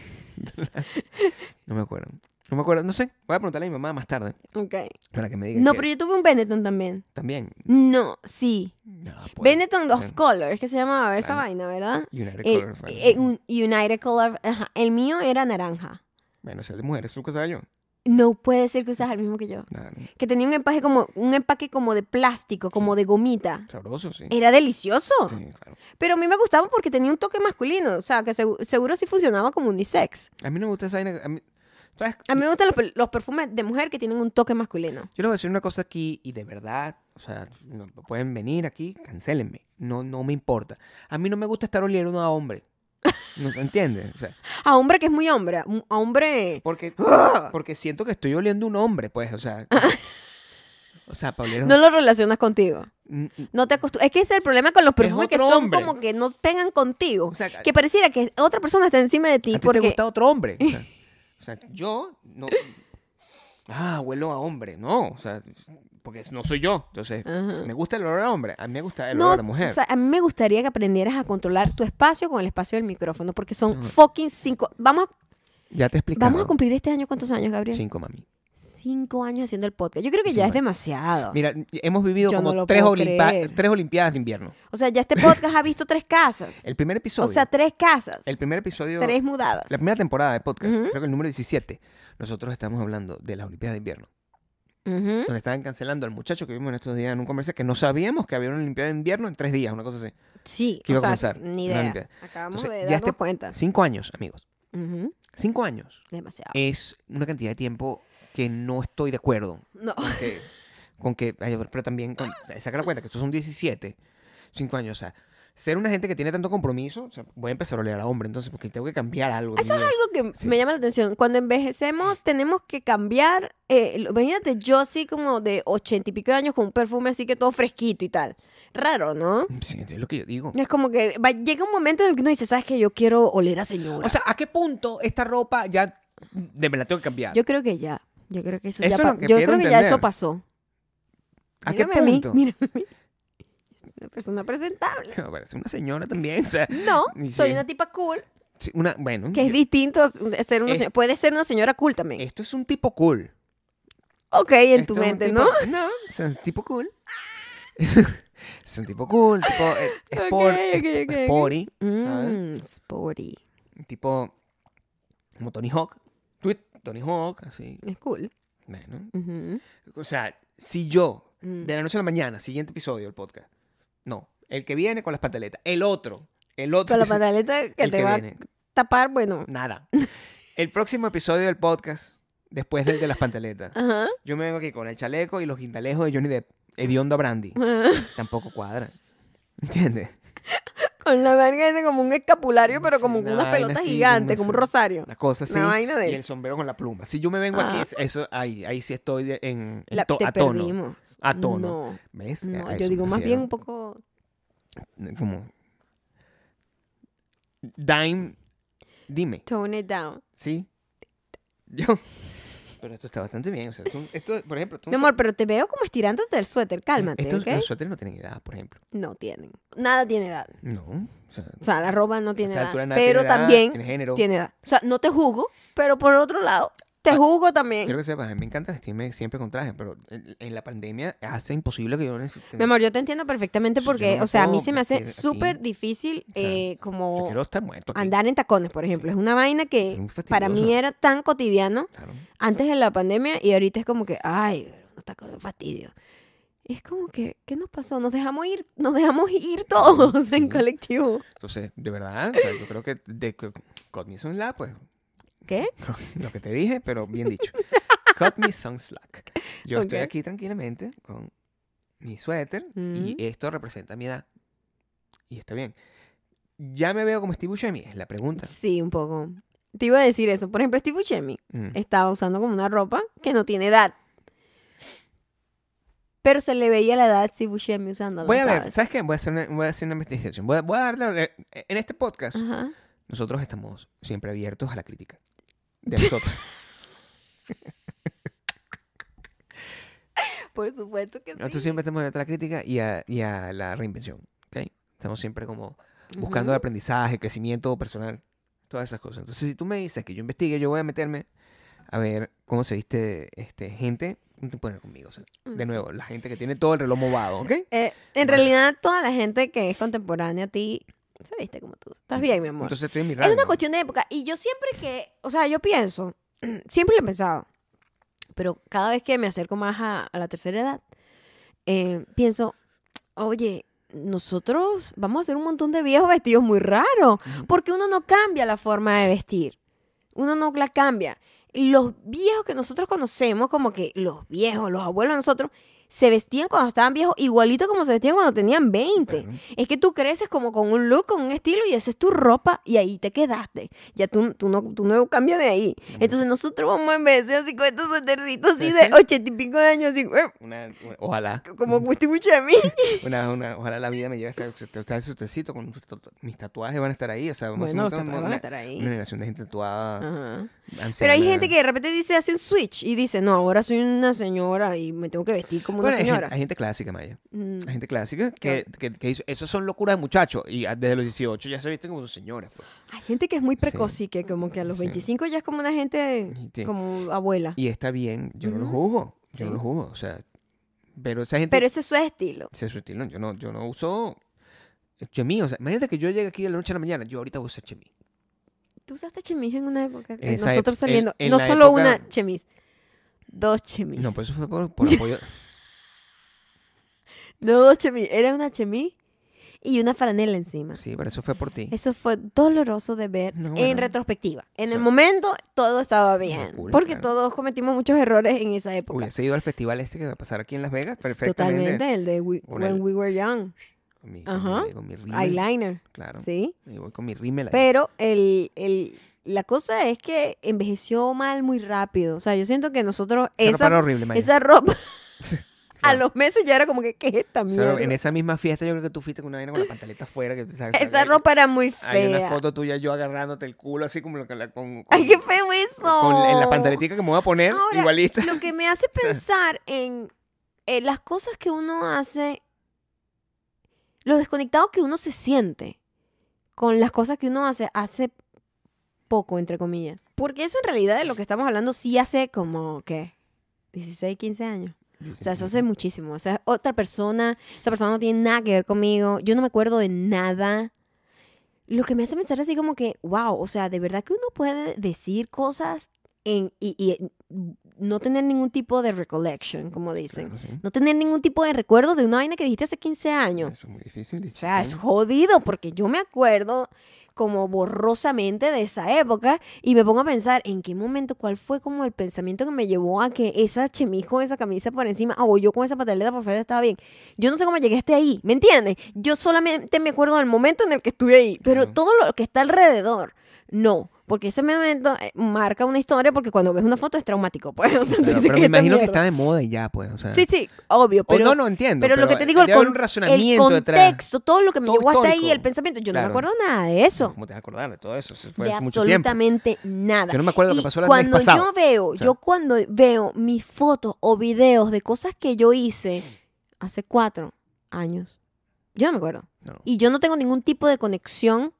Speaker 2: no me acuerdo. No me acuerdo. No sé. Voy a preguntarle a mi mamá más tarde
Speaker 1: Ok.
Speaker 2: para que me diga.
Speaker 1: No,
Speaker 2: que-
Speaker 1: pero yo tuve un Benetton también.
Speaker 2: También.
Speaker 1: No, sí.
Speaker 2: No, pues,
Speaker 1: Benetton of
Speaker 2: sí.
Speaker 1: Color, es que se llamaba esa
Speaker 2: Claro.
Speaker 1: vaina, ¿verdad?
Speaker 2: United
Speaker 1: El-
Speaker 2: Colors, bueno.
Speaker 1: eh, un United Color. ajá. El mío era naranja.
Speaker 2: Bueno, es el de mujeres, ¿tú qué sabes yo?
Speaker 1: No puede ser que usas el mismo que yo.
Speaker 2: Nada, no.
Speaker 1: Que tenía un empaque como, un empaque como de plástico, como de gomita.
Speaker 2: sabroso, sí.
Speaker 1: Era delicioso.
Speaker 2: Sí, claro.
Speaker 1: Pero a mí me gustaba porque tenía un toque masculino. O sea, que segu- seguro sí funcionaba como unisex.
Speaker 2: A mí no me gusta esa vaina. que- a mí- ¿Sabes?
Speaker 1: A mí me gustan los, per- los perfumes de mujer que tienen un toque masculino.
Speaker 2: Yo les voy a decir una cosa aquí y de verdad, o sea, no- no pueden venir aquí, cancelenme. No, no me importa. A mí no me gusta estar oliendo a hombre. ¿No se entiende? O sea,
Speaker 1: A hombre que es muy hombre. A un- a hombre.
Speaker 2: porque,
Speaker 1: ¡ah!
Speaker 2: porque siento que estoy oliendo a un hombre, pues, o sea. o sea, para oler a-
Speaker 1: No lo relacionas contigo.
Speaker 2: Mm, mm,
Speaker 1: No te acostumbras. Es que ese es el problema con los perfumes que
Speaker 2: otro
Speaker 1: son
Speaker 2: hombre.
Speaker 1: como que no pegan contigo.
Speaker 2: O sea,
Speaker 1: que pareciera que otra persona está encima de ti
Speaker 2: ¿A ti
Speaker 1: porque
Speaker 2: te gusta otro hombre? O sea, o sea, yo no. Ah, huelo a hombre. No, o sea, porque no soy yo. Entonces,
Speaker 1: Ajá.
Speaker 2: me gusta el olor a hombre. A mí me gusta el
Speaker 1: no,
Speaker 2: olor a mujer.
Speaker 1: o sea, a mí me gustaría que aprendieras a controlar tu espacio con el espacio del micrófono porque son
Speaker 2: Ajá.
Speaker 1: fucking cinco. Vamos, a-
Speaker 2: ya te he explicado.
Speaker 1: vamos a cumplir este año cuántos años, Gabriel?
Speaker 2: Cinco, mami.
Speaker 1: Cinco años haciendo el podcast. Yo creo que ya
Speaker 2: Cinco
Speaker 1: es demasiado.
Speaker 2: Mira, hemos vivido
Speaker 1: Ah. Yo
Speaker 2: como
Speaker 1: no lo
Speaker 2: tres,
Speaker 1: puedo
Speaker 2: olimpa-
Speaker 1: creer.
Speaker 2: tres Olimpiadas de invierno.
Speaker 1: O sea, ya este podcast ha visto tres casas.
Speaker 2: El
Speaker 1: O
Speaker 2: primer episodio.
Speaker 1: sea, tres casas.
Speaker 2: el primer episodio.
Speaker 1: Tres mudadas.
Speaker 2: La primera temporada de podcast,
Speaker 1: Ujú.
Speaker 2: creo que el número 17. Nosotros estamos hablando de las Olimpiadas de invierno.
Speaker 1: Ujú.
Speaker 2: Donde estaban cancelando al muchacho que vimos en estos días en un comercial que no sabíamos que había una Olimpiada de invierno en tres días, una cosa así.
Speaker 1: Sí,
Speaker 2: Que iba
Speaker 1: o
Speaker 2: a
Speaker 1: sea,
Speaker 2: comenzar
Speaker 1: ni
Speaker 2: una
Speaker 1: idea.
Speaker 2: limpieza.
Speaker 1: Acabamos
Speaker 2: Entonces,
Speaker 1: de
Speaker 2: ya
Speaker 1: darnos
Speaker 2: este-
Speaker 1: cuenta.
Speaker 2: Cinco años, amigos.
Speaker 1: Ujú.
Speaker 2: Cinco años
Speaker 1: Demasiado.
Speaker 2: es una cantidad de tiempo que no estoy de acuerdo
Speaker 1: No.
Speaker 2: con que, con que- ay, pero también con, eh, saca la cuenta que estos son 17, 5 años, o sea, ser una gente que tiene tanto compromiso, o sea, voy a empezar a oler a hombre, entonces porque tengo que cambiar algo. en
Speaker 1: Eso
Speaker 2: mí.
Speaker 1: es algo que
Speaker 2: Sí.
Speaker 1: me llama la atención. Cuando envejecemos, tenemos que cambiar. eh, lo- imagínate, yo así como de ochenta y pico de años con un perfume así que todo fresquito y tal. Raro, ¿no?
Speaker 2: Sí, es lo que yo digo.
Speaker 1: Es como que va- llega un momento en el que uno dice, ¿sabes que Yo quiero oler a señora.
Speaker 2: O sea, ¿a qué punto esta ropa ya de- me la tengo que cambiar?
Speaker 1: yo creo que ya. Yo creo que eso,
Speaker 2: Eso
Speaker 1: ya
Speaker 2: es lo
Speaker 1: pa-
Speaker 2: que
Speaker 1: Yo creo
Speaker 2: quiero
Speaker 1: que ya eso
Speaker 2: entender.
Speaker 1: pasó.
Speaker 2: ¿A qué
Speaker 1: Mírame a mí,
Speaker 2: punto?
Speaker 1: mírame a mí. Es una persona presentable.
Speaker 2: Parece una señora también, o sea,
Speaker 1: No,
Speaker 2: Y sí.
Speaker 1: soy una tipa cool,
Speaker 2: sí, una, bueno,
Speaker 1: que es
Speaker 2: Mm, yo-
Speaker 1: distinto a ser una
Speaker 2: Es-
Speaker 1: señora. Puede ser una señora cool también.
Speaker 2: esto es un tipo cool.
Speaker 1: Ok, en tu
Speaker 2: Esto es un
Speaker 1: mente,
Speaker 2: tipo-
Speaker 1: ¿no?
Speaker 2: No, es un tipo cool. es un tipo cool, tipo eh, sport,
Speaker 1: Ok, ok,
Speaker 2: es-
Speaker 1: ok, ok.
Speaker 2: sporty, ¿sabes?
Speaker 1: Mmm, sporty.
Speaker 2: tipo como Tony Hawk. Tweet, Tony Hawk, así.
Speaker 1: Es cool.
Speaker 2: Bueno.
Speaker 1: Ujú.
Speaker 2: O sea, si yo,
Speaker 1: Mm.
Speaker 2: de la noche a la mañana, siguiente episodio del podcast. No, el que viene con las pantaletas. El otro, el otro.
Speaker 1: Con la
Speaker 2: episodio-
Speaker 1: pataleta que
Speaker 2: el
Speaker 1: te va
Speaker 2: viene,
Speaker 1: a tapar, bueno.
Speaker 2: Nada. El próximo episodio del podcast, después del de las pantaletas.
Speaker 1: Ajá.
Speaker 2: Yo me vengo aquí con el chaleco y los guindalejos de Johnny Depp. Hediondo a Brandy. Tampoco cuadra. ¿Entiendes?
Speaker 1: Con la verga ese como un escapulario, pero
Speaker 2: Mm, Sí,
Speaker 1: como
Speaker 2: una
Speaker 1: unas
Speaker 2: vaina
Speaker 1: pelotas
Speaker 2: así,
Speaker 1: gigantes,
Speaker 2: una-
Speaker 1: como un rosario.
Speaker 2: Las cosas así.
Speaker 1: Una vaina de
Speaker 2: y el
Speaker 1: esas.
Speaker 2: sombrero con la pluma. Si yo me vengo aquí,
Speaker 1: Ah.
Speaker 2: es- eso, ahí, ahí sí estoy de- en, en
Speaker 1: La-
Speaker 2: to-
Speaker 1: te
Speaker 2: a tono.
Speaker 1: perdimos.
Speaker 2: A tono.
Speaker 1: No,
Speaker 2: ¿Ves?
Speaker 1: no,
Speaker 2: A eso
Speaker 1: yo digo
Speaker 2: me
Speaker 1: más bien
Speaker 2: refiero. Eh,
Speaker 1: un poco
Speaker 2: como Dime, dime,
Speaker 1: tone it down.
Speaker 2: ¿sí? Yo. Pero esto está bastante bien. O sea, tú- esto, por ejemplo, tú
Speaker 1: Mi amor, pero te veo como estirándote del suéter, cálmate,
Speaker 2: estos,
Speaker 1: ¿ok?
Speaker 2: Los suéteres no tienen edad, por ejemplo.
Speaker 1: No tienen. Nada tiene edad.
Speaker 2: No. O sea,
Speaker 1: O sea, la ropa no tiene
Speaker 2: esta
Speaker 1: edad.
Speaker 2: altura nada
Speaker 1: pero
Speaker 2: tiene edad,
Speaker 1: también
Speaker 2: tiene género.
Speaker 1: tiene edad. O sea, no te juzgo, pero por otro lado, te
Speaker 2: Ah,
Speaker 1: juzgo también.
Speaker 2: Quiero que sepas, me encanta vestirme siempre con traje, pero en, en la pandemia hace imposible que yo necesite.
Speaker 1: Mi amor, yo te entiendo perfectamente
Speaker 2: Sí, yo
Speaker 1: porque,
Speaker 2: no
Speaker 1: o sea, a mí
Speaker 2: puedo
Speaker 1: se me hace
Speaker 2: vestir aquí.
Speaker 1: súper difícil
Speaker 2: O sea,
Speaker 1: eh,
Speaker 2: yo
Speaker 1: como
Speaker 2: quiero estar muerto. aquí.
Speaker 1: andar en tacones, por ejemplo. Es una vaina
Speaker 2: Es
Speaker 1: que
Speaker 2: muy
Speaker 1: para mí
Speaker 2: fastidioso.
Speaker 1: era tan cotidiano
Speaker 2: Claro.
Speaker 1: antes de la pandemia y ahorita es como que, ay, unos tacones fastidio. Es como que, ¿qué nos pasó? Nos dejamos ir, nos dejamos ir todos en
Speaker 2: Sí.
Speaker 1: colectivo.
Speaker 2: Entonces, de verdad, o sea, yo creo que de, que- cut me some slack, pues.
Speaker 1: ¿Qué?
Speaker 2: Lo que te dije, pero bien dicho. cut me some slack. Yo estoy
Speaker 1: Ok.
Speaker 2: aquí tranquilamente con mi suéter y
Speaker 1: Mm.
Speaker 2: esto representa mi edad. Y está bien. ¿Ya me veo como Steve Buscemi? Es la pregunta.
Speaker 1: Sí, un poco. Te iba a decir eso. Por ejemplo, Steve Buscemi
Speaker 2: Mm.
Speaker 1: estaba usando como una ropa que no tiene edad. Pero se le veía la edad a Steve Buscemi usándola,
Speaker 2: Voy a ver,
Speaker 1: ¿sabes?
Speaker 2: ¿sabes qué? Voy a hacer una, voy a hacer una investigación. Voy a, voy a darle... En este podcast,
Speaker 1: Ajá.
Speaker 2: nosotros estamos siempre abiertos a la crítica. De nosotros.
Speaker 1: Por supuesto que sí.
Speaker 2: Nosotros siempre estamos abiertos a la crítica y a, y a la reinvención. ¿ok? Estamos siempre como buscando el
Speaker 1: Ujú.
Speaker 2: aprendizaje, crecimiento personal, todas esas cosas. Entonces, si tú me dices que yo investigue, yo voy a meterme a ver cómo se viste este, gente contemporánea conmigo. o sea,
Speaker 1: Ah,
Speaker 2: de nuevo, la gente que tiene todo el reloj movado, ¿ok?
Speaker 1: Eh, en
Speaker 2: Bueno.
Speaker 1: realidad, toda la gente que es contemporánea a ti se viste como tú. Estás bien, mi amor.
Speaker 2: Entonces estoy en mi
Speaker 1: es
Speaker 2: rango.
Speaker 1: una cuestión de época. Y yo siempre que, o sea, yo pienso, siempre lo he pensado, pero cada vez que me acerco más a, a la tercera edad, eh, pienso, oye, nosotros vamos a ser un montón de viejos vestidos muy raros, porque uno no cambia la forma de vestir. Uno no la cambia. Los viejos que nosotros conocemos, como que los viejos, los abuelos de nosotros, se vestían cuando estaban viejos igualito como se vestían cuando tenían 20.
Speaker 2: Claro.
Speaker 1: Es que tú creces como con un look, con un estilo y esa es tu ropa y ahí te quedaste. Ya tú, tú, no, tú no cambias de ahí. Entonces nosotros vamos en vez de así con estos suetercitos así de
Speaker 2: Ujú.
Speaker 1: ochenta y pico de años, así, eh,
Speaker 2: Una- una- ojalá,
Speaker 1: como Gusti Buscemi.
Speaker 2: una- una- ojalá la vida me lleve este, hasta, hasta ese tecito con sus tatu- mis tatuajes van a estar ahí, o sea, vamos a hacer
Speaker 1: Bueno,
Speaker 2: un
Speaker 1: los
Speaker 2: montón-
Speaker 1: tatuajes van a
Speaker 2: una-
Speaker 1: estar ahí.
Speaker 2: una generación de gente tatuada,
Speaker 1: Ajá. Pero
Speaker 2: anciana.
Speaker 1: hay gente que de repente dice, hace un switch y dice, no, ahora soy una señora y me tengo que vestir como
Speaker 2: Bueno,
Speaker 1: una
Speaker 2: hay gente-
Speaker 1: señora.
Speaker 2: hay gente clásica, Maya.
Speaker 1: Mm,
Speaker 2: La gente clásica que, que, que hizo, esos son locuras de muchachos y a- desde los 18 ya se visten como señores. pues.
Speaker 1: Hay gente que es muy
Speaker 2: Sí.
Speaker 1: precoz y que como que a los
Speaker 2: Sí.
Speaker 1: 25 ya es como una gente
Speaker 2: Sí.
Speaker 1: Mm, como abuela.
Speaker 2: Y está bien, yo no lo
Speaker 1: Ujú.
Speaker 2: juzgo, yo no
Speaker 1: Sí.
Speaker 2: lo juzgo, o sea, pero esa gente
Speaker 1: Pero ese es su estilo.
Speaker 2: se sutiló, yo no, yo no uso chemí, o sea, imagínate que yo llegue aquí de la noche a la mañana, yo ahorita uso chemí.
Speaker 1: Tú usaste chemis en una época. que
Speaker 2: En esa
Speaker 1: nosotros
Speaker 2: ep-
Speaker 1: saliendo.
Speaker 2: en- en
Speaker 1: no
Speaker 2: la
Speaker 1: solo
Speaker 2: época-
Speaker 1: una chemis. Dos chemis.
Speaker 2: No, pues eso fue por, por apoyo.
Speaker 1: No dos chemis. Era una chemis y una franela encima.
Speaker 2: Sí, pero eso fue por ti.
Speaker 1: Eso fue doloroso de ver
Speaker 2: No,
Speaker 1: en
Speaker 2: bueno.
Speaker 1: retrospectiva. En
Speaker 2: Sí.
Speaker 1: el momento todo estaba bien.
Speaker 2: Locura,
Speaker 1: porque
Speaker 2: claro.
Speaker 1: todos cometimos muchos errores en esa época.
Speaker 2: Hubiese ido al festival este que va a pasar aquí en Las Vegas perfectamente.
Speaker 1: Totalmente, el de We-
Speaker 2: Con
Speaker 1: When
Speaker 2: el-
Speaker 1: We Were Young.
Speaker 2: Con mi,
Speaker 1: Ajá.
Speaker 2: con mi, con mi rímel,
Speaker 1: Eyeliner.
Speaker 2: Claro.
Speaker 1: Sí.
Speaker 2: Y voy con mi rímel ahí.
Speaker 1: Pero el, el- la cosa es que envejeció mal muy rápido. O sea, yo siento que nosotros
Speaker 2: Esa ropa era
Speaker 1: esa,
Speaker 2: horrible, Maya.
Speaker 1: esa ropa a
Speaker 2: Claro.
Speaker 1: los meses ya era como que, ¿qué es esta
Speaker 2: O
Speaker 1: mierda?
Speaker 2: sea, en esa misma fiesta yo creo que tú fuiste con una vaina con la pantaleta afuera. Que te saca-
Speaker 1: Esa
Speaker 2: hay-
Speaker 1: ropa era muy
Speaker 2: Hay
Speaker 1: fea.
Speaker 2: una foto tuya yo agarrándote el culo así como lo que la, con, con,
Speaker 1: Ay, qué feo eso.
Speaker 2: con la- en la pantaletica que me voy a poner
Speaker 1: Ahora,
Speaker 2: igualita.
Speaker 1: Lo que me hace pensar en, en las cosas que uno hace, lo desconectado que uno se siente con las cosas que uno hace hace poco, entre comillas. Porque eso en realidad de lo que estamos hablando sí hace como que 16, 15 años. O
Speaker 2: Dicen
Speaker 1: sea, eso
Speaker 2: que-
Speaker 1: hace muchísimo. O sea, otra persona, esa persona no tiene nada que ver conmigo. Yo no me acuerdo de nada. Lo que me hace pensar así como que, wow, o sea, de verdad que uno puede decir cosas en, y, y no tener ningún tipo de recollection, como dicen.
Speaker 2: Claro, sí.
Speaker 1: No tener ningún tipo de recuerdo de una vaina que dijiste hace 15 años.
Speaker 2: Eso es muy difícil.
Speaker 1: O sea, es jodido porque yo me acuerdo como borrosamente de esa época y me pongo a pensar en qué momento, cuál fue como el pensamiento que me llevó a que esa chemijo, esa camisa por encima, o yo con esa pataleta por fuera estaba bien. Yo no sé cómo llegué hasta ahí, ¿me entiendes? Yo solamente me acuerdo del momento en el que estuve ahí, pero
Speaker 2: Claro.
Speaker 1: todo lo que está alrededor, no. Porque ese momento eh, marca una historia porque cuando ves una foto es traumático. Pues, o sea, tú
Speaker 2: Claro,
Speaker 1: dices,
Speaker 2: pero
Speaker 1: "¿Qué esta
Speaker 2: me imagino que
Speaker 1: mierda?".
Speaker 2: está de moda y ya, pues. O sea,
Speaker 1: Sí, sí, obvio,
Speaker 2: o
Speaker 1: pero...
Speaker 2: no, no entiendo.
Speaker 1: Pero, lo que te digo, el,
Speaker 2: debe haber
Speaker 1: con-
Speaker 2: un
Speaker 1: el
Speaker 2: razonamiento detrás.
Speaker 1: contexto, todo lo que me
Speaker 2: Todo
Speaker 1: llevó hasta ahí,
Speaker 2: histórico.
Speaker 1: el pensamiento, yo no
Speaker 2: Claro.
Speaker 1: me acuerdo nada de eso.
Speaker 2: ¿Cómo te vas a acordar de todo eso? Eso fue
Speaker 1: De
Speaker 2: hace mucho tiempo.
Speaker 1: absolutamente nada.
Speaker 2: Yo no me acuerdo lo
Speaker 1: Y
Speaker 2: que pasó el mes
Speaker 1: cuando
Speaker 2: pasado.
Speaker 1: yo veo,
Speaker 2: sea.
Speaker 1: yo cuando veo mis fotos o videos de cosas que yo hice hace cuatro años, yo no me acuerdo.
Speaker 2: No.
Speaker 1: Y yo no tengo ningún tipo de conexión.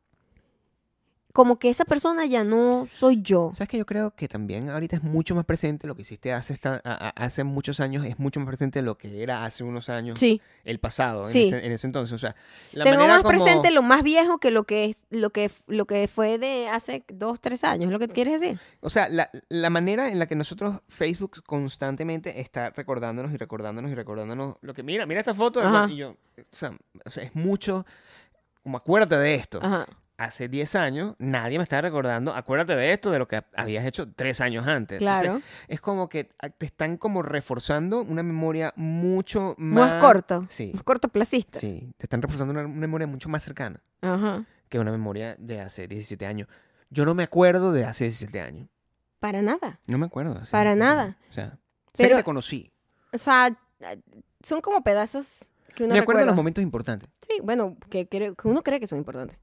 Speaker 1: Como que esa persona ya no soy yo.
Speaker 2: ¿Sabes que yo creo que también ahorita es mucho más presente lo que hiciste hace, esta- a- a- hace muchos años? Es mucho más presente lo que era hace unos años
Speaker 1: Sí.
Speaker 2: el pasado,
Speaker 1: Sí.
Speaker 2: en, ese, en ese entonces. O sea, la
Speaker 1: Tengo
Speaker 2: manera
Speaker 1: más
Speaker 2: como-
Speaker 1: presente lo más viejo que lo que es, lo que lo que fue de hace dos, tres años, ¿es lo que quieres decir?
Speaker 2: O sea, la, la manera en la que nosotros, Facebook, constantemente está recordándonos y recordándonos y recordándonos lo que, mira, mira esta foto. de
Speaker 1: Ajá.
Speaker 2: cuando-". Y yo, o sea, o sea, es mucho, como acuérdate de esto.
Speaker 1: Ajá.
Speaker 2: Hace 10 años nadie me estaba recordando, acuérdate de esto, de lo que habías hecho 3 años antes. Entonces,
Speaker 1: Claro.
Speaker 2: es como que a- te están como reforzando una memoria mucho más...
Speaker 1: Más corto.
Speaker 2: Sí,
Speaker 1: Más cortoplacista.
Speaker 2: sí. Te están reforzando una, una memoria mucho más cercana
Speaker 1: Ajá.
Speaker 2: que una memoria de hace 17 años. Yo no me acuerdo de hace 17 años.
Speaker 1: Para nada.
Speaker 2: No me acuerdo. de hace
Speaker 1: Para
Speaker 2: 17
Speaker 1: nada.
Speaker 2: años. O sea, sé que
Speaker 1: Pero-
Speaker 2: te conocí.
Speaker 1: O sea, son como pedazos que uno
Speaker 2: me acuerdo de los
Speaker 1: recuerda.
Speaker 2: momentos importantes.
Speaker 1: Sí, bueno, que, creo- que uno cree que son importantes.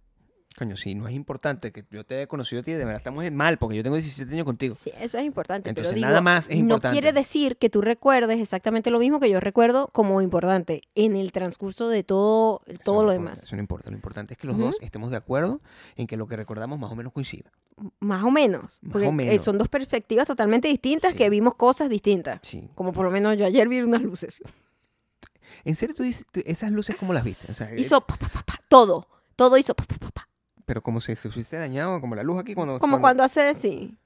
Speaker 2: Coño, sí, no es importante que yo te he conocido a ti. De verdad, estamos en mal porque yo tengo 17 años contigo.
Speaker 1: Sí, eso es importante.
Speaker 2: Entonces,
Speaker 1: pero digo,
Speaker 2: nada más es importante.
Speaker 1: No quiere decir que tú recuerdes exactamente lo mismo que yo recuerdo como importante en el transcurso de todo,
Speaker 2: Eso no
Speaker 1: todo lo
Speaker 2: importa,
Speaker 1: demás.
Speaker 2: Eso no importa. Lo importante es que los
Speaker 1: Ujú.
Speaker 2: dos estemos de acuerdo en que lo que recordamos más o menos coincida.
Speaker 1: Más o menos.
Speaker 2: Más
Speaker 1: Porque
Speaker 2: o
Speaker 1: eh,
Speaker 2: menos.
Speaker 1: son dos perspectivas totalmente distintas
Speaker 2: Sí.
Speaker 1: que vimos cosas distintas.
Speaker 2: Sí.
Speaker 1: Como por lo menos yo ayer vi unas luces.
Speaker 2: ¿En serio tú dices tú- esas luces cómo las viste? O sea, eh,
Speaker 1: Hizo pa, pa, pa, pa, todo. Todo hizo pa, pa, pa, pa.
Speaker 2: pero como si se hubiese dañado, como la luz aquí cuando...
Speaker 1: Como cuando hace sí.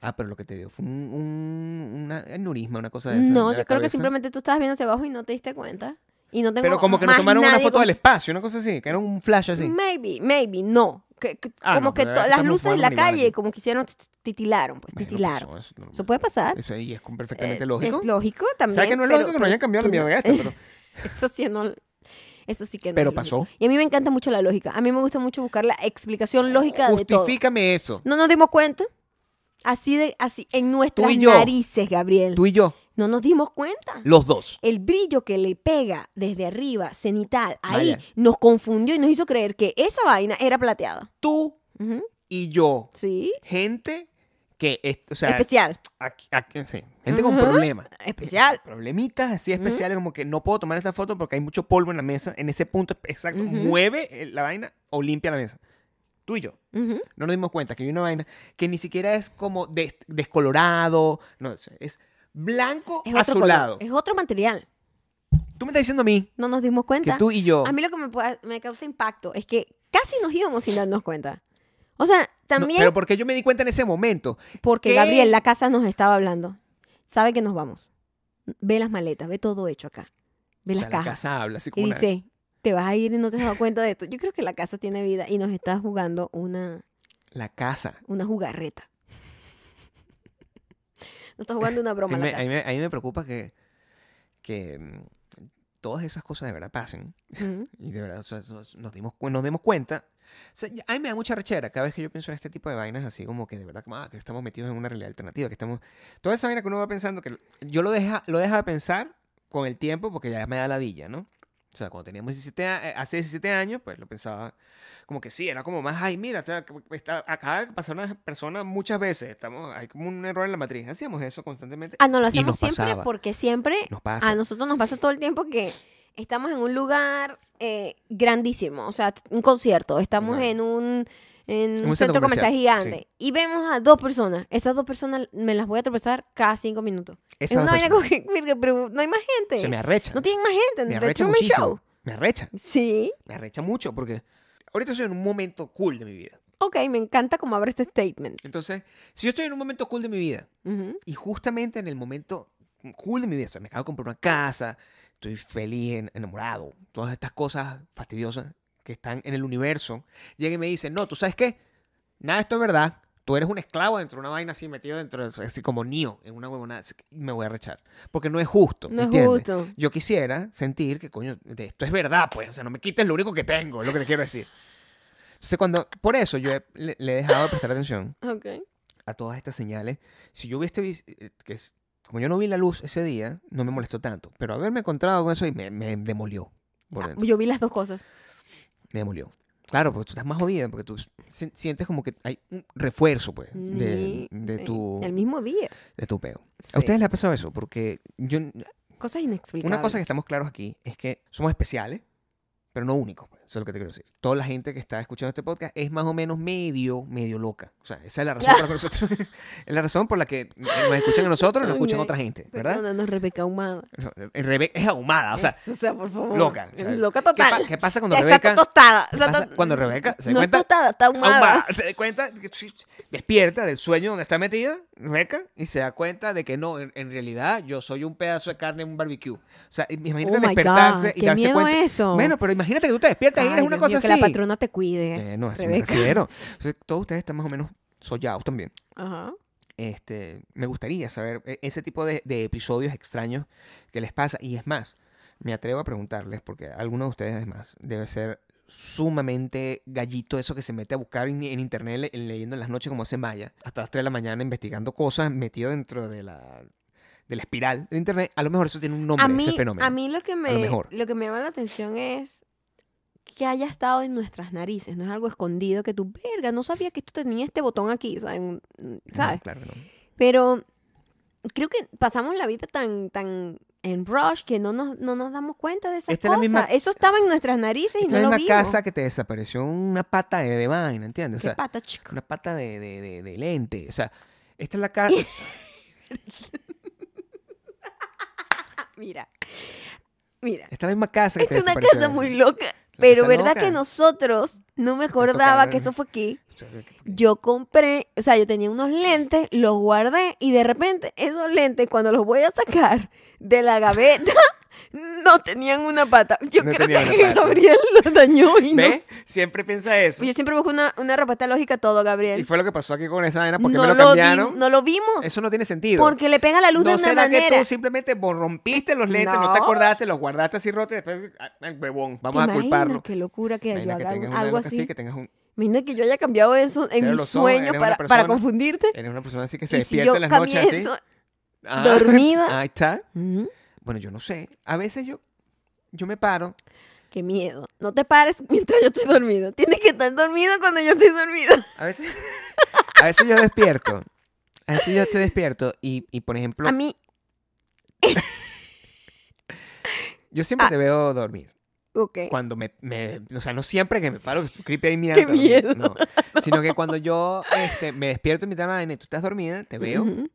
Speaker 2: Ah, pero lo que te dio fue un, un una aneurisma, una cosa de esas
Speaker 1: No,
Speaker 2: en la
Speaker 1: yo creo que
Speaker 2: cabeza.
Speaker 1: simplemente tú estabas viendo hacia abajo y no te diste cuenta. Y no tengo
Speaker 2: Pero como que nos
Speaker 1: más
Speaker 2: tomaron una
Speaker 1: nadie
Speaker 2: foto
Speaker 1: con-
Speaker 2: del espacio, una cosa así, que era un flash así.
Speaker 1: Maybe, maybe, no. Que- que-
Speaker 2: Ah,
Speaker 1: como
Speaker 2: no,
Speaker 1: que
Speaker 2: pero
Speaker 1: to-
Speaker 2: aquí
Speaker 1: las
Speaker 2: estamos
Speaker 1: luces en
Speaker 2: jugando
Speaker 1: la
Speaker 2: un animal
Speaker 1: calle
Speaker 2: aquí.
Speaker 1: como que hicieron, tit- titilaron, pues,
Speaker 2: Bueno, pues,
Speaker 1: titilaron.
Speaker 2: eso, es normal.
Speaker 1: Eso puede pasar.
Speaker 2: Eso ahí es perfectamente
Speaker 1: Eh,
Speaker 2: lógico.
Speaker 1: Es lógico
Speaker 2: o
Speaker 1: también.
Speaker 2: sea, que no es
Speaker 1: pero-
Speaker 2: lógico que
Speaker 1: pero
Speaker 2: nos hayan cambiado
Speaker 1: tú
Speaker 2: la mierda
Speaker 1: no-
Speaker 2: de esto, pero,
Speaker 1: Eso sí no... Eso sí que no.
Speaker 2: pero
Speaker 1: es lógico.
Speaker 2: pasó.
Speaker 1: Y a mí me encanta mucho la lógica. A mí me gusta mucho buscar la explicación lógica de todo.
Speaker 2: Justifícame eso.
Speaker 1: ¿No nos dimos cuenta? Así de así en nuestras
Speaker 2: yo.
Speaker 1: narices, Gabriel.
Speaker 2: Tú y yo,
Speaker 1: No nos dimos cuenta.
Speaker 2: los dos.
Speaker 1: El brillo que le pega desde arriba, cenital, ahí
Speaker 2: Vaya.
Speaker 1: nos confundió y nos hizo creer que esa vaina era plateada.
Speaker 2: Tú
Speaker 1: Ujú.
Speaker 2: y yo.
Speaker 1: Sí.
Speaker 2: Gente que, es- o sea,
Speaker 1: especial.
Speaker 2: aquí- aquí- sí, gente con
Speaker 1: Ujú.
Speaker 2: problemas.
Speaker 1: Especial.
Speaker 2: Problemitas así especiales, como que no puedo tomar esta foto porque hay mucho polvo en la mesa. En ese punto, exacto,
Speaker 1: Ujú.
Speaker 2: mueve eh, la vaina o limpia la mesa. Tú y yo.
Speaker 1: Ujú.
Speaker 2: No nos dimos cuenta que hay una vaina que ni siquiera es como des- descolorado. No, es- es blanco
Speaker 1: Es otro color,
Speaker 2: azulado.
Speaker 1: Es otro material.
Speaker 2: Tú me estás diciendo a mí
Speaker 1: No nos dimos
Speaker 2: que
Speaker 1: cuenta.
Speaker 2: tú y yo.
Speaker 1: A mí lo que me, pueda- me causa impacto es que casi nos íbamos sin darnos cuenta. O sea,
Speaker 2: No,
Speaker 1: también
Speaker 2: pero porque yo me di cuenta en ese momento.
Speaker 1: porque
Speaker 2: ¿qué?
Speaker 1: Gabriel, la casa nos estaba hablando. Sabe que nos vamos. Ve las maletas, ve todo hecho acá. Ve
Speaker 2: O
Speaker 1: las
Speaker 2: sea, la
Speaker 1: cajas.
Speaker 2: casa habla
Speaker 1: Y
Speaker 2: así como una-
Speaker 1: dice, te vas a ir y no te has dado cuenta de esto. Yo creo que la casa tiene vida y nos está jugando una,
Speaker 2: la casa.
Speaker 1: una jugarreta. Nos está jugando una
Speaker 2: A mí,
Speaker 1: broma
Speaker 2: me,
Speaker 1: la
Speaker 2: a mí
Speaker 1: casa.
Speaker 2: me- a mí me preocupa que, que mm, todas esas cosas de verdad pasen.
Speaker 1: Ujú.
Speaker 2: Y de verdad, o sea, nos, nos dimos, cu- nos dimos cuenta. O sea, ya- a mí me da mucha rechera cada vez que yo pienso en este tipo de vainas, así como que de verdad, como, ah, que estamos metidos en una realidad alternativa, que estamos... Toda esa vaina que uno va pensando, que yo lo deja, lo deja de pensar con el tiempo porque ya me da ladilla, ¿no? O sea, cuando teníamos 17 a- eh, hace 17 años, pues lo pensaba como que sí, era como más, ay, mira, está, está- acaba de pasar una persona muchas veces, estamos, hay como un error en la matriz, hacíamos eso constantemente.
Speaker 1: Ah, no, lo
Speaker 2: Y
Speaker 1: hacemos
Speaker 2: nos
Speaker 1: siempre
Speaker 2: pasaba.
Speaker 1: porque siempre
Speaker 2: Nos pasa.
Speaker 1: a nosotros nos pasa todo el tiempo que estamos en un lugar eh, grandísimo, o sea, un concierto, estamos
Speaker 2: Claro.
Speaker 1: en un en un, centro comercial, gigante y vemos a dos personas, esas dos personas me las voy a tropezar cada cinco minutos.
Speaker 2: Esas
Speaker 1: es una
Speaker 2: dos
Speaker 1: vaina
Speaker 2: personas.
Speaker 1: como que, mira, pero no hay más gente.
Speaker 2: Se me arrecha.
Speaker 1: No tienen más
Speaker 2: me
Speaker 1: gente. The
Speaker 2: arrecha
Speaker 1: Truman
Speaker 2: muchísimo.
Speaker 1: Show.
Speaker 2: Me arrecha.
Speaker 1: Sí.
Speaker 2: Me arrecha mucho porque ahorita estoy en un momento cool de mi vida.
Speaker 1: Ok, me encanta cómo abre este statement.
Speaker 2: Entonces, si yo estoy en un momento cool de mi vida
Speaker 1: Ujú.
Speaker 2: y justamente en el momento cool de mi vida, se me acabo de comprar una casa, estoy feliz, en- enamorado, todas estas cosas fastidiosas que están en el universo, llega y me dice, no, tú sabes qué, nada de esto es verdad. Tú eres un esclavo dentro de una vaina así metido dentro, de- así como Neo, en una huevonada. así que Me voy a rechar. Porque no es justo.
Speaker 1: No es
Speaker 2: ¿entiendes?
Speaker 1: justo.
Speaker 2: Yo quisiera sentir que, coño, de esto es verdad, pues. O sea, no me quites lo único que tengo, es lo que te quiero decir. Entonces, cuando. Por eso yo he- le, le he dejado de prestar atención
Speaker 1: Ok.
Speaker 2: a todas estas señales. Si yo hubiese visto, que es, como yo no vi la luz ese día, no me molestó tanto. Pero haberme encontrado con eso y me, me demolió. Por dentro.
Speaker 1: Ah, Yo vi las dos cosas.
Speaker 2: Me demolió. Claro, porque tú estás más jodida, porque tú si- sientes como que hay un refuerzo, pues,
Speaker 1: Ni-
Speaker 2: de, de
Speaker 1: eh,
Speaker 2: tu,
Speaker 1: El mismo día.
Speaker 2: de tu peo.
Speaker 1: Sí.
Speaker 2: ¿A ustedes les ha pasado eso? Porque yo,
Speaker 1: Cosas inexplicables.
Speaker 2: una cosa que estamos claros aquí es que somos especiales, pero no únicos. pues. Eso es lo que te quiero decir. Toda la gente que está escuchando este podcast es más o menos medio, medio loca. O sea, esa es la razón por la que nosotros, es la razón por la que nos escuchan a nosotros y nos escuchan a
Speaker 1: Ok.
Speaker 2: otra gente, ¿verdad?
Speaker 1: Perdónanos, Rebeca Humada.
Speaker 2: Rebeca es ahumada, o sea,
Speaker 1: Es- o sea, por favor.
Speaker 2: loca. o
Speaker 1: Es
Speaker 2: sea,
Speaker 1: loca
Speaker 2: ¿qué pa-
Speaker 1: total.
Speaker 2: ¿Qué, pasa cuando
Speaker 1: Está
Speaker 2: Rebeca...
Speaker 1: tostada.
Speaker 2: ¿qué
Speaker 1: está
Speaker 2: pasa
Speaker 1: to-
Speaker 2: cuando Rebeca se
Speaker 1: no
Speaker 2: cuenta? Ah,
Speaker 1: es tostada, está ahumada.
Speaker 2: ahumada. Se da cuenta, que sí, despierta del sueño donde está metida, Rebeca, y se da cuenta de que no, en, en realidad yo soy un pedazo de carne en un barbecue. O sea, imagínate
Speaker 1: Oh my
Speaker 2: despertarte
Speaker 1: God,
Speaker 2: y
Speaker 1: qué
Speaker 2: darse
Speaker 1: miedo
Speaker 2: cuenta.
Speaker 1: eso.
Speaker 2: Bueno, pero imagínate que tú te despiertas y
Speaker 1: Ay,
Speaker 2: eres una
Speaker 1: Dios
Speaker 2: cosa
Speaker 1: mío, Que la
Speaker 2: así.
Speaker 1: patrona te cuide.
Speaker 2: Eh, no, así me
Speaker 1: Rebeca.
Speaker 2: refiero. Entonces, todos ustedes están más o menos sollados también.
Speaker 1: Ajá.
Speaker 2: Este, me gustaría saber eh, ese tipo de, de episodios extraños que les pasa. Y es más, me atrevo a preguntarles, porque alguno de ustedes, además, debe ser sumamente gallito eso que se mete a buscar en, en internet le- leyendo en las noches como hace Maya, hasta las 3 de la mañana investigando cosas metido dentro de la, de la espiral del internet. A lo mejor eso tiene un nombre,
Speaker 1: a mí,
Speaker 2: ese fenómeno.
Speaker 1: A mí lo que me,
Speaker 2: lo
Speaker 1: lo
Speaker 2: mejor.
Speaker 1: que me llama la atención es que haya estado en nuestras narices, no es algo escondido que tú, verga, no sabía que esto tenía este botón aquí, o sea, en-
Speaker 2: No,
Speaker 1: ¿sabes?
Speaker 2: claro que no.
Speaker 1: Pero creo que pasamos la vida tan, tan en rush que no nos, no nos damos cuenta de esas
Speaker 2: Esta es la
Speaker 1: cosas.
Speaker 2: misma-
Speaker 1: Eso estaba en nuestras narices y
Speaker 2: Esta es
Speaker 1: no lo
Speaker 2: una
Speaker 1: vimos.
Speaker 2: casa que te desapareció una pata de, de vaina, ¿entiendes? O
Speaker 1: Qué
Speaker 2: sea,
Speaker 1: pata, chico.
Speaker 2: una pata de, de- de- de lente. O sea, esta es la casa.
Speaker 1: Mira, mira.
Speaker 2: Está en la misma casa que te
Speaker 1: Es una
Speaker 2: desapareció
Speaker 1: casa
Speaker 2: esa.
Speaker 1: muy loca.
Speaker 2: La
Speaker 1: Pero
Speaker 2: casa
Speaker 1: verdad
Speaker 2: loca.
Speaker 1: que nosotros, no me
Speaker 2: toca
Speaker 1: acordaba
Speaker 2: ver.
Speaker 1: que eso fue aquí.
Speaker 2: O sea, ¿qué fue?
Speaker 1: Yo compré, o sea, yo tenía unos lentes, los guardé y de repente esos lentes, cuando los voy a sacar de la gaveta, no tenían una pata. Yo
Speaker 2: No
Speaker 1: creo
Speaker 2: tenían
Speaker 1: que
Speaker 2: una pata.
Speaker 1: Gabriel lo dañó y no
Speaker 2: ¿Ves?
Speaker 1: sé.
Speaker 2: Siempre piensa eso.
Speaker 1: Yo siempre busco una, una respuesta lógica a todo,
Speaker 2: Y
Speaker 1: Gabriel.
Speaker 2: fue lo que pasó aquí con esa vaina porque
Speaker 1: No
Speaker 2: me
Speaker 1: lo,
Speaker 2: lo
Speaker 1: vi-
Speaker 2: cambiaron.
Speaker 1: no lo vimos
Speaker 2: Eso no tiene sentido.
Speaker 1: porque le pega la luz
Speaker 2: no
Speaker 1: de una
Speaker 2: será que
Speaker 1: manera.
Speaker 2: tú simplemente bo- rompiste los lentes, no. te
Speaker 1: No.
Speaker 2: acordaste, los guardaste así rotos y después, ah, ah, huevón, vamos a
Speaker 1: Imagina
Speaker 2: culparlo.
Speaker 1: Qué locura que yo
Speaker 2: Imagina que
Speaker 1: haga
Speaker 2: tengas
Speaker 1: un-
Speaker 2: una
Speaker 1: algo
Speaker 2: loca
Speaker 1: así.
Speaker 2: que tengas un,
Speaker 1: Imagina que yo haya cambiado eso en
Speaker 2: Cierra
Speaker 1: mi
Speaker 2: los ojos, eres
Speaker 1: sueño
Speaker 2: una
Speaker 1: para,
Speaker 2: persona.
Speaker 1: para confundirte.
Speaker 2: eres una persona así que se
Speaker 1: Y si
Speaker 2: despierta
Speaker 1: yo
Speaker 2: en las noches
Speaker 1: cambié
Speaker 2: así.
Speaker 1: eso, mm,
Speaker 2: Ah,
Speaker 1: dormida.
Speaker 2: Ahí está.
Speaker 1: Ujú.
Speaker 2: Bueno, yo no sé. A veces yo, yo me paro
Speaker 1: Qué miedo. No te pares mientras yo estoy dormido. Tienes que estar dormido cuando yo estoy dormida.
Speaker 2: A veces, a veces yo despierto. A veces yo estoy despierto y, y, por ejemplo,
Speaker 1: A mí,
Speaker 2: yo siempre
Speaker 1: ah.
Speaker 2: te veo dormir.
Speaker 1: ok.
Speaker 2: Cuando me, me- O sea, no siempre que me paro, que estoy creepy ahí mirando.
Speaker 1: Qué miedo.
Speaker 2: No. Sino que cuando yo este, me despierto en mitad de la vaina y tú estás dormida, te veo.
Speaker 1: Ujú.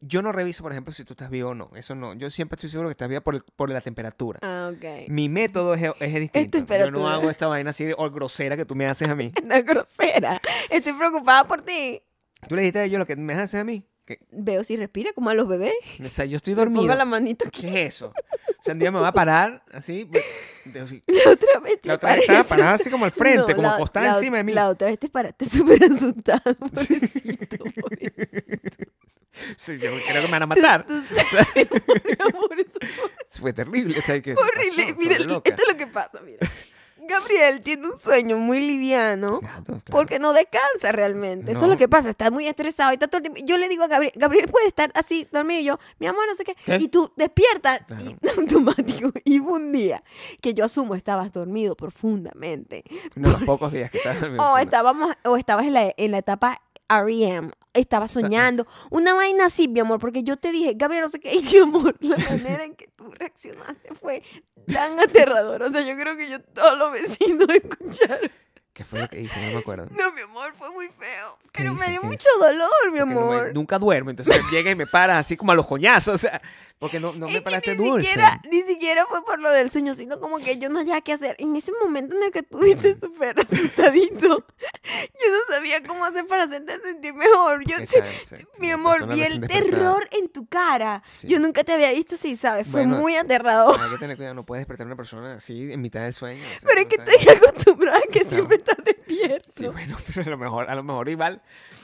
Speaker 2: Yo no reviso, por ejemplo, si tú estás vivo o no. Eso no. Yo siempre estoy seguro que estás viva por, el- por la temperatura.
Speaker 1: Ah, ok.
Speaker 2: Mi método es, es distinto. Yo no
Speaker 1: temperatura.
Speaker 2: hago esta vaina así de o grosera que tú me haces a mí.
Speaker 1: No es grosera. Estoy preocupada por ti.
Speaker 2: Tú le dijiste a ellos lo que me haces a mí. Que,
Speaker 1: Veo si respira como a los bebés.
Speaker 2: o sea, yo estoy
Speaker 1: Le
Speaker 2: dormido.
Speaker 1: Pongo la manito aquí.
Speaker 2: ¿Qué es eso? O sea, un día me va a parar así. pues, de- así.
Speaker 1: La otra vez te
Speaker 2: La otra vez estaba
Speaker 1: parece-
Speaker 2: parada así como al frente,
Speaker 1: No,
Speaker 2: como
Speaker 1: la-
Speaker 2: acostada
Speaker 1: la-
Speaker 2: encima de mí.
Speaker 1: La otra vez te paraste súper asustado. Pobrecito, pobrecito.
Speaker 2: Sí, yo creo que me van a matar.
Speaker 1: Tú sabes, pobrecito.
Speaker 2: Fue terrible. o sea, que-
Speaker 1: Horrible.
Speaker 2: pasó,
Speaker 1: Mira, este
Speaker 2: sobre loca.
Speaker 1: esto es lo que pasa. Mira. Gabriel tiene un sueño muy liviano.
Speaker 2: Claro, claro.
Speaker 1: Porque no descansa realmente. Eso
Speaker 2: No.
Speaker 1: es lo que pasa. Está muy estresado. y Está todo el tiempo. Yo le digo a Gabriel, Gabriel puede estar así, dormido. Y yo, mi amor, no sé qué.
Speaker 2: ¿Qué?
Speaker 1: Y tú despiertas
Speaker 2: Claro.
Speaker 1: y- automático. Y hubo un día que yo asumo estabas dormido profundamente.
Speaker 2: Uno de los pocos días que estaba dormido.
Speaker 1: O, Oh, estábamos, o estabas en la, en la etapa REM. Estabas
Speaker 2: sea,
Speaker 1: soñando. Una vaina así, mi amor. Porque yo te dije, Gabriel, no sé qué. Y mi amor, la manera en que tú reaccionaste fue tan aterrador. O sea, yo creo que yo todos los vecinos escucharon.
Speaker 2: ¿Qué fue lo que hice? No me acuerdo.
Speaker 1: No, mi amor, fue muy feo.
Speaker 2: ¿Qué
Speaker 1: Pero me
Speaker 2: hice?
Speaker 1: dio
Speaker 2: ¿Qué
Speaker 1: mucho dolor, mi
Speaker 2: Porque no me-
Speaker 1: amor.
Speaker 2: nunca duermo, entonces me llega y me para así como a los coñazos, o sea, porque no, no
Speaker 1: Es
Speaker 2: me
Speaker 1: que
Speaker 2: paraste
Speaker 1: ni
Speaker 2: dulce.
Speaker 1: Siquiera, ni siquiera fue por lo del sueño, sino como que yo no sabía qué hacer. En ese momento en el que estuviste súper asustadito, yo no sabía cómo hacer para sentir, sentir mejor. Yo
Speaker 2: Porque
Speaker 1: sé-
Speaker 2: esa- esa-
Speaker 1: mi
Speaker 2: la
Speaker 1: amor,
Speaker 2: Este persona
Speaker 1: vi el
Speaker 2: recién despertada.
Speaker 1: terror en tu cara.
Speaker 2: Sí.
Speaker 1: Yo nunca te había visto así, ¿sabes? Fue
Speaker 2: Bueno,
Speaker 1: muy aterrador.
Speaker 2: Hay que tener cuidado, no puedes despertar a una persona así en mitad del sueño. o sea,
Speaker 1: Pero es
Speaker 2: no
Speaker 1: que
Speaker 2: sabes.
Speaker 1: estoy acostumbrada a que
Speaker 2: No.
Speaker 1: siempre estás despierto.
Speaker 2: Sí, bueno, pero a lo mejor, a lo mejor igual,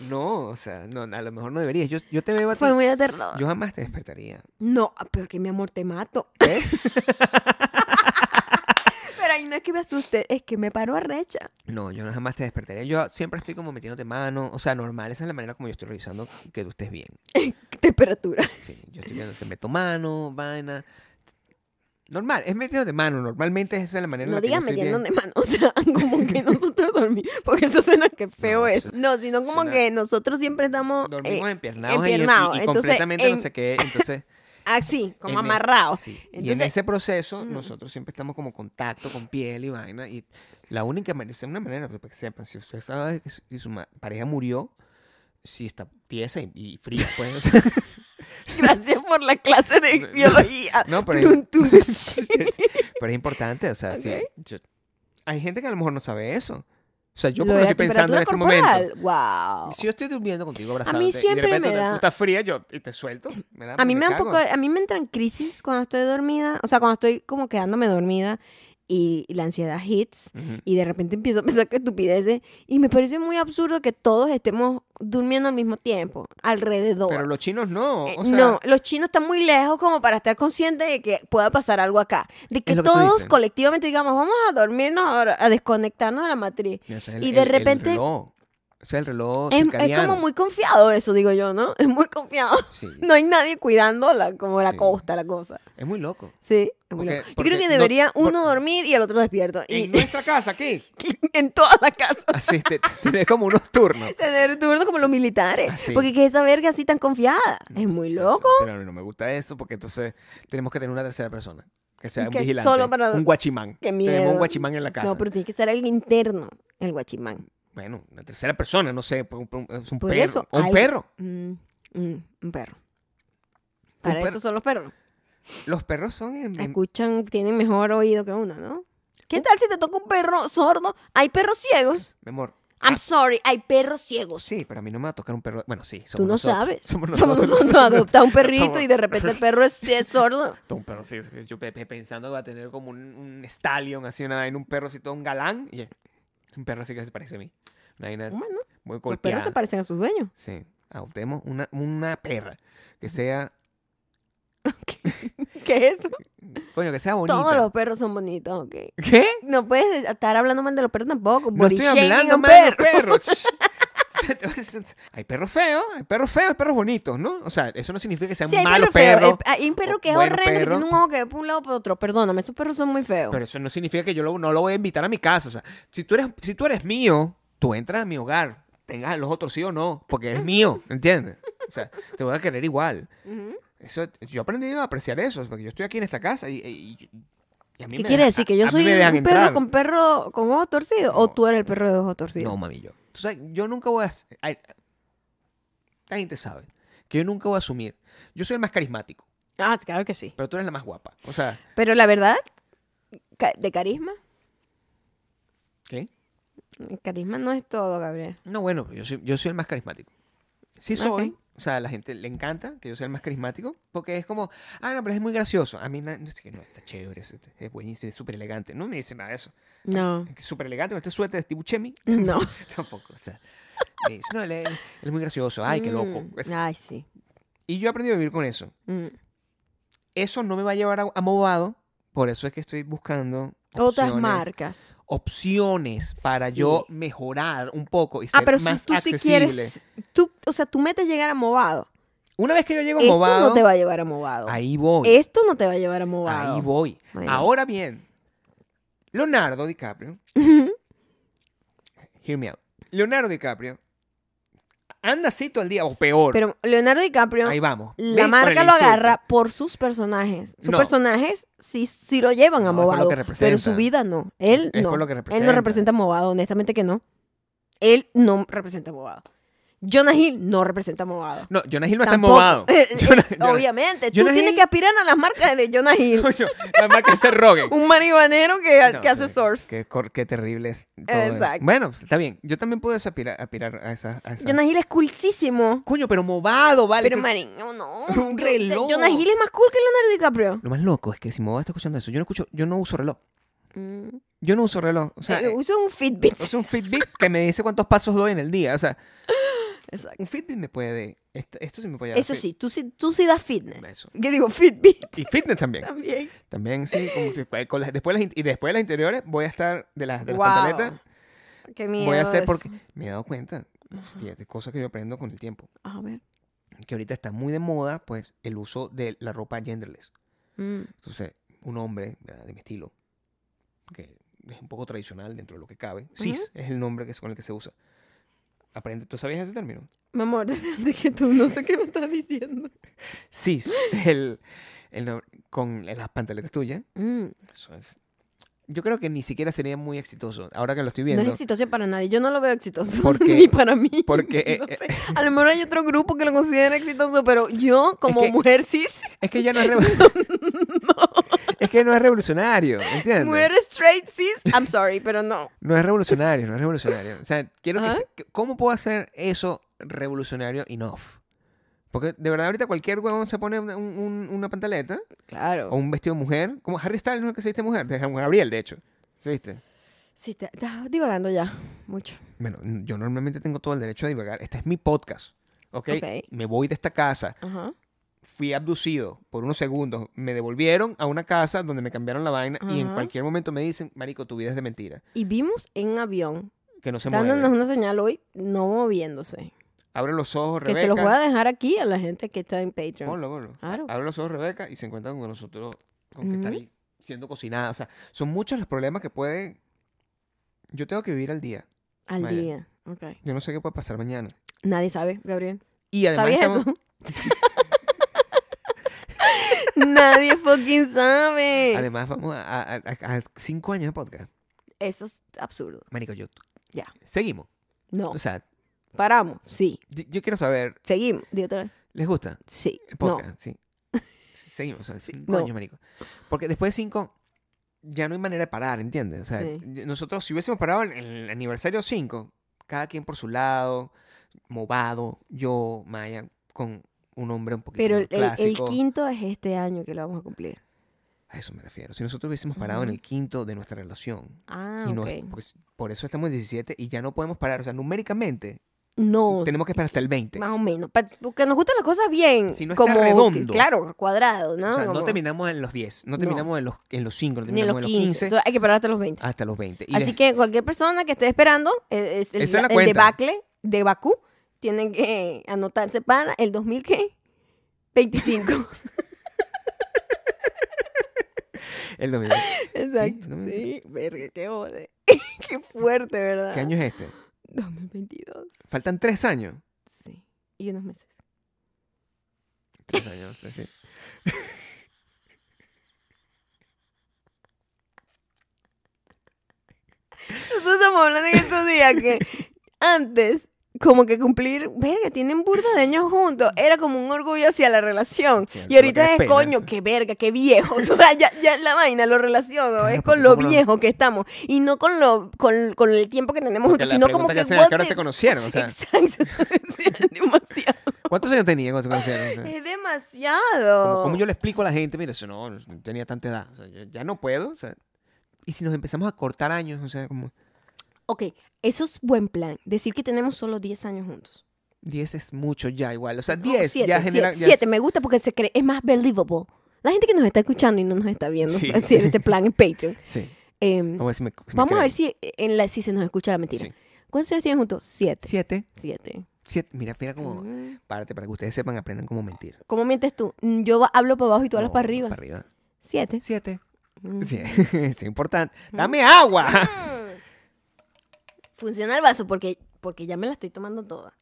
Speaker 2: no, o sea, no, a lo mejor no deberías. Yo, yo te veo a ti,
Speaker 1: Fue muy aterrador.
Speaker 2: yo jamás te despertaría.
Speaker 1: No, ah, pero que mi amor te mato.
Speaker 2: ¿Eh?
Speaker 1: Pero ahí no es que me asuste, es que me paro arrecha.
Speaker 2: No, yo jamás te despertaría. Yo siempre estoy como metiéndote mano, o sea, normal, esa es la manera como yo estoy revisando que tú estés bien.
Speaker 1: Temperatura.
Speaker 2: Sí, yo estoy viendo, te meto mano, vaina. Normal, es metiéndote mano, normalmente esa es la manera en
Speaker 1: No
Speaker 2: la que yo
Speaker 1: digas
Speaker 2: estoy bien.
Speaker 1: metiendo de mano, o sea, como que nosotros dormimos, porque eso suena que feo
Speaker 2: No,
Speaker 1: es.
Speaker 2: su-
Speaker 1: No, sino como
Speaker 2: suena-
Speaker 1: que nosotros siempre estamos
Speaker 2: Dormimos
Speaker 1: eh,
Speaker 2: empiernados,
Speaker 1: empiernados,
Speaker 2: y, y
Speaker 1: entonces,
Speaker 2: completamente
Speaker 1: en-
Speaker 2: no sé qué. Entonces,
Speaker 1: así, ah, como
Speaker 2: en e-
Speaker 1: amarrados.
Speaker 2: sí, y en
Speaker 1: Entonces-
Speaker 2: ese proceso,
Speaker 1: Ujú.
Speaker 2: nosotros siempre estamos como en contacto con piel y vaina. Y la única manera, es una manera, para que sepan, si usted sabe que si su ma- pareja murió, si está tiesa y, y fría, pues. o sea,
Speaker 1: Gracias por la clase de
Speaker 2: No, no,
Speaker 1: biología.
Speaker 2: no, pero-
Speaker 1: Tun, tun.
Speaker 2: es- pero es importante, o sea, sí. yo- hay gente que a lo mejor no sabe eso. O sea, yo
Speaker 1: Lo
Speaker 2: porque
Speaker 1: de la
Speaker 2: estoy pensando en este
Speaker 1: temperatura
Speaker 2: momento.
Speaker 1: corporal, Wow.
Speaker 2: Si yo estoy durmiendo contigo abrazándote
Speaker 1: siempre
Speaker 2: y de repente
Speaker 1: me
Speaker 2: te-
Speaker 1: da-
Speaker 2: tú estás fría, yo y te suelto. me da-
Speaker 1: A mí me da un
Speaker 2: cago.
Speaker 1: poco, a mí me entran crisis cuando estoy dormida, o sea, cuando estoy como quedándome dormida y, y la ansiedad hits.
Speaker 2: Ujú.
Speaker 1: Y de repente empiezo a pensar que estupideces. Y me parece muy absurdo que todos estemos durmiendo al mismo tiempo, alrededor.
Speaker 2: Pero los chinos no.
Speaker 1: Eh,
Speaker 2: o sea,
Speaker 1: no, los chinos están muy lejos como para estar conscientes de que pueda pasar algo acá. De que
Speaker 2: lo que tú
Speaker 1: todos
Speaker 2: dices.
Speaker 1: colectivamente digamos, vamos a dormirnos, ahora, a desconectarnos de la matriz.
Speaker 2: O sea, el-
Speaker 1: Y de
Speaker 2: el- el
Speaker 1: repente-
Speaker 2: reloj. O sea, el reloj
Speaker 1: Es, es
Speaker 2: circadiano.
Speaker 1: como muy confiado eso, digo yo, ¿no? Es muy confiado.
Speaker 2: Sí,
Speaker 1: No hay nadie cuidándola, como la
Speaker 2: Sí.
Speaker 1: costa, la cosa.
Speaker 2: es muy loco.
Speaker 1: Sí. es muy
Speaker 2: Porque-
Speaker 1: loco. Yo
Speaker 2: porque
Speaker 1: creo que
Speaker 2: no-
Speaker 1: debería
Speaker 2: por-
Speaker 1: uno dormir y el otro despierto. Y
Speaker 2: En nuestra casa, aquí,
Speaker 1: en todas las casas.
Speaker 2: así te, tenés como unos turnos.
Speaker 1: Tener turno como los militares.
Speaker 2: Ah, sí.
Speaker 1: Porque que esa verga así tan confiada. Es muy
Speaker 2: Sí, sí,
Speaker 1: loco.
Speaker 2: Pero a mí no me gusta eso porque entonces tenemos que tener una tercera persona. Que sea un
Speaker 1: Que
Speaker 2: vigilante.
Speaker 1: solo para-
Speaker 2: Un guachimán.
Speaker 1: Qué
Speaker 2: Tenemos
Speaker 1: miedo.
Speaker 2: un guachimán en la casa.
Speaker 1: No, pero tiene que ser alguien interno, el guachimán.
Speaker 2: Bueno, una tercera persona, no sé. pues, un- Es un
Speaker 1: Por
Speaker 2: perro.
Speaker 1: eso,
Speaker 2: o un
Speaker 1: al-
Speaker 2: perro.
Speaker 1: Mm, mm, un perro. Para eso
Speaker 2: perro.
Speaker 1: son los perros.
Speaker 2: Los perros son en- en-
Speaker 1: Escuchan, tienen mejor oído que uno, ¿no? ¿Qué tal si te toca un perro sordo? Hay perros ciegos.
Speaker 2: Mi amor. Ah,
Speaker 1: I'm sorry, hay perros ciegos.
Speaker 2: Sí, pero a mí no me va a tocar un perro. Bueno, sí. Somos
Speaker 1: Tú no
Speaker 2: nosotros.
Speaker 1: sabes.
Speaker 2: Somos
Speaker 1: Somos
Speaker 2: nosotros.
Speaker 1: nosotros adoptar un perrito
Speaker 2: Somos-
Speaker 1: y de repente el perro es, es sordo.
Speaker 2: Todo un perro, sí. Yo pe- pe- pensando que va a tener como un, un stallion, así una vaina, un perro así todo un galán. Y eh, un perro así que se parece a mí. Una vaina
Speaker 1: Bueno,
Speaker 2: muy
Speaker 1: los perros
Speaker 2: golpeada.
Speaker 1: se parecen a sus dueños.
Speaker 2: sí. Adoptemos una, una perra que sea,
Speaker 1: ¿Qué es eso?
Speaker 2: coño, que sea bonita.
Speaker 1: Todos los perros son bonitos, ok.
Speaker 2: ¿Qué?
Speaker 1: No puedes estar hablando mal de los perros tampoco.
Speaker 2: No
Speaker 1: body
Speaker 2: estoy
Speaker 1: shaming a
Speaker 2: hablando
Speaker 1: un
Speaker 2: mal de los
Speaker 1: perro.
Speaker 2: perros. Ch- hay perros feos, hay perros feos, hay perros bonitos, ¿no? O sea, eso no significa que sean
Speaker 1: Sí, hay
Speaker 2: malos
Speaker 1: perros feos.
Speaker 2: perros.
Speaker 1: Eh, Hay un perro
Speaker 2: o
Speaker 1: que es
Speaker 2: buen
Speaker 1: horrendo, que
Speaker 2: perro.
Speaker 1: tiene un ojo que ve por un lado para otro. Perdóname, esos perros son muy feos.
Speaker 2: Pero eso no significa que yo lo- no lo voy a invitar a mi casa. O sea, si tú eres, si tú eres mío, tú entras a mi hogar. Tengas a los otros sí o no, porque eres mío, ¿entiendes? O sea, te voy a querer igual.
Speaker 1: Ujú.
Speaker 2: Eso, yo he aprendido a apreciar eso, porque yo estoy aquí en esta casa y... y- y a mí
Speaker 1: ¿Qué
Speaker 2: me
Speaker 1: quiere
Speaker 2: dejan-
Speaker 1: decir? ¿Que
Speaker 2: a-
Speaker 1: yo
Speaker 2: a mí
Speaker 1: soy
Speaker 2: me
Speaker 1: un
Speaker 2: dejan
Speaker 1: perro
Speaker 2: entrar.
Speaker 1: con perro con ojos torcidos? ¿O
Speaker 2: No.
Speaker 1: tú eres el perro de ojos torcidos?
Speaker 2: No, mami, yo. Tú sabes, yo nunca voy a... ay, la gente sabe que yo nunca voy a asumir. Yo soy el más carismático,
Speaker 1: Ah, claro que sí.
Speaker 2: pero tú eres la más guapa. O sea,
Speaker 1: Pero la verdad, ca- de carisma,
Speaker 2: ¿qué?
Speaker 1: el carisma no es todo, Gabriel.
Speaker 2: No, bueno, yo soy, yo soy el más carismático. Sí
Speaker 1: Ok.
Speaker 2: soy. O sea, a la gente le encanta que yo sea el más carismático porque es como, ah, no, pero es muy gracioso. A mí na- no, es que no está chévere, es, es buenísimo, es súper elegante. No me dice nada de eso.
Speaker 1: No.
Speaker 2: Es que súper elegante con este suéter de Steve Buscemi.
Speaker 1: No.
Speaker 2: Tampoco, o sea. me dice, no, él, él- él es muy gracioso. Ay, qué loco.
Speaker 1: Mm,
Speaker 2: Es-
Speaker 1: Ay, sí.
Speaker 2: Y yo he aprendido a vivir con eso.
Speaker 1: Mm.
Speaker 2: Eso no me va a llevar a, a movado. Por eso es que estoy buscando
Speaker 1: Otras
Speaker 2: opciones-
Speaker 1: marcas.
Speaker 2: opciones para
Speaker 1: Sí.
Speaker 2: yo mejorar un poco y ser
Speaker 1: Ah, pero si
Speaker 2: más
Speaker 1: tú sí
Speaker 2: accesible.
Speaker 1: quieres. Tú, o sea, tú metes llegar a Movado.
Speaker 2: Una vez que yo llego a
Speaker 1: Esto
Speaker 2: movado,
Speaker 1: no te va a llevar a Movado.
Speaker 2: ahí voy.
Speaker 1: Esto no te va a llevar a Movado.
Speaker 2: Ahí voy.
Speaker 1: Ahí
Speaker 2: Ahora bien, Leonardo DiCaprio. Hear me out. Leonardo DiCaprio anda así todo el día, o peor.
Speaker 1: Pero Leonardo DiCaprio,
Speaker 2: Ahí vamos. Ve
Speaker 1: la
Speaker 2: por
Speaker 1: marca
Speaker 2: el
Speaker 1: lo
Speaker 2: insulto.
Speaker 1: agarra por sus personajes. Sus
Speaker 2: No.
Speaker 1: personajes sí, sí lo llevan a
Speaker 2: No, es por lo
Speaker 1: Movado,
Speaker 2: que representa.
Speaker 1: pero su vida no. Él
Speaker 2: Es
Speaker 1: no.
Speaker 2: por lo que
Speaker 1: Él no
Speaker 2: representa.
Speaker 1: representa a Movado, honestamente que no. Él no representa a Movado. Jonah Hill no representa a Movado.
Speaker 2: No, Jonah Hill no está
Speaker 1: Tampoco.
Speaker 2: movado.
Speaker 1: Eh, eh,
Speaker 2: Jonah- Jonah-
Speaker 1: Obviamente, tú
Speaker 2: Jonah
Speaker 1: tienes
Speaker 2: Hill-
Speaker 1: que aspirar a las marcas de Jonah Hill.
Speaker 2: Coño, la marca se rogue.
Speaker 1: Un marihuanero que,
Speaker 2: No,
Speaker 1: que hace
Speaker 2: pero
Speaker 1: surf.
Speaker 2: Qué, cor- qué terrible es todo eso.
Speaker 1: Exacto.
Speaker 2: Bueno, está bien. Yo también puedo aspirar, aspirar a esa. a esa-
Speaker 1: Jonah Hill es coolísimo.
Speaker 2: Coño, pero movado, vale.
Speaker 1: Pero
Speaker 2: que es-
Speaker 1: mariño, no.
Speaker 2: Un
Speaker 1: Yo-
Speaker 2: reloj.
Speaker 1: Jonah Hill es más cool que Leonardo DiCaprio.
Speaker 2: Lo más loco es que si movado está escuchando eso, yo no escucho, yo no uso reloj.
Speaker 1: Mm.
Speaker 2: Yo no uso reloj. O sea,
Speaker 1: Eh,
Speaker 2: eh,
Speaker 1: uso un Fitbit.
Speaker 2: uso un Fitbit que me dice cuántos pasos doy en el día. O sea,
Speaker 1: Exacto.
Speaker 2: un Fitbit me puede. Esto, esto sí me puede dar
Speaker 1: Eso
Speaker 2: fit-
Speaker 1: sí, tú sí, tú sí das fitness.
Speaker 2: Eso.
Speaker 1: Yo digo Fitbit
Speaker 2: Y fitness también.
Speaker 1: también.
Speaker 2: También sí. como si- con las- después las in- y después de las interiores voy a estar de las, de las
Speaker 1: Wow.
Speaker 2: pantaletas.
Speaker 1: Qué miedo.
Speaker 2: voy a hacer
Speaker 1: eso.
Speaker 2: porque me he dado cuenta, fíjate, cosas que yo aprendo con el tiempo,
Speaker 1: A ver.
Speaker 2: que ahorita está muy de moda, pues el uso de la ropa genderless.
Speaker 1: Mm.
Speaker 2: Entonces, un hombre ¿verdad? de mi estilo, que es un poco tradicional dentro de lo que cabe, cis es el nombre que es con el que se usa. Aprende, ¿tú sabías ese término?
Speaker 1: Mi amor, de que tú no sé qué me estás diciendo.
Speaker 2: Cis, el, el no- con las pantaletas tuyas.
Speaker 1: Mm.
Speaker 2: Eso es. Yo creo que ni siquiera sería muy exitoso, ahora que lo estoy
Speaker 1: No
Speaker 2: viendo.
Speaker 1: es exitoso para nadie. Yo no lo veo exitoso.
Speaker 2: Porque-
Speaker 1: Ni para mí.
Speaker 2: porque, eh,
Speaker 1: No
Speaker 2: eh,
Speaker 1: sé. A lo mejor hay otro grupo que lo considera exitoso, pero yo, como
Speaker 2: que-
Speaker 1: mujer cis,
Speaker 2: Es que ya no es revolucionario. Es que no es revolucionario, ¿entiendes?
Speaker 1: mujer straight cis, I'm sorry, pero no.
Speaker 2: No es revolucionario, no es revolucionario. O sea, quiero que
Speaker 1: Ajá.
Speaker 2: se- que- ¿Cómo puedo hacer eso revolucionario enough? Porque de verdad ahorita cualquier huevón se pone una, un- un- una pantaleta
Speaker 1: Claro.
Speaker 2: o un vestido de mujer. Como Harry Styles, ¿no es que se viste de mujer? De Gabriel, de hecho. ¿Se viste?
Speaker 1: Sí, te- estás divagando ya. Mucho.
Speaker 2: Bueno, yo normalmente tengo todo el derecho a divagar. Este es mi podcast,
Speaker 1: Ok.
Speaker 2: ¿ok? Me voy de esta casa.
Speaker 1: Ajá.
Speaker 2: fui abducido por unos segundos, me devolvieron a una casa donde me cambiaron la vaina y en
Speaker 1: Ajá.
Speaker 2: cualquier momento me dicen, marico, tu vida es de mentira,
Speaker 1: Y vimos en un avión,
Speaker 2: que no se
Speaker 1: dándonos
Speaker 2: mueve.
Speaker 1: una señal hoy, no moviéndose.
Speaker 2: Abre los ojos,
Speaker 1: Que
Speaker 2: Rebeca. Ah,
Speaker 1: se los voy a dejar aquí a la gente que está en Patreon.
Speaker 2: Ponlo, ponlo.
Speaker 1: Claro.
Speaker 2: Abre los ojos, Rebeca, y se encuentran con nosotros, con que
Speaker 1: Ujú.
Speaker 2: está ahí siendo cocinada. O sea, son muchos los problemas que puede... Yo tengo que vivir al día.
Speaker 1: Al
Speaker 2: Vaya.
Speaker 1: día. Ok.
Speaker 2: Yo no sé qué puede pasar mañana.
Speaker 1: Nadie sabe, Gabriel.
Speaker 2: Y además
Speaker 1: ¿Sabías
Speaker 2: estamos-
Speaker 1: eso? Nadie fucking sabe.
Speaker 2: Además vamos a, a- a- a cinco años de podcast.
Speaker 1: Eso es absurdo.
Speaker 2: Marico, yo...
Speaker 1: Ya.
Speaker 2: Seguimos.
Speaker 1: No.
Speaker 2: O sea,
Speaker 1: Paramos. Sí.
Speaker 2: yo yo quiero saber,
Speaker 1: Seguimos. Di otra vez.
Speaker 2: ¿les gusta?
Speaker 1: Sí.
Speaker 2: El
Speaker 1: No.
Speaker 2: podcast, sí. Seguimos, o sea, cinco
Speaker 1: no.
Speaker 2: años, marico. Porque después de cinco, ya no hay manera de parar, ¿entiendes? O sea,
Speaker 1: Sí.
Speaker 2: y- nosotros, si hubiésemos parado en el aniversario cinco, cada quien por su lado, Movado, yo, Maya, con un hombre un poquito
Speaker 1: Pero
Speaker 2: más
Speaker 1: el, el- el
Speaker 2: clásico.
Speaker 1: quinto es este año que lo vamos a cumplir.
Speaker 2: A eso me refiero. Si nosotros hubiésemos parado en
Speaker 1: Ujú.
Speaker 2: el quinto de nuestra relación,
Speaker 1: Ah,
Speaker 2: y no es-
Speaker 1: ok.
Speaker 2: porque s- por eso estamos en 17 y ya no podemos parar. O sea, numéricamente,
Speaker 1: No,
Speaker 2: tenemos que esperar hasta el 20.
Speaker 1: más o menos. Pa- porque nos gustan las cosas bien.
Speaker 2: Si no está
Speaker 1: como,
Speaker 2: redondo.
Speaker 1: Claro, cuadrado, ¿no?
Speaker 2: o sea, no
Speaker 1: Como-
Speaker 2: terminamos en los 10, no
Speaker 1: No.
Speaker 2: terminamos en los en los 5, no
Speaker 1: ni en
Speaker 2: terminamos
Speaker 1: los 15.
Speaker 2: en los 15,
Speaker 1: Entonces, hay que parar hasta los 20.
Speaker 2: hasta los 20. Y
Speaker 1: Así
Speaker 2: de-
Speaker 1: que cualquier persona que esté esperando eh, es el,
Speaker 2: Esa es la
Speaker 1: el
Speaker 2: cuenta.
Speaker 1: debacle de Bakú, tienen que anotarse para el 2000 ¿qué? 25.
Speaker 2: El 2000.
Speaker 1: Exacto.
Speaker 2: no me-
Speaker 1: Sí, verga, qué jode. qué fuerte, ¿verdad?
Speaker 2: ¿Qué año es este?
Speaker 1: 2022.
Speaker 2: Faltan tres años.
Speaker 1: Sí. Y unos meses.
Speaker 2: Tres años, sí, sí.
Speaker 1: Nosotros estamos hablando en estos días que antes, como que cumplir, verga, tienen burda de años juntos, era como un orgullo hacia la relación.
Speaker 2: Sí,
Speaker 1: y ahorita
Speaker 2: lo
Speaker 1: es,
Speaker 2: que es pena,
Speaker 1: coño,
Speaker 2: sí.
Speaker 1: qué verga, qué viejos. O sea, ya, ya la vaina lo relaciono,
Speaker 2: Claro,
Speaker 1: es
Speaker 2: porque
Speaker 1: con lo
Speaker 2: como no-
Speaker 1: viejo que estamos. Y no con lo con, con el tiempo que tenemos
Speaker 2: Porque
Speaker 1: juntos,
Speaker 2: la
Speaker 1: sino como
Speaker 2: pregunta que
Speaker 1: que.
Speaker 2: hacen es
Speaker 1: what
Speaker 2: a qué hora
Speaker 1: the
Speaker 2: se conocieron. O sea,
Speaker 1: Exacto. Sí, es demasiado.
Speaker 2: ¿cuántos años tenía cuando se conocieron? O sea,
Speaker 1: Es
Speaker 2: ¿cómo,
Speaker 1: demasiado.
Speaker 2: cómo yo le explico a la gente? Mira, eso no, no tenía tanta edad. O sea, yo ya no puedo. O sea, y si nos empezamos a cortar años, o sea, como
Speaker 1: Ok, eso es buen plan. Decir que tenemos solo 10 años juntos.
Speaker 2: 10 es mucho ya igual. O sea,
Speaker 1: No,
Speaker 2: 10
Speaker 1: Oh, siete,
Speaker 2: ya
Speaker 1: siete,
Speaker 2: genera. ya
Speaker 1: siete, me gusta porque se cree, es más believable. La gente que nos está escuchando y no nos está viendo
Speaker 2: Sí.
Speaker 1: hacer este plan en Patreon.
Speaker 2: es- sí.
Speaker 1: em,
Speaker 2: Vamos a ver si me, si me
Speaker 1: vamos a
Speaker 2: creen.
Speaker 1: ver si, en la, si se nos escucha la mentira.
Speaker 2: Sí.
Speaker 1: ¿Cuántos años tienen juntos? Siete.
Speaker 2: Siete,
Speaker 1: Siete.
Speaker 2: siete. Mira, mira como.
Speaker 1: Mm.
Speaker 2: Parte para que ustedes sepan, aprendan cómo mentir.
Speaker 1: ¿Cómo mientes tú? Mm, Yo va- hablo para abajo y tú hablas
Speaker 2: No,
Speaker 1: para
Speaker 2: no,
Speaker 1: arriba.
Speaker 2: Para arriba.
Speaker 1: Siete.
Speaker 2: Siete.
Speaker 1: Mm.
Speaker 2: Sí, es importante. ¡Dame agua!
Speaker 1: Funciona el vaso porque, porque ya me la estoy tomando toda.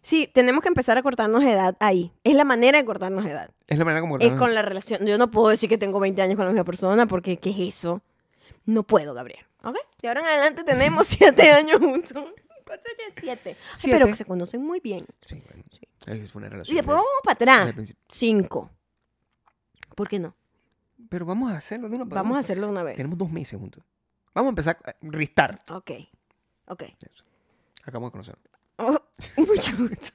Speaker 1: Sí, tenemos que empezar a cortarnos edad ahí. Es la manera de cortarnos edad.
Speaker 2: Es la manera como...
Speaker 1: Es Eh, con la relación. Yo no puedo decir que tengo 20 años con la misma persona porque ¿qué es eso? No puedo, Gabriel. ¿Ok? De ahora en adelante tenemos 7 años juntos. ¿Cuántos años? 7.
Speaker 2: Siete.
Speaker 1: Pero que se conocen muy bien.
Speaker 2: Sí, bueno. Es una relación.
Speaker 1: Y después
Speaker 2: de-
Speaker 1: vamos para
Speaker 2: desde
Speaker 1: atrás.
Speaker 2: el principio.
Speaker 1: 5. ¿Por qué no?
Speaker 2: Pero vamos a hacerlo de una para
Speaker 1: Vamos a
Speaker 2: otra.
Speaker 1: hacerlo una vez.
Speaker 2: Tenemos dos meses juntos. Vamos a empezar a restart.
Speaker 1: Ok. Ok.
Speaker 2: Acabamos de conocer.
Speaker 1: Oh, mucho gusto.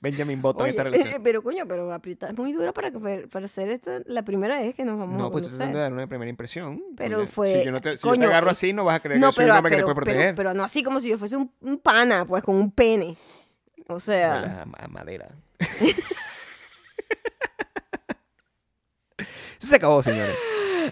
Speaker 2: Benjamin Button en esta
Speaker 1: Oye, eh,
Speaker 2: relación.
Speaker 1: pero coño, pero aprieta- es muy duro para, que fue- para hacer esta la primera vez que nos vamos a
Speaker 2: No, pues tú estás
Speaker 1: conocer.
Speaker 2: tratando de dar una primera impresión.
Speaker 1: Pero
Speaker 2: Porque
Speaker 1: fue-
Speaker 2: Si yo, no te, si yo te
Speaker 1: coño,
Speaker 2: agarro
Speaker 1: eh,
Speaker 2: así, no vas a creer
Speaker 1: no,
Speaker 2: que soy
Speaker 1: pero,
Speaker 2: un
Speaker 1: ah,
Speaker 2: hombre que te
Speaker 1: pero,
Speaker 2: puede
Speaker 1: pero-
Speaker 2: proteger.
Speaker 1: pero no así como si yo fuese un, un pana, pues con un pene. O sea,
Speaker 2: A la ma- a madera. Esto se acabó, señores.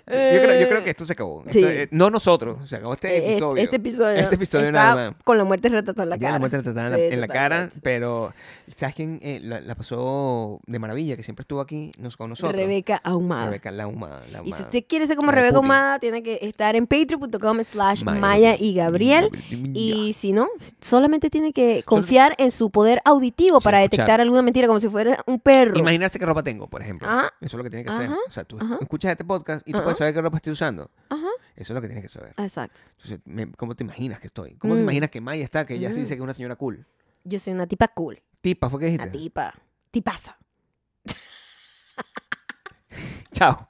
Speaker 2: Yo creo, yo creo que esto se acabó. Esto,
Speaker 1: sí.
Speaker 2: eh, no nosotros, se acabó este
Speaker 1: eh, eh,
Speaker 2: episodio.
Speaker 1: este episodio.
Speaker 2: Este episodio
Speaker 1: está
Speaker 2: nada más.
Speaker 1: Con la muerte retratada en la
Speaker 2: Tiene
Speaker 1: cara.
Speaker 2: la muerte tratada en la-
Speaker 1: Sí,
Speaker 2: en la cara,
Speaker 1: totalmente.
Speaker 2: pero ¿sabes quién eh, la, la pasó de maravilla? Que siempre estuvo aquí nos, con nosotros.
Speaker 1: Rebeca Ahumada.
Speaker 2: Rebeca Lauma.
Speaker 1: Y si usted quiere ser como
Speaker 2: La de
Speaker 1: Rebeca
Speaker 2: Putin.
Speaker 1: Ahumada, tiene que estar en patreon.com slash
Speaker 2: Maya
Speaker 1: Maya y Gabriel. Y si no, solamente tiene que confiar en su poder auditivo
Speaker 2: Sí,
Speaker 1: para
Speaker 2: escuchar.
Speaker 1: detectar alguna mentira como si fuera un perro.
Speaker 2: Imaginarse qué ropa tengo, por ejemplo.
Speaker 1: Ajá.
Speaker 2: Eso es lo que tiene que
Speaker 1: Ah, Ajá.
Speaker 2: hacer. O sea, tú
Speaker 1: Ajá.
Speaker 2: escuchas este podcast y tú
Speaker 1: Ajá.
Speaker 2: puedes saber qué ropa estoy usando.
Speaker 1: Ajá.
Speaker 2: Eso es lo que tienes que saber.
Speaker 1: Exacto.
Speaker 2: Entonces, me- ¿cómo te imaginas que estoy? ¿Cómo te
Speaker 1: Mm.
Speaker 2: imaginas que Maya está? Que ella se
Speaker 1: Mm.
Speaker 2: dice que es una señora cool.
Speaker 1: Yo soy una tipa cool.
Speaker 2: Tipa, ¿fue que
Speaker 1: Una
Speaker 2: dijiste?
Speaker 1: tipa. Tipaza.
Speaker 2: Chao.